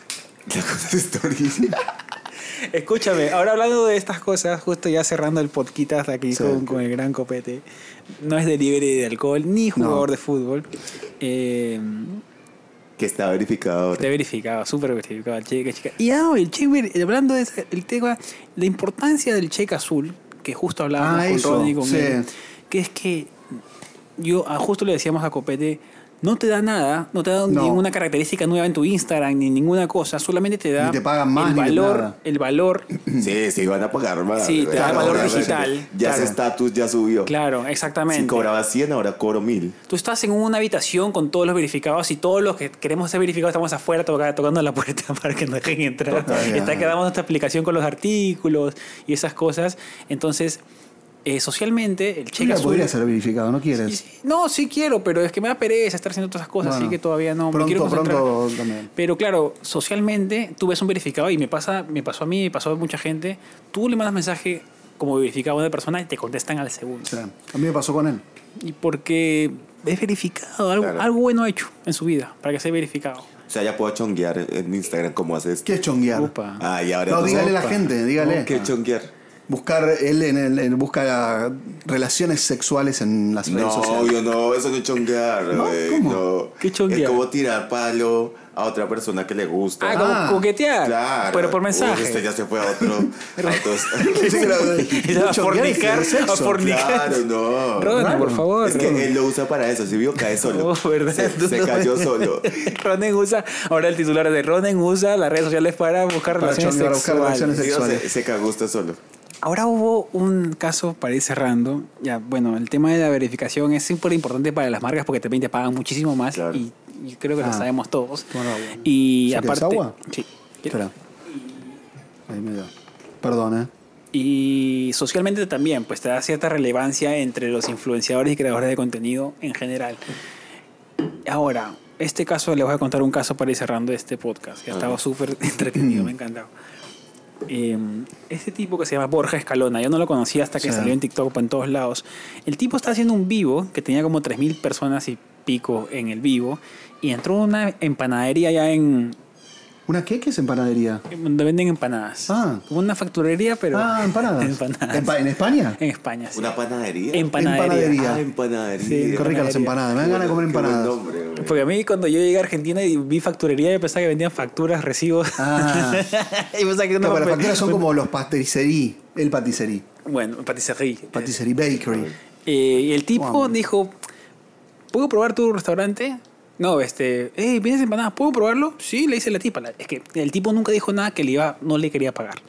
C: la cosa es stories.
A: Escúchame, ahora hablando de estas cosas, justo ya cerrando el podcast aquí
B: Sí.
A: con, con el gran copete, no es delivery de alcohol ni jugador
B: No.
A: de fútbol. Eh,
C: que está verificado ahora.
A: Está verificado, súper verificado, cheque, cheque. Y ah, el cheque, ver- hablando de ese- el tema, la importancia del cheque azul, que justo hablábamos
B: Ah,
A: con
B: eso,
A: Ronnie y con
B: sí.
A: él, que es que yo ah, justo le decíamos a Copete, no te da nada, no te da
B: No.
A: ninguna característica nueva en tu Instagram, ni ninguna cosa, solamente te da
B: Ni te pagan más,
A: el
B: ni
A: valor,
B: nada.
A: el valor,
C: Sí, sí, van a pagar más.
A: Sí, te
B: da valor
A: digital,
C: Ya
A: claro.
C: ese estatus ya subió.
A: claro, exactamente.
C: Si cobraba 100, ahora cobro 1000.
A: Tú estás en una habitación con todos los verificados y todos los que queremos ser verificados estamos afuera toca- tocando la puerta [LAUGHS] para que nos dejen entrar.
B: Total.
A: Está quedando nuestra aplicación con los artículos y esas cosas. Entonces, eh, socialmente, el cheque
B: Mira,
A: azul...
B: podría ser verificado, ¿no
A: Sí,
B: quieres?
A: sí. No, sí quiero, pero es que me da pereza estar haciendo todas esas cosas,
B: Bueno,
A: así que todavía no. me quiero
B: Pronto,
A: concentrar.
B: pronto también.
A: Pero claro, socialmente tú ves un verificado y me pasa, me pasó a mí, me pasó a mucha gente. Tú le mandas mensaje como verificado a una persona y te contestan al segundo.
B: Sí. A mí me pasó con él.
A: Y porque es verificado, algo,
C: Claro.
A: algo bueno ha hecho en su vida para que sea verificado.
C: O sea, ya puedo chonguear en Instagram como haces.
B: ¿Qué Ah. es chonguear?
A: Upa.
C: Ah, y ahora
B: No,
C: tú-
B: dígale a la
A: Opa.
B: gente, dígale.
C: ¿Qué chonguear?
B: Buscar, él en el, en- busca relaciones sexuales en las redes
C: No,
B: sociales.
C: yo no, eso no es chonguear.
B: No,
C: eh,
B: ¿cómo?
C: no.
A: ¿Qué chonguear?
C: Es como tirar palo a otra persona que le gusta.
A: Ah,
B: Ah,
A: como coquetear.
C: claro.
A: Pero por
C: Uy, este
A: mensaje.
C: ya se fue a
B: [LAUGHS]
C: otro. a otros-
B: Sí,
A: Y [LAUGHS] se va a
B: chonguear es
A: fornicar,
B: tener sexo.
A: a fornicar.
C: Claro, no.
A: Ronnie, por favor.
C: Es
A: [LAUGHS]
C: que él lo usa para eso. Si vio, cae solo.
A: No, Oh, ¿verdad?
C: Se, se cayó
A: [LAUGHS]
C: solo.
A: Ronen usa, ahora el titular de Ronen usa las redes sociales para buscar
B: Para
A: relaciones
B: chongar, buscar
A: sexuales.
B: relaciones
C: Sí, no,
B: sexuales.
C: se, se cagó usted solo.
A: Ahora hubo un caso, para ir cerrando, ya, bueno, el tema de la verificación es súper importante para las marcas porque también te pagan muchísimo más
C: Claro.
A: y, y creo que lo
B: Ah.
A: sabemos todos.
B: Tomar agua.
A: Y
B: ¿Se te
A: aparte...
B: desagua?
A: Sí.
B: Espera. Ahí me dio. Perdón, ¿eh?
A: Y socialmente también, pues te da cierta relevancia entre los influenciadores y creadores de contenido en general. Ahora, este caso, les voy a contar un caso para ir cerrando este podcast, que ha estado súper [LAUGHS] entretenido, me ha encantado. Eh, este tipo que se llama Borja Escalona, yo no lo conocía hasta que
B: Sí.
A: salió en TikTok por en todos lados. El tipo está haciendo un vivo que tenía como 3.000 personas y pico en el vivo y entró a una empanadería allá en...
B: ¿Una qué? ¿Qué es empanadería?
A: donde venden empanadas.
B: Ah.
A: Como una facturería, pero...
B: ah,
A: [LAUGHS]
B: empanadas.
A: empanadas.
B: ¿En, pa- en España?
A: En España, sí.
C: ¿Una panadería?
A: Empanadería.
C: Ah, empanadería.
A: Sí,
B: Qué ricas las empanadas. Me dan ganas de comer
C: Qué buen
B: empanadas.
C: nombre, güey.
A: Porque a mí cuando yo llegué a Argentina y vi facturería, yo pensaba que vendían facturas, recibos.
B: Ah.
A: [LAUGHS] y pensaba que era una
B: No, pero
A: papel-
B: las facturas son como los pasticerí. El paticerí.
A: Bueno, patisserie.
B: Patisserie bakery.
A: Eh, y el tipo
B: Wow.
A: dijo, ¿puedo probar tu restaurante? No, este, hey, vienes empanadas, ¿puedo probarlo? Sí, le dice la tipa. La- Es que el tipo nunca dijo nada que le iba, no le quería pagar.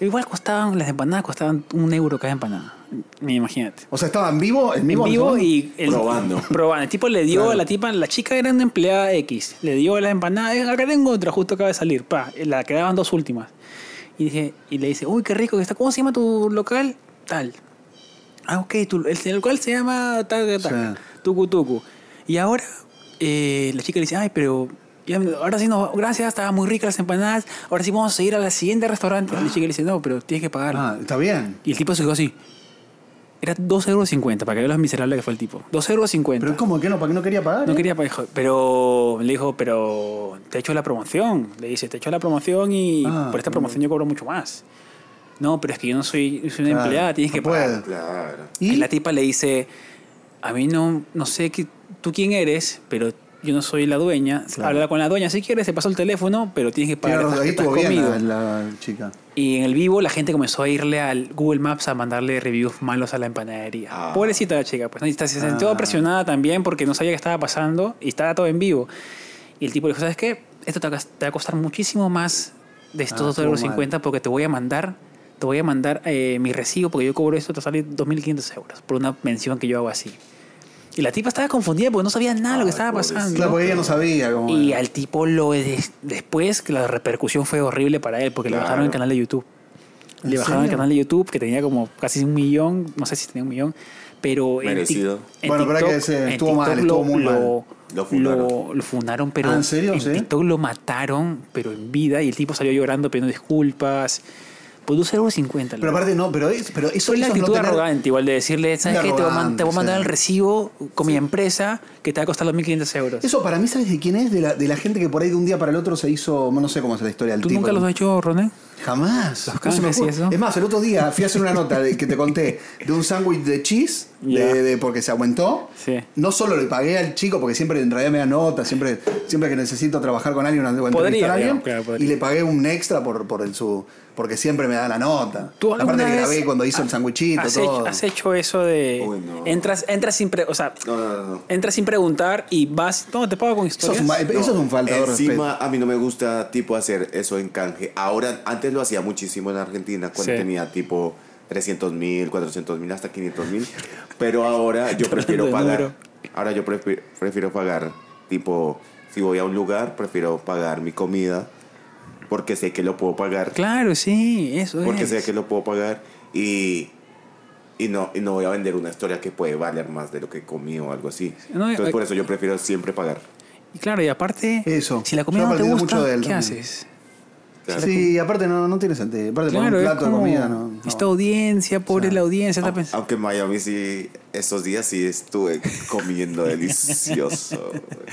A: Igual costaban, las empanadas costaban un euro cada empanada. Ni imagínate.
B: O sea, estaban vivo, en vivo.
A: En
B: en
A: vivo
B: todo.
A: y el,
C: Probando.
A: probando. El tipo le dio
B: Claro.
A: a la tipa, la chica era una empleada X, le dio las empanadas, "Eh, acá tengo otra, justo acaba de salir, pa, eh, la quedaban dos últimas. Y dije, y le dice, uy, qué rico que está, ¿cómo se llama tu local? Tal. Ah, ok, tu- el, el local se llama tal, tal, tal.
B: Sí.
A: Tucu, tucu. Y ahora eh, la chica le dice, ay, pero ya, ahora sí, no, gracias, estaban muy ricas las empanadas, ahora sí vamos a ir a la siguiente restaurante. La chica le dice, no, pero tienes que pagar.
B: Ah, está bien.
A: Y el tipo se quedó así. Era 2,50 euros para que veas lo miserable que fue el tipo. 2,50 euros.
B: Pero ¿cómo que no? ¿Para qué no quería pagar?
A: No
B: eh?
A: quería pa- hijo, pero le dijo, pero te he hecho la promoción. Le dice, te he hecho la promoción y
B: Ah,
A: por esta promoción yo cobro mucho más. No, pero es que yo no soy, soy una
B: Claro,
A: empleada, tienes
B: no
A: que
B: puede.
A: pagar.
C: Claro.
A: Y
B: Y
A: la tipa le dice, a mí no, no sé qué- tú quién eres, pero yo no soy la dueña.
B: Claro.
A: Habla con la dueña si quieres, te paso el teléfono, pero tienes que pagar.
B: Claro,
A: estás-
B: ahí
A: estás
B: estuvo bien
A: conmigo".
B: la, la chica.
A: Y en el vivo la gente comenzó a irle al Google Maps a mandarle reviews malos a la empanadería.
C: Ah.
A: Pobrecita la chica, pues ¿no? Y está- se sintió
B: Ah.
A: presionada también porque no sabía qué estaba pasando y estaba todo en vivo. Y el tipo le dijo, ¿sabes qué? Esto te va a cos- te va a costar muchísimo más de
B: Ah,
A: estos
B: estuvo
A: 2,50 euros porque te voy a mandar, te voy a mandar eh, mi recibo porque yo cobro esto, te sale 2.500 euros por una mención que yo hago así. Y la tipa estaba confundida porque no sabía nada de lo que
C: Ay,
A: estaba
C: pobrecita.
A: pasando.
B: Claro, porque ella no sabía cómo
A: Y
B: era.
A: al tipo lo des- después que la repercusión fue horrible para él porque le
C: Claro.
A: bajaron el canal de YouTube.
B: ¿En
A: Le bajaron el
B: serio?
A: canal de YouTube que tenía como casi un millón, no sé si tenía un millón, pero en
C: Merecido.
A: Tik- en
B: Bueno, pero hay que
A: TikTok-
B: decir,
A: en
B: estuvo
A: TikTok
B: mal, estuvo
A: lo-
B: muy mal.
A: lo-
C: Lo fundaron.
A: lo- lo fundaron, pero
B: Ah, ¿en serio?
A: en
B: ¿Sí?
A: TikTok lo mataron, pero en vida y el tipo salió llorando pidiendo disculpas. Pues Por 2,50 euros.
B: Pero aparte no, pero, es- pero eso
A: Fue la
B: eso es no
A: actitud
B: tener-
A: arrogante, igual de decirle, ¿sabes qué? Te voy a man- te voy a
B: Arrogante,
A: mandar
B: sí.
A: el recibo con mi empresa que te va a costar 2.500 euros.
B: Eso para mí, ¿sabes de quién es? De la, de la gente que por ahí de un día para el otro se hizo, no sé cómo es la historia del
A: ¿Tú
B: tipo.
A: nunca los has hecho, Roné?
B: Jamás.
A: Los
B: No se me
A: canjes y
B: ocurre.
A: eso.
B: Es más, el otro día fui a hacer una nota de- que te conté de un sándwich de cheese de-
A: Ya.
B: de- porque se aumentó.
A: Sí.
B: No solo le pagué al chico, porque siempre en realidad me da nota, siempre, siempre que necesito trabajar con alguien, una o entrevistar
A: Podría,
B: a alguien,
A: digamos, claro, podría.
B: y le pagué un extra por, por el su porque siempre me da la nota.
A: ¿Tú alguna
B: Aparte le
A: vez
B: grabé cuando hizo el sándwichito,
A: has,
B: todo.
A: Hecho, has hecho eso de.
C: Uy, no.
A: Entras, entras sin pre- o sea,
C: No, no, no, no.
A: entras sin preguntar y vas. No, te pago con
B: eso, es
A: historias.
B: un, ma- eso es un faltador de respeto.
C: Encima, a mí no me gusta, tipo, hacer eso en canje. Ahora, antes lo hacía muchísimo en Argentina, cuando
A: Sí.
C: tenía, tipo, 300 mil, 400 mil, hasta 500 mil.
A: [LAUGHS]
C: Pero ahora yo prefiero
A: hablando de
C: pagar. Ahora yo prefi- prefiero pagar, tipo, si voy a un lugar, prefiero pagar mi comida, porque sé que lo puedo pagar.
A: Claro, sí, eso
C: Porque
A: es.
C: sé que lo puedo pagar y, y, no, y no voy a vender una historia que puede valer más de lo que comí o algo así.
A: No,
C: Entonces,
A: eh,
C: por eso yo prefiero siempre pagar.
A: Y claro, y aparte,
B: Eso.
A: si la
B: Yo
A: comida
B: he
A: no te
B: aprendido
A: gusta,
B: mucho de él
A: ¿qué
B: también.
A: haces?
C: Claro.
B: Sí, aparte no, no tiene sentido. Aparte por
A: Claro,
B: un
A: es
B: plato de
A: como
B: comida no. no.
A: Esta audiencia, pobre
B: Sí.
A: la audiencia, está
C: Au-
A: pensando.
C: Aunque en Miami sí, estos días sí estuve comiendo delicioso.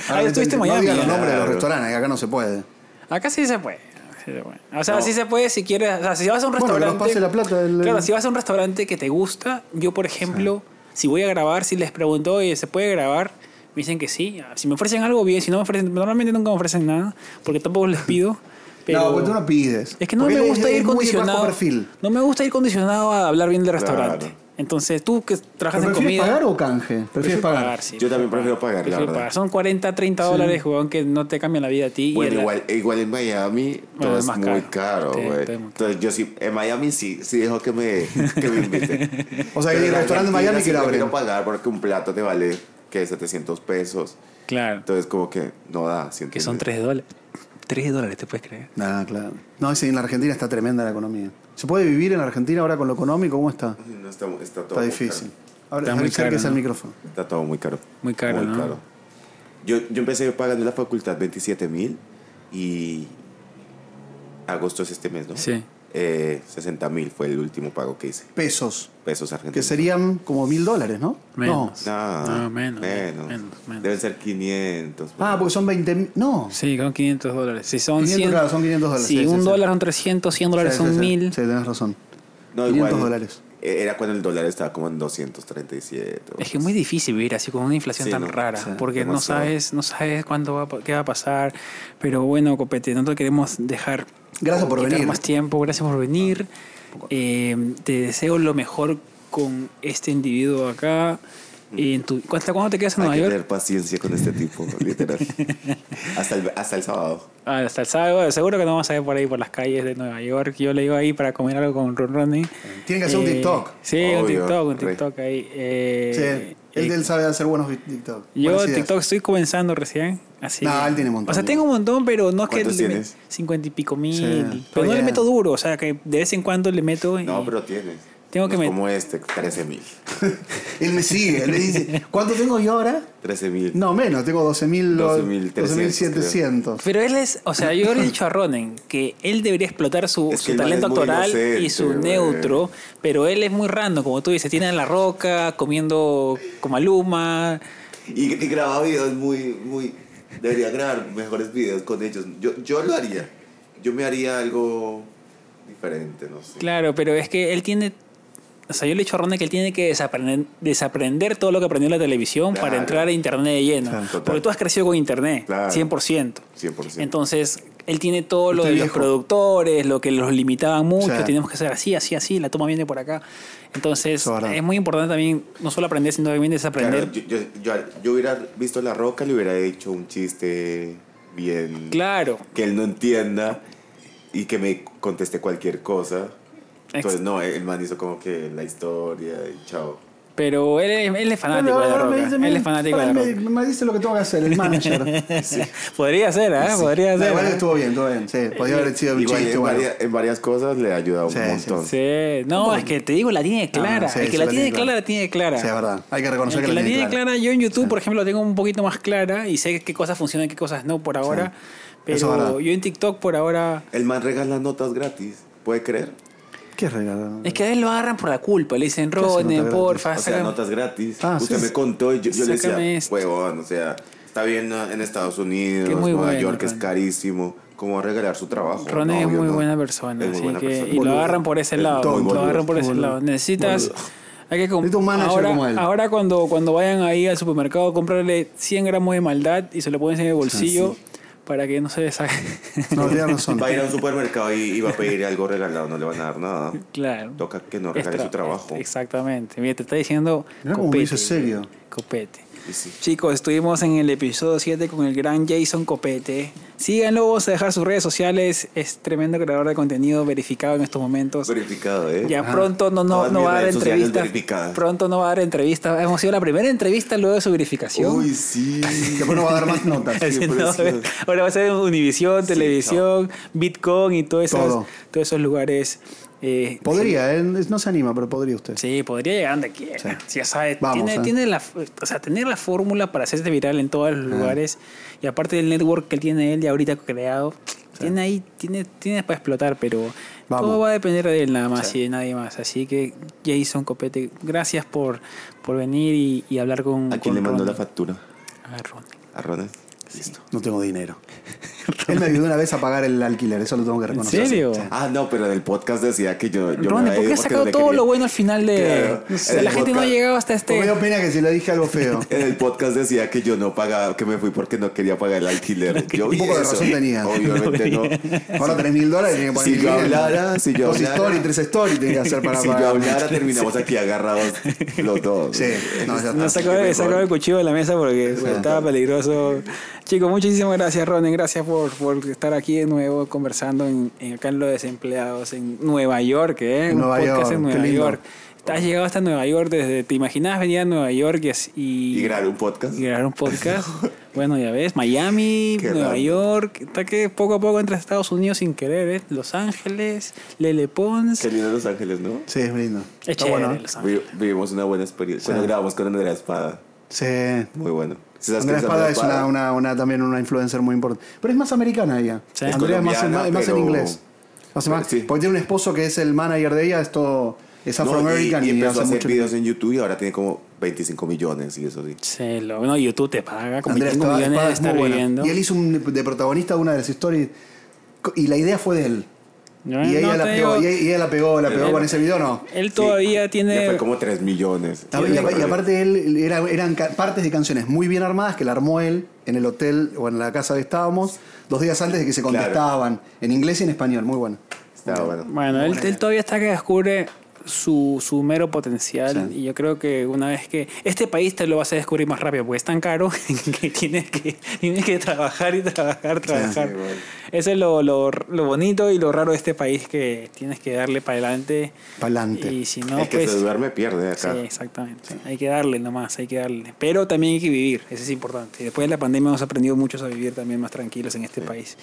A: Ah, estuviste en Miami.
B: No digas los nombres de los
C: Claro.
B: restaurantes, que acá no se puede.
A: Acá sí se puede. sí se puede. O sea,
C: No.
A: sí se puede si quieres. O sea, si vas a un
B: Bueno, que nos
A: restaurante.
B: pase la plata del-
A: Claro, si vas a un restaurante que te gusta, yo, por ejemplo, si voy a grabar, si les pregunto, oye, ¿se puede grabar? Me dicen que sí. Ah, Si me ofrecen algo, bien. Si no me ofrecen, normalmente nunca me ofrecen ná, porque tampoco les pido. Pero...
B: [LAUGHS] No, porque tú no pides.
A: Es que no
B: Porque
A: me
B: él es-
A: gusta
B: es
A: ir
B: muy bajo
A: condicionado.
B: perfil.
A: No me gusta ir condicionado a hablar bien del restaurante.
C: Claro.
A: Entonces, tú que trabajas en
B: ¿Prefieres
A: comida.
B: pagar o canje? Prefieres pagar.
A: sí,
C: Yo también prefiero pagar, la
A: Prefiero
C: verdad.
A: pagar. Son 40, 30 dólares, weón, que no te cambian la vida a ti. [LAUGHS] y
C: Bueno,
A: el-
C: igual, igual en Miami
A: Bueno,
C: todo
A: es
C: es
A: más
C: muy
A: caro.
C: caro,
A: Sí,
C: güey.
A: todo es muy caro.
C: Entonces yo sí, en Miami sí, sí dejo que me, que me inviten.
A: [LAUGHS]
B: O sea, que
C: Pero
B: el
C: en
B: restaurante de Miami que
C: Argentina
B: lo
C: sí prefiero
B: abren.
C: pagar porque un plato te vale, que 700 pesos.
A: Claro.
C: Entonces como que no da. ¿sí
A: Que son
C: entiendes?
A: 3 dólares. 3 dólares, te puedes creer.
B: Nah, Ah, claro. No, sí, en la Argentina está tremenda la economía. ¿Se puede vivir en Argentina ahora con lo económico? ¿Cómo está?
C: No, está, está
B: Está
C: todo muy
B: difícil.
C: caro.
B: Ahora,
A: Está muy caro,
B: acérquese al
A: ¿no?
B: micrófono.
C: Está todo muy caro.
A: Muy caro, ¿no?
C: Yo, yo empecé pagando la facultad 27 mil y agosto es este mes, ¿no?
A: Sí.
C: Eh, 60 mil fue el último pago que hice.
B: Pesos,
C: Pesos argentinos.
B: que serían como mil dólares, ¿no?
A: Menos.
B: No.
C: No,
A: No, Ah, menos,
C: menos.
A: menos, menos.
C: Deben ser 500.
B: Ah, porque son 20 mil. No.
A: Sí, con 500 dólares. Si son
B: 500,
A: 100,
B: claro, son 500 dólares,
A: Si
B: sí, sí,
A: un
B: sí.
A: dólar son 300, 100 dólares
B: Sí, sí,
A: son
B: sí.
A: 1000.
B: Sí, tenés razón.
C: No,
B: 500 dólares.
C: eh, Era cuando el dólar estaba como en 237. o
A: Es que es muy difícil vivir así con una inflación
C: Sí,
A: tan
C: no,
A: rara,
C: sí,
A: porque no
C: demasiado.
A: sabes, no sabes cuándo va, a pa- qué va a pasar. Pero bueno, Copete, no te queremos dejar.
B: Gracias por
A: quitar
B: venir.
A: Más tiempo, gracias por venir. Eh, te deseo lo mejor con este individuo acá. Y en tu, ¿Hasta cuándo te quedas en
C: Hay
A: Nueva
C: que
A: York?
C: tener paciencia con
A: [LAUGHS]
C: este tipo, literal. hasta, el, hasta el sábado.
A: Ah, Hasta el sábado, seguro que no vamos a ir por ahí por las calles de Nueva York. Yo le iba ahí para comer algo con Ron Ronnie.
B: Tiene que hacer un
A: Eh,
B: TikTok.
A: Sí, un
C: Obvio,
A: TikTok, un
C: re.
A: TikTok ahí. Eh,
B: sí, él,
A: y
B: él sabe hacer buenos TikTok.
A: yo
B: buenas ideas.
A: TikTok estoy comenzando recién. Así
B: No,
A: que-
B: él tiene un montón.
A: O sea, tengo un montón, pero no es que.
C: ¿Cuántos
A: le-
C: tienes?
A: 50 y pico mil.
B: Sí, está
A: pero no le
B: bien.
A: meto duro, o sea, que de vez en cuando le meto. y-
C: No, pero tienes.
A: Tengo que
C: No es
A: me-
C: Como este, 13 mil.
B: Él me sigue, él me
A: [LAUGHS]
B: dice, ¿cuánto tengo yo ahora?
C: 13 mil.
B: No, menos, tengo 12.000,
C: 12.300,
B: 12.700.
A: Pero él es, o sea, yo le he dicho a Ronen que él debería explotar su,
C: Es que
A: su
C: el man
A: talento
C: es muy
A: actoral y
C: inocente,
A: su
C: güey.
A: neutro, pero él es muy random, como tú dices, tiene a la roca, comiendo como Maluma.
C: Y, y grababa videos muy, muy... Debería grabar mejores videos con ellos. Yo, yo lo haría. Yo me haría algo diferente, no sé.
A: Claro, pero es que él tiene, o sea, yo le he dicho a Ronen que él tiene que desaprender, desaprender todo lo que aprendió en la televisión para
C: Claro.
A: entrar a internet de lleno.
C: Claro, total.
A: porque tú has crecido con internet,
C: Claro.
A: 100%.
C: 100%.
A: Entonces, él tiene todo lo
B: Estoy
A: de los
B: viejo.
A: productores, lo que los limitaban mucho,
B: Sí.
A: teníamos que hacer así, así, así, la toma viene por acá. Entonces,
B: Eso es verdad.
A: es muy importante también, no solo aprender, sino también desaprender.
C: Claro,
A: Claro,
C: yo, yo, yo- yo hubiera visto La Roca, le hubiera hecho un chiste bien... Que él no entienda y que me conteste cualquier cosa. Entonces, no, el man hizo como que la historia y chao.
A: pero él es, él es fanático de la
B: Ahora me
A: roca.
B: dice,
A: él
B: "Mira,
A: es fanático de
B: ahora
A: la
B: me,
A: roca.
B: me dice lo que tengo que
A: [LAUGHS]
B: hacer, el manager.
A: Podría ser, ¿ah? Podría
B: No,
A: ser.
B: igual
A: ¿ah?
B: estuvo bien, estuvo bien. Sí, podía haber sido un
C: Igual eh,
B: chiste.
C: en,
B: bueno.
C: varias, en varias cosas le ha ayudado
B: Sí,
C: un
B: sí,
C: montón.
A: Sí, no, es que te digo, la tiene clara.
B: Ah, sí,
A: el que
B: sí,
A: la,
B: la
A: tiene,
B: tiene
A: clara,
B: clara.
A: la tiene clara.
B: Sí, es verdad. Hay que
A: El
B: reconocer
A: que
B: que
A: la tiene
B: clara.
A: clara, yo en YouTube, por ejemplo, la tengo un poquito más clara y sé qué cosas funcionan y qué cosas no por ahora.
B: Eso es verdad.
A: Pero yo en TikTok por ahora.
C: El man regala notas gratis, ¿puede creer?
B: ¿Qué es regalo?
A: Es que a él lo agarran por la culpa. Le dicen,
B: hace nota
A: Ronen,
B: gratis?
A: porfa,
C: O sea,
A: saca-".
C: notas gratis.
B: Ah,
C: Usted
B: sí.
C: me contó y yo, yo le decía,
A: Sácame esto.
C: huevón, o sea, está bien ¿no? en Estados Unidos,
A: Que muy
C: Nueva
A: bueno,
C: York es
A: Ronen.
C: carísimo. ¿Cómo va a regalar su trabajo?
A: Ronen
C: No,
A: es
C: obvio
A: muy
C: no.
A: buena persona.
C: Es muy
A: así
C: buena
A: que-
C: persona.
A: Y lo
C: Boludo.
A: agarran por ese
C: Es
A: lado.
C: muy
A: lo
C: boludo.
A: agarran por ese
B: boludo.
A: lado. Necesitas.
B: Boludo.
A: Hay que com-
B: Necesita un manager
A: ahora,
B: como él.
A: ahora cuando, cuando vayan ahí al supermercado, cómprale 100 gramos de maldad y se lo ponen en el bolsillo para que no se les haga.
B: No, tiene razón.
C: Va a ir a un supermercado y, y va a pedir algo regalado, no le van a dar nada.
A: [LAUGHS] [LAUGHS] claro.
C: Toca que no regale
A: Extra-
C: su trabajo.
A: Exactamente. Mira, te está diciendo.
B: Mirá cómo me
A: copete,
B: hizo serio.
A: Copete.
C: Y sí.
A: Chicos, estuvimos en el episodio 7 con el gran Jason Copete. Síganlo, vamos a dejar sus redes sociales. Es tremendo creador de contenido verificado en estos momentos.
C: Verificado, ¿eh?
A: Ya pronto no, no,
C: Todas
A: no
C: mis
A: va a dar
C: redes sociales
A: entrevista.
C: verificadas.
A: Pronto no va a dar entrevista. Hemos sido la primera entrevista luego de su verificación. [LAUGHS]
C: Uy, sí.
B: Después no va a dar más notas.
A: Así,
C: por
A: no, [LAUGHS]
C: eso.
A: ahora va a ser Univisión, Televisión, Bitcoin y todos esos,
B: Todo.
A: todos esos lugares. eh,
B: Podría, él no se anima, pero podría usted.
A: Sí, podría llegar donde quiera. Si Ya sabes,
B: Vamos,
A: tiene,
B: ¿eh?
A: tiene la, o sea, tener la fórmula para hacerse viral en todos los lugares. Y aparte del network que tiene él ya ahorita creado, tiene ahí, tiene, tiene para explotar, pero
B: Vamos.
A: todo va a depender de él nada más y de nadie más. Así que, Jason Copete, gracias por, por venir y, y hablar con.
C: ¿A
A: con
C: quién le mandó
A: Ron.
C: la factura?
A: A Ron.
C: ¿A Ronen?
B: No tengo dinero. Él me ayudó una vez a pagar el alquiler, eso lo tengo que
A: ¿En
B: reconocer.
A: serio?
C: Ah, no, pero en el podcast decía que yo. yo
A: Ron,
C: me había
A: ¿por qué
C: ido
A: has
C: porque
A: sacado
C: no le
A: todo
C: quería.
A: lo bueno al final de.?
C: Claro.
A: No sé,
C: El
A: la gente no ha
C: podcast-
A: llegado hasta
B: Porque Me
A: este.
B: dio pena que si le dije algo
A: [LAUGHS]
B: feo.
C: En el podcast decía que yo no pagaba, que me fui porque no quería pagar el alquiler. Yo
B: Un
C: vi
B: poco de
C: eso.
B: razón tenía.
C: Obviamente no.
B: Ahora 3 mil dólares tiene que poner
C: Si
B: mil
C: yo
B: dólares.
C: hablara, si yo
B: Dos
C: hablara.
B: stories, tres stories tiene que hacer para
C: [LAUGHS] Si
B: pagar.
C: yo hablara, terminamos aquí agarrados los dos.
B: Sí, no, ya está.
A: No sacó, sacó el cuchillo de la mesa porque estaba peligroso. Chicos, muchísimas gracias, Ronen. Gracias por, por estar aquí de nuevo conversando en, en acá en Los Desempleados, en Nueva York, ¿eh?
B: Nueva
A: Un podcast en
B: York, qué
A: Nueva
B: lindo.
A: York. Has llegado hasta Nueva York desde. ¿Te imaginabas venir a Nueva York y, as-
C: Y grabar un podcast.
A: y grabar un podcast? bueno, ya ves, Miami,
C: Qué
A: Nueva
C: raro.
A: York. Está que poco a poco entre Estados Unidos sin querer, ¿eh? Los Ángeles, Lele Pons.
C: Qué lindo Los Ángeles, ¿no?
B: Sí, es lindo.
A: Es
B: Está
A: chévere,
B: bueno. ¿eh?
A: Los Ángeles.
C: Vi- Vivimos una buena experiencia. Cuando grabamos con Andrea Espada.
B: Sí.
C: Muy bueno. Si sabes
B: Andrea
C: quién es Andrea
B: Espada es una, una, una- también una influencer muy importante. Pero es más americana ella.
A: Sí. Es
B: Andrea es más, en-
C: colombiana,
B: es más en
C: pero-
B: inglés. Más en-
C: pero sí.
B: Porque tiene un esposo que es el manager de ella, es todo. Es
C: No, y,
B: afroamerican
C: y
B: y,
C: empezó
B: hace
C: a hacer
B: mucho.
C: videos en YouTube y ahora tiene como 25 millones y eso sí.
A: Sí, lo, no, YouTube te paga como
B: Andrea
A: 5
B: Espada,
A: millones
B: Espada
A: de
B: es muy
A: estar
B: buena.
A: viviendo.
B: Y él hizo un, de protagonista de una de las stories. co- Y la idea fue de él.
A: No,
B: y, ella
A: Eh, no,
B: la
A: te
B: pegó,
A: digo-
B: y ella- y ella la pegó, la pegó
A: Él-
B: con ese video, ¿no?
A: Él todavía
C: Ya fue
A: tiene.
C: como 3 millones.
B: Ah, Y, apa- y aparte él era- eran ca- partes de canciones muy bien armadas que la armó él en el hotel o en la casa que estábamos dos días antes de que se
C: Claro.
B: contestaban en inglés y en español, muy bueno.
C: Está bueno.
A: Bueno, él, él todavía está que descubre su, su mero potencial.
B: Sí.
A: Y yo creo que una vez que. Este país te lo vas a descubrir más rápido, porque es tan caro [LAUGHS] que tienes que, tienes que trabajar y trabajar, trabajar.
C: sí, bueno.
A: Eso es lo, lo, lo bonito y lo raro de este país que tienes que darle para adelante.
B: Pa'lante.
A: Y si no,
C: el que
A: pues.
C: se duerme pierde acá.
A: Sí, exactamente. Hay que darle nomás, hay que darle. Pero también hay que vivir, eso es importante. Y Después de la pandemia hemos aprendido muchos a vivir también más tranquilos en este país.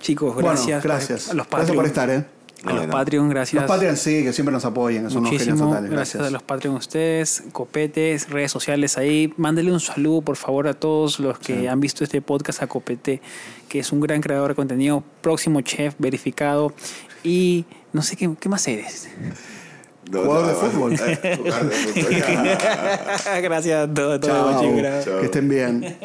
A: Chicos,
B: Bueno,
A: gracias.
B: gracias.
A: A los
B: Gracias
A: Patreon.
B: por estar, ¿eh?
A: A los
C: Bueno.
A: Patreon, gracias.
B: Los Patreon sí, que siempre nos apoyan, son unos genios
A: Muchísimo.
B: totales.
A: gracias. a los Patreon ustedes, copetes, redes sociales ahí. Mándele un saludo, por favor, a todos los que han visto este podcast a Copete, que es un gran creador de contenido, próximo chef verificado. Y no sé qué, ¿qué más eres.
C: No,
B: Jugador de
C: no,
B: fútbol.
C: eh, jugador de fútbol.
A: [LAUGHS] gracias a todos. a todos,
B: Chao.
A: guachín, gracias.
C: Chao.
B: Que estén bien.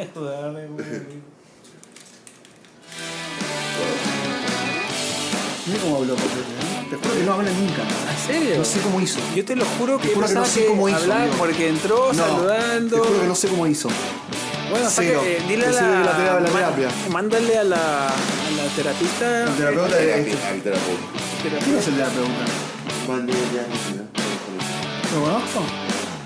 B: Mira cómo habló Copete, ¿eh? Te juro que no habla nunca.
A: ¿En serio?
B: No sé cómo hizo.
A: Yo te lo juro que
B: Te juro que
A: pensaba
B: no sé cómo hizo,
A: hablaba
B: amigo.
A: porque entró
B: No,
A: saludando.
B: Te juro que no sé cómo hizo.
A: Bueno,
B: Cero.
A: saque, eh, dile a
B: Te
A: la,
B: sirve la terapia, la
A: ma-
B: terapia.
A: Mándale a la, a la terapista.
B: El terapeuta
C: Al
B: de
C: final, al terapeuta.
B: ¿Quién es el terapeuta?
C: ¿Cuál es la necesidad?
B: ¿Lo conozco?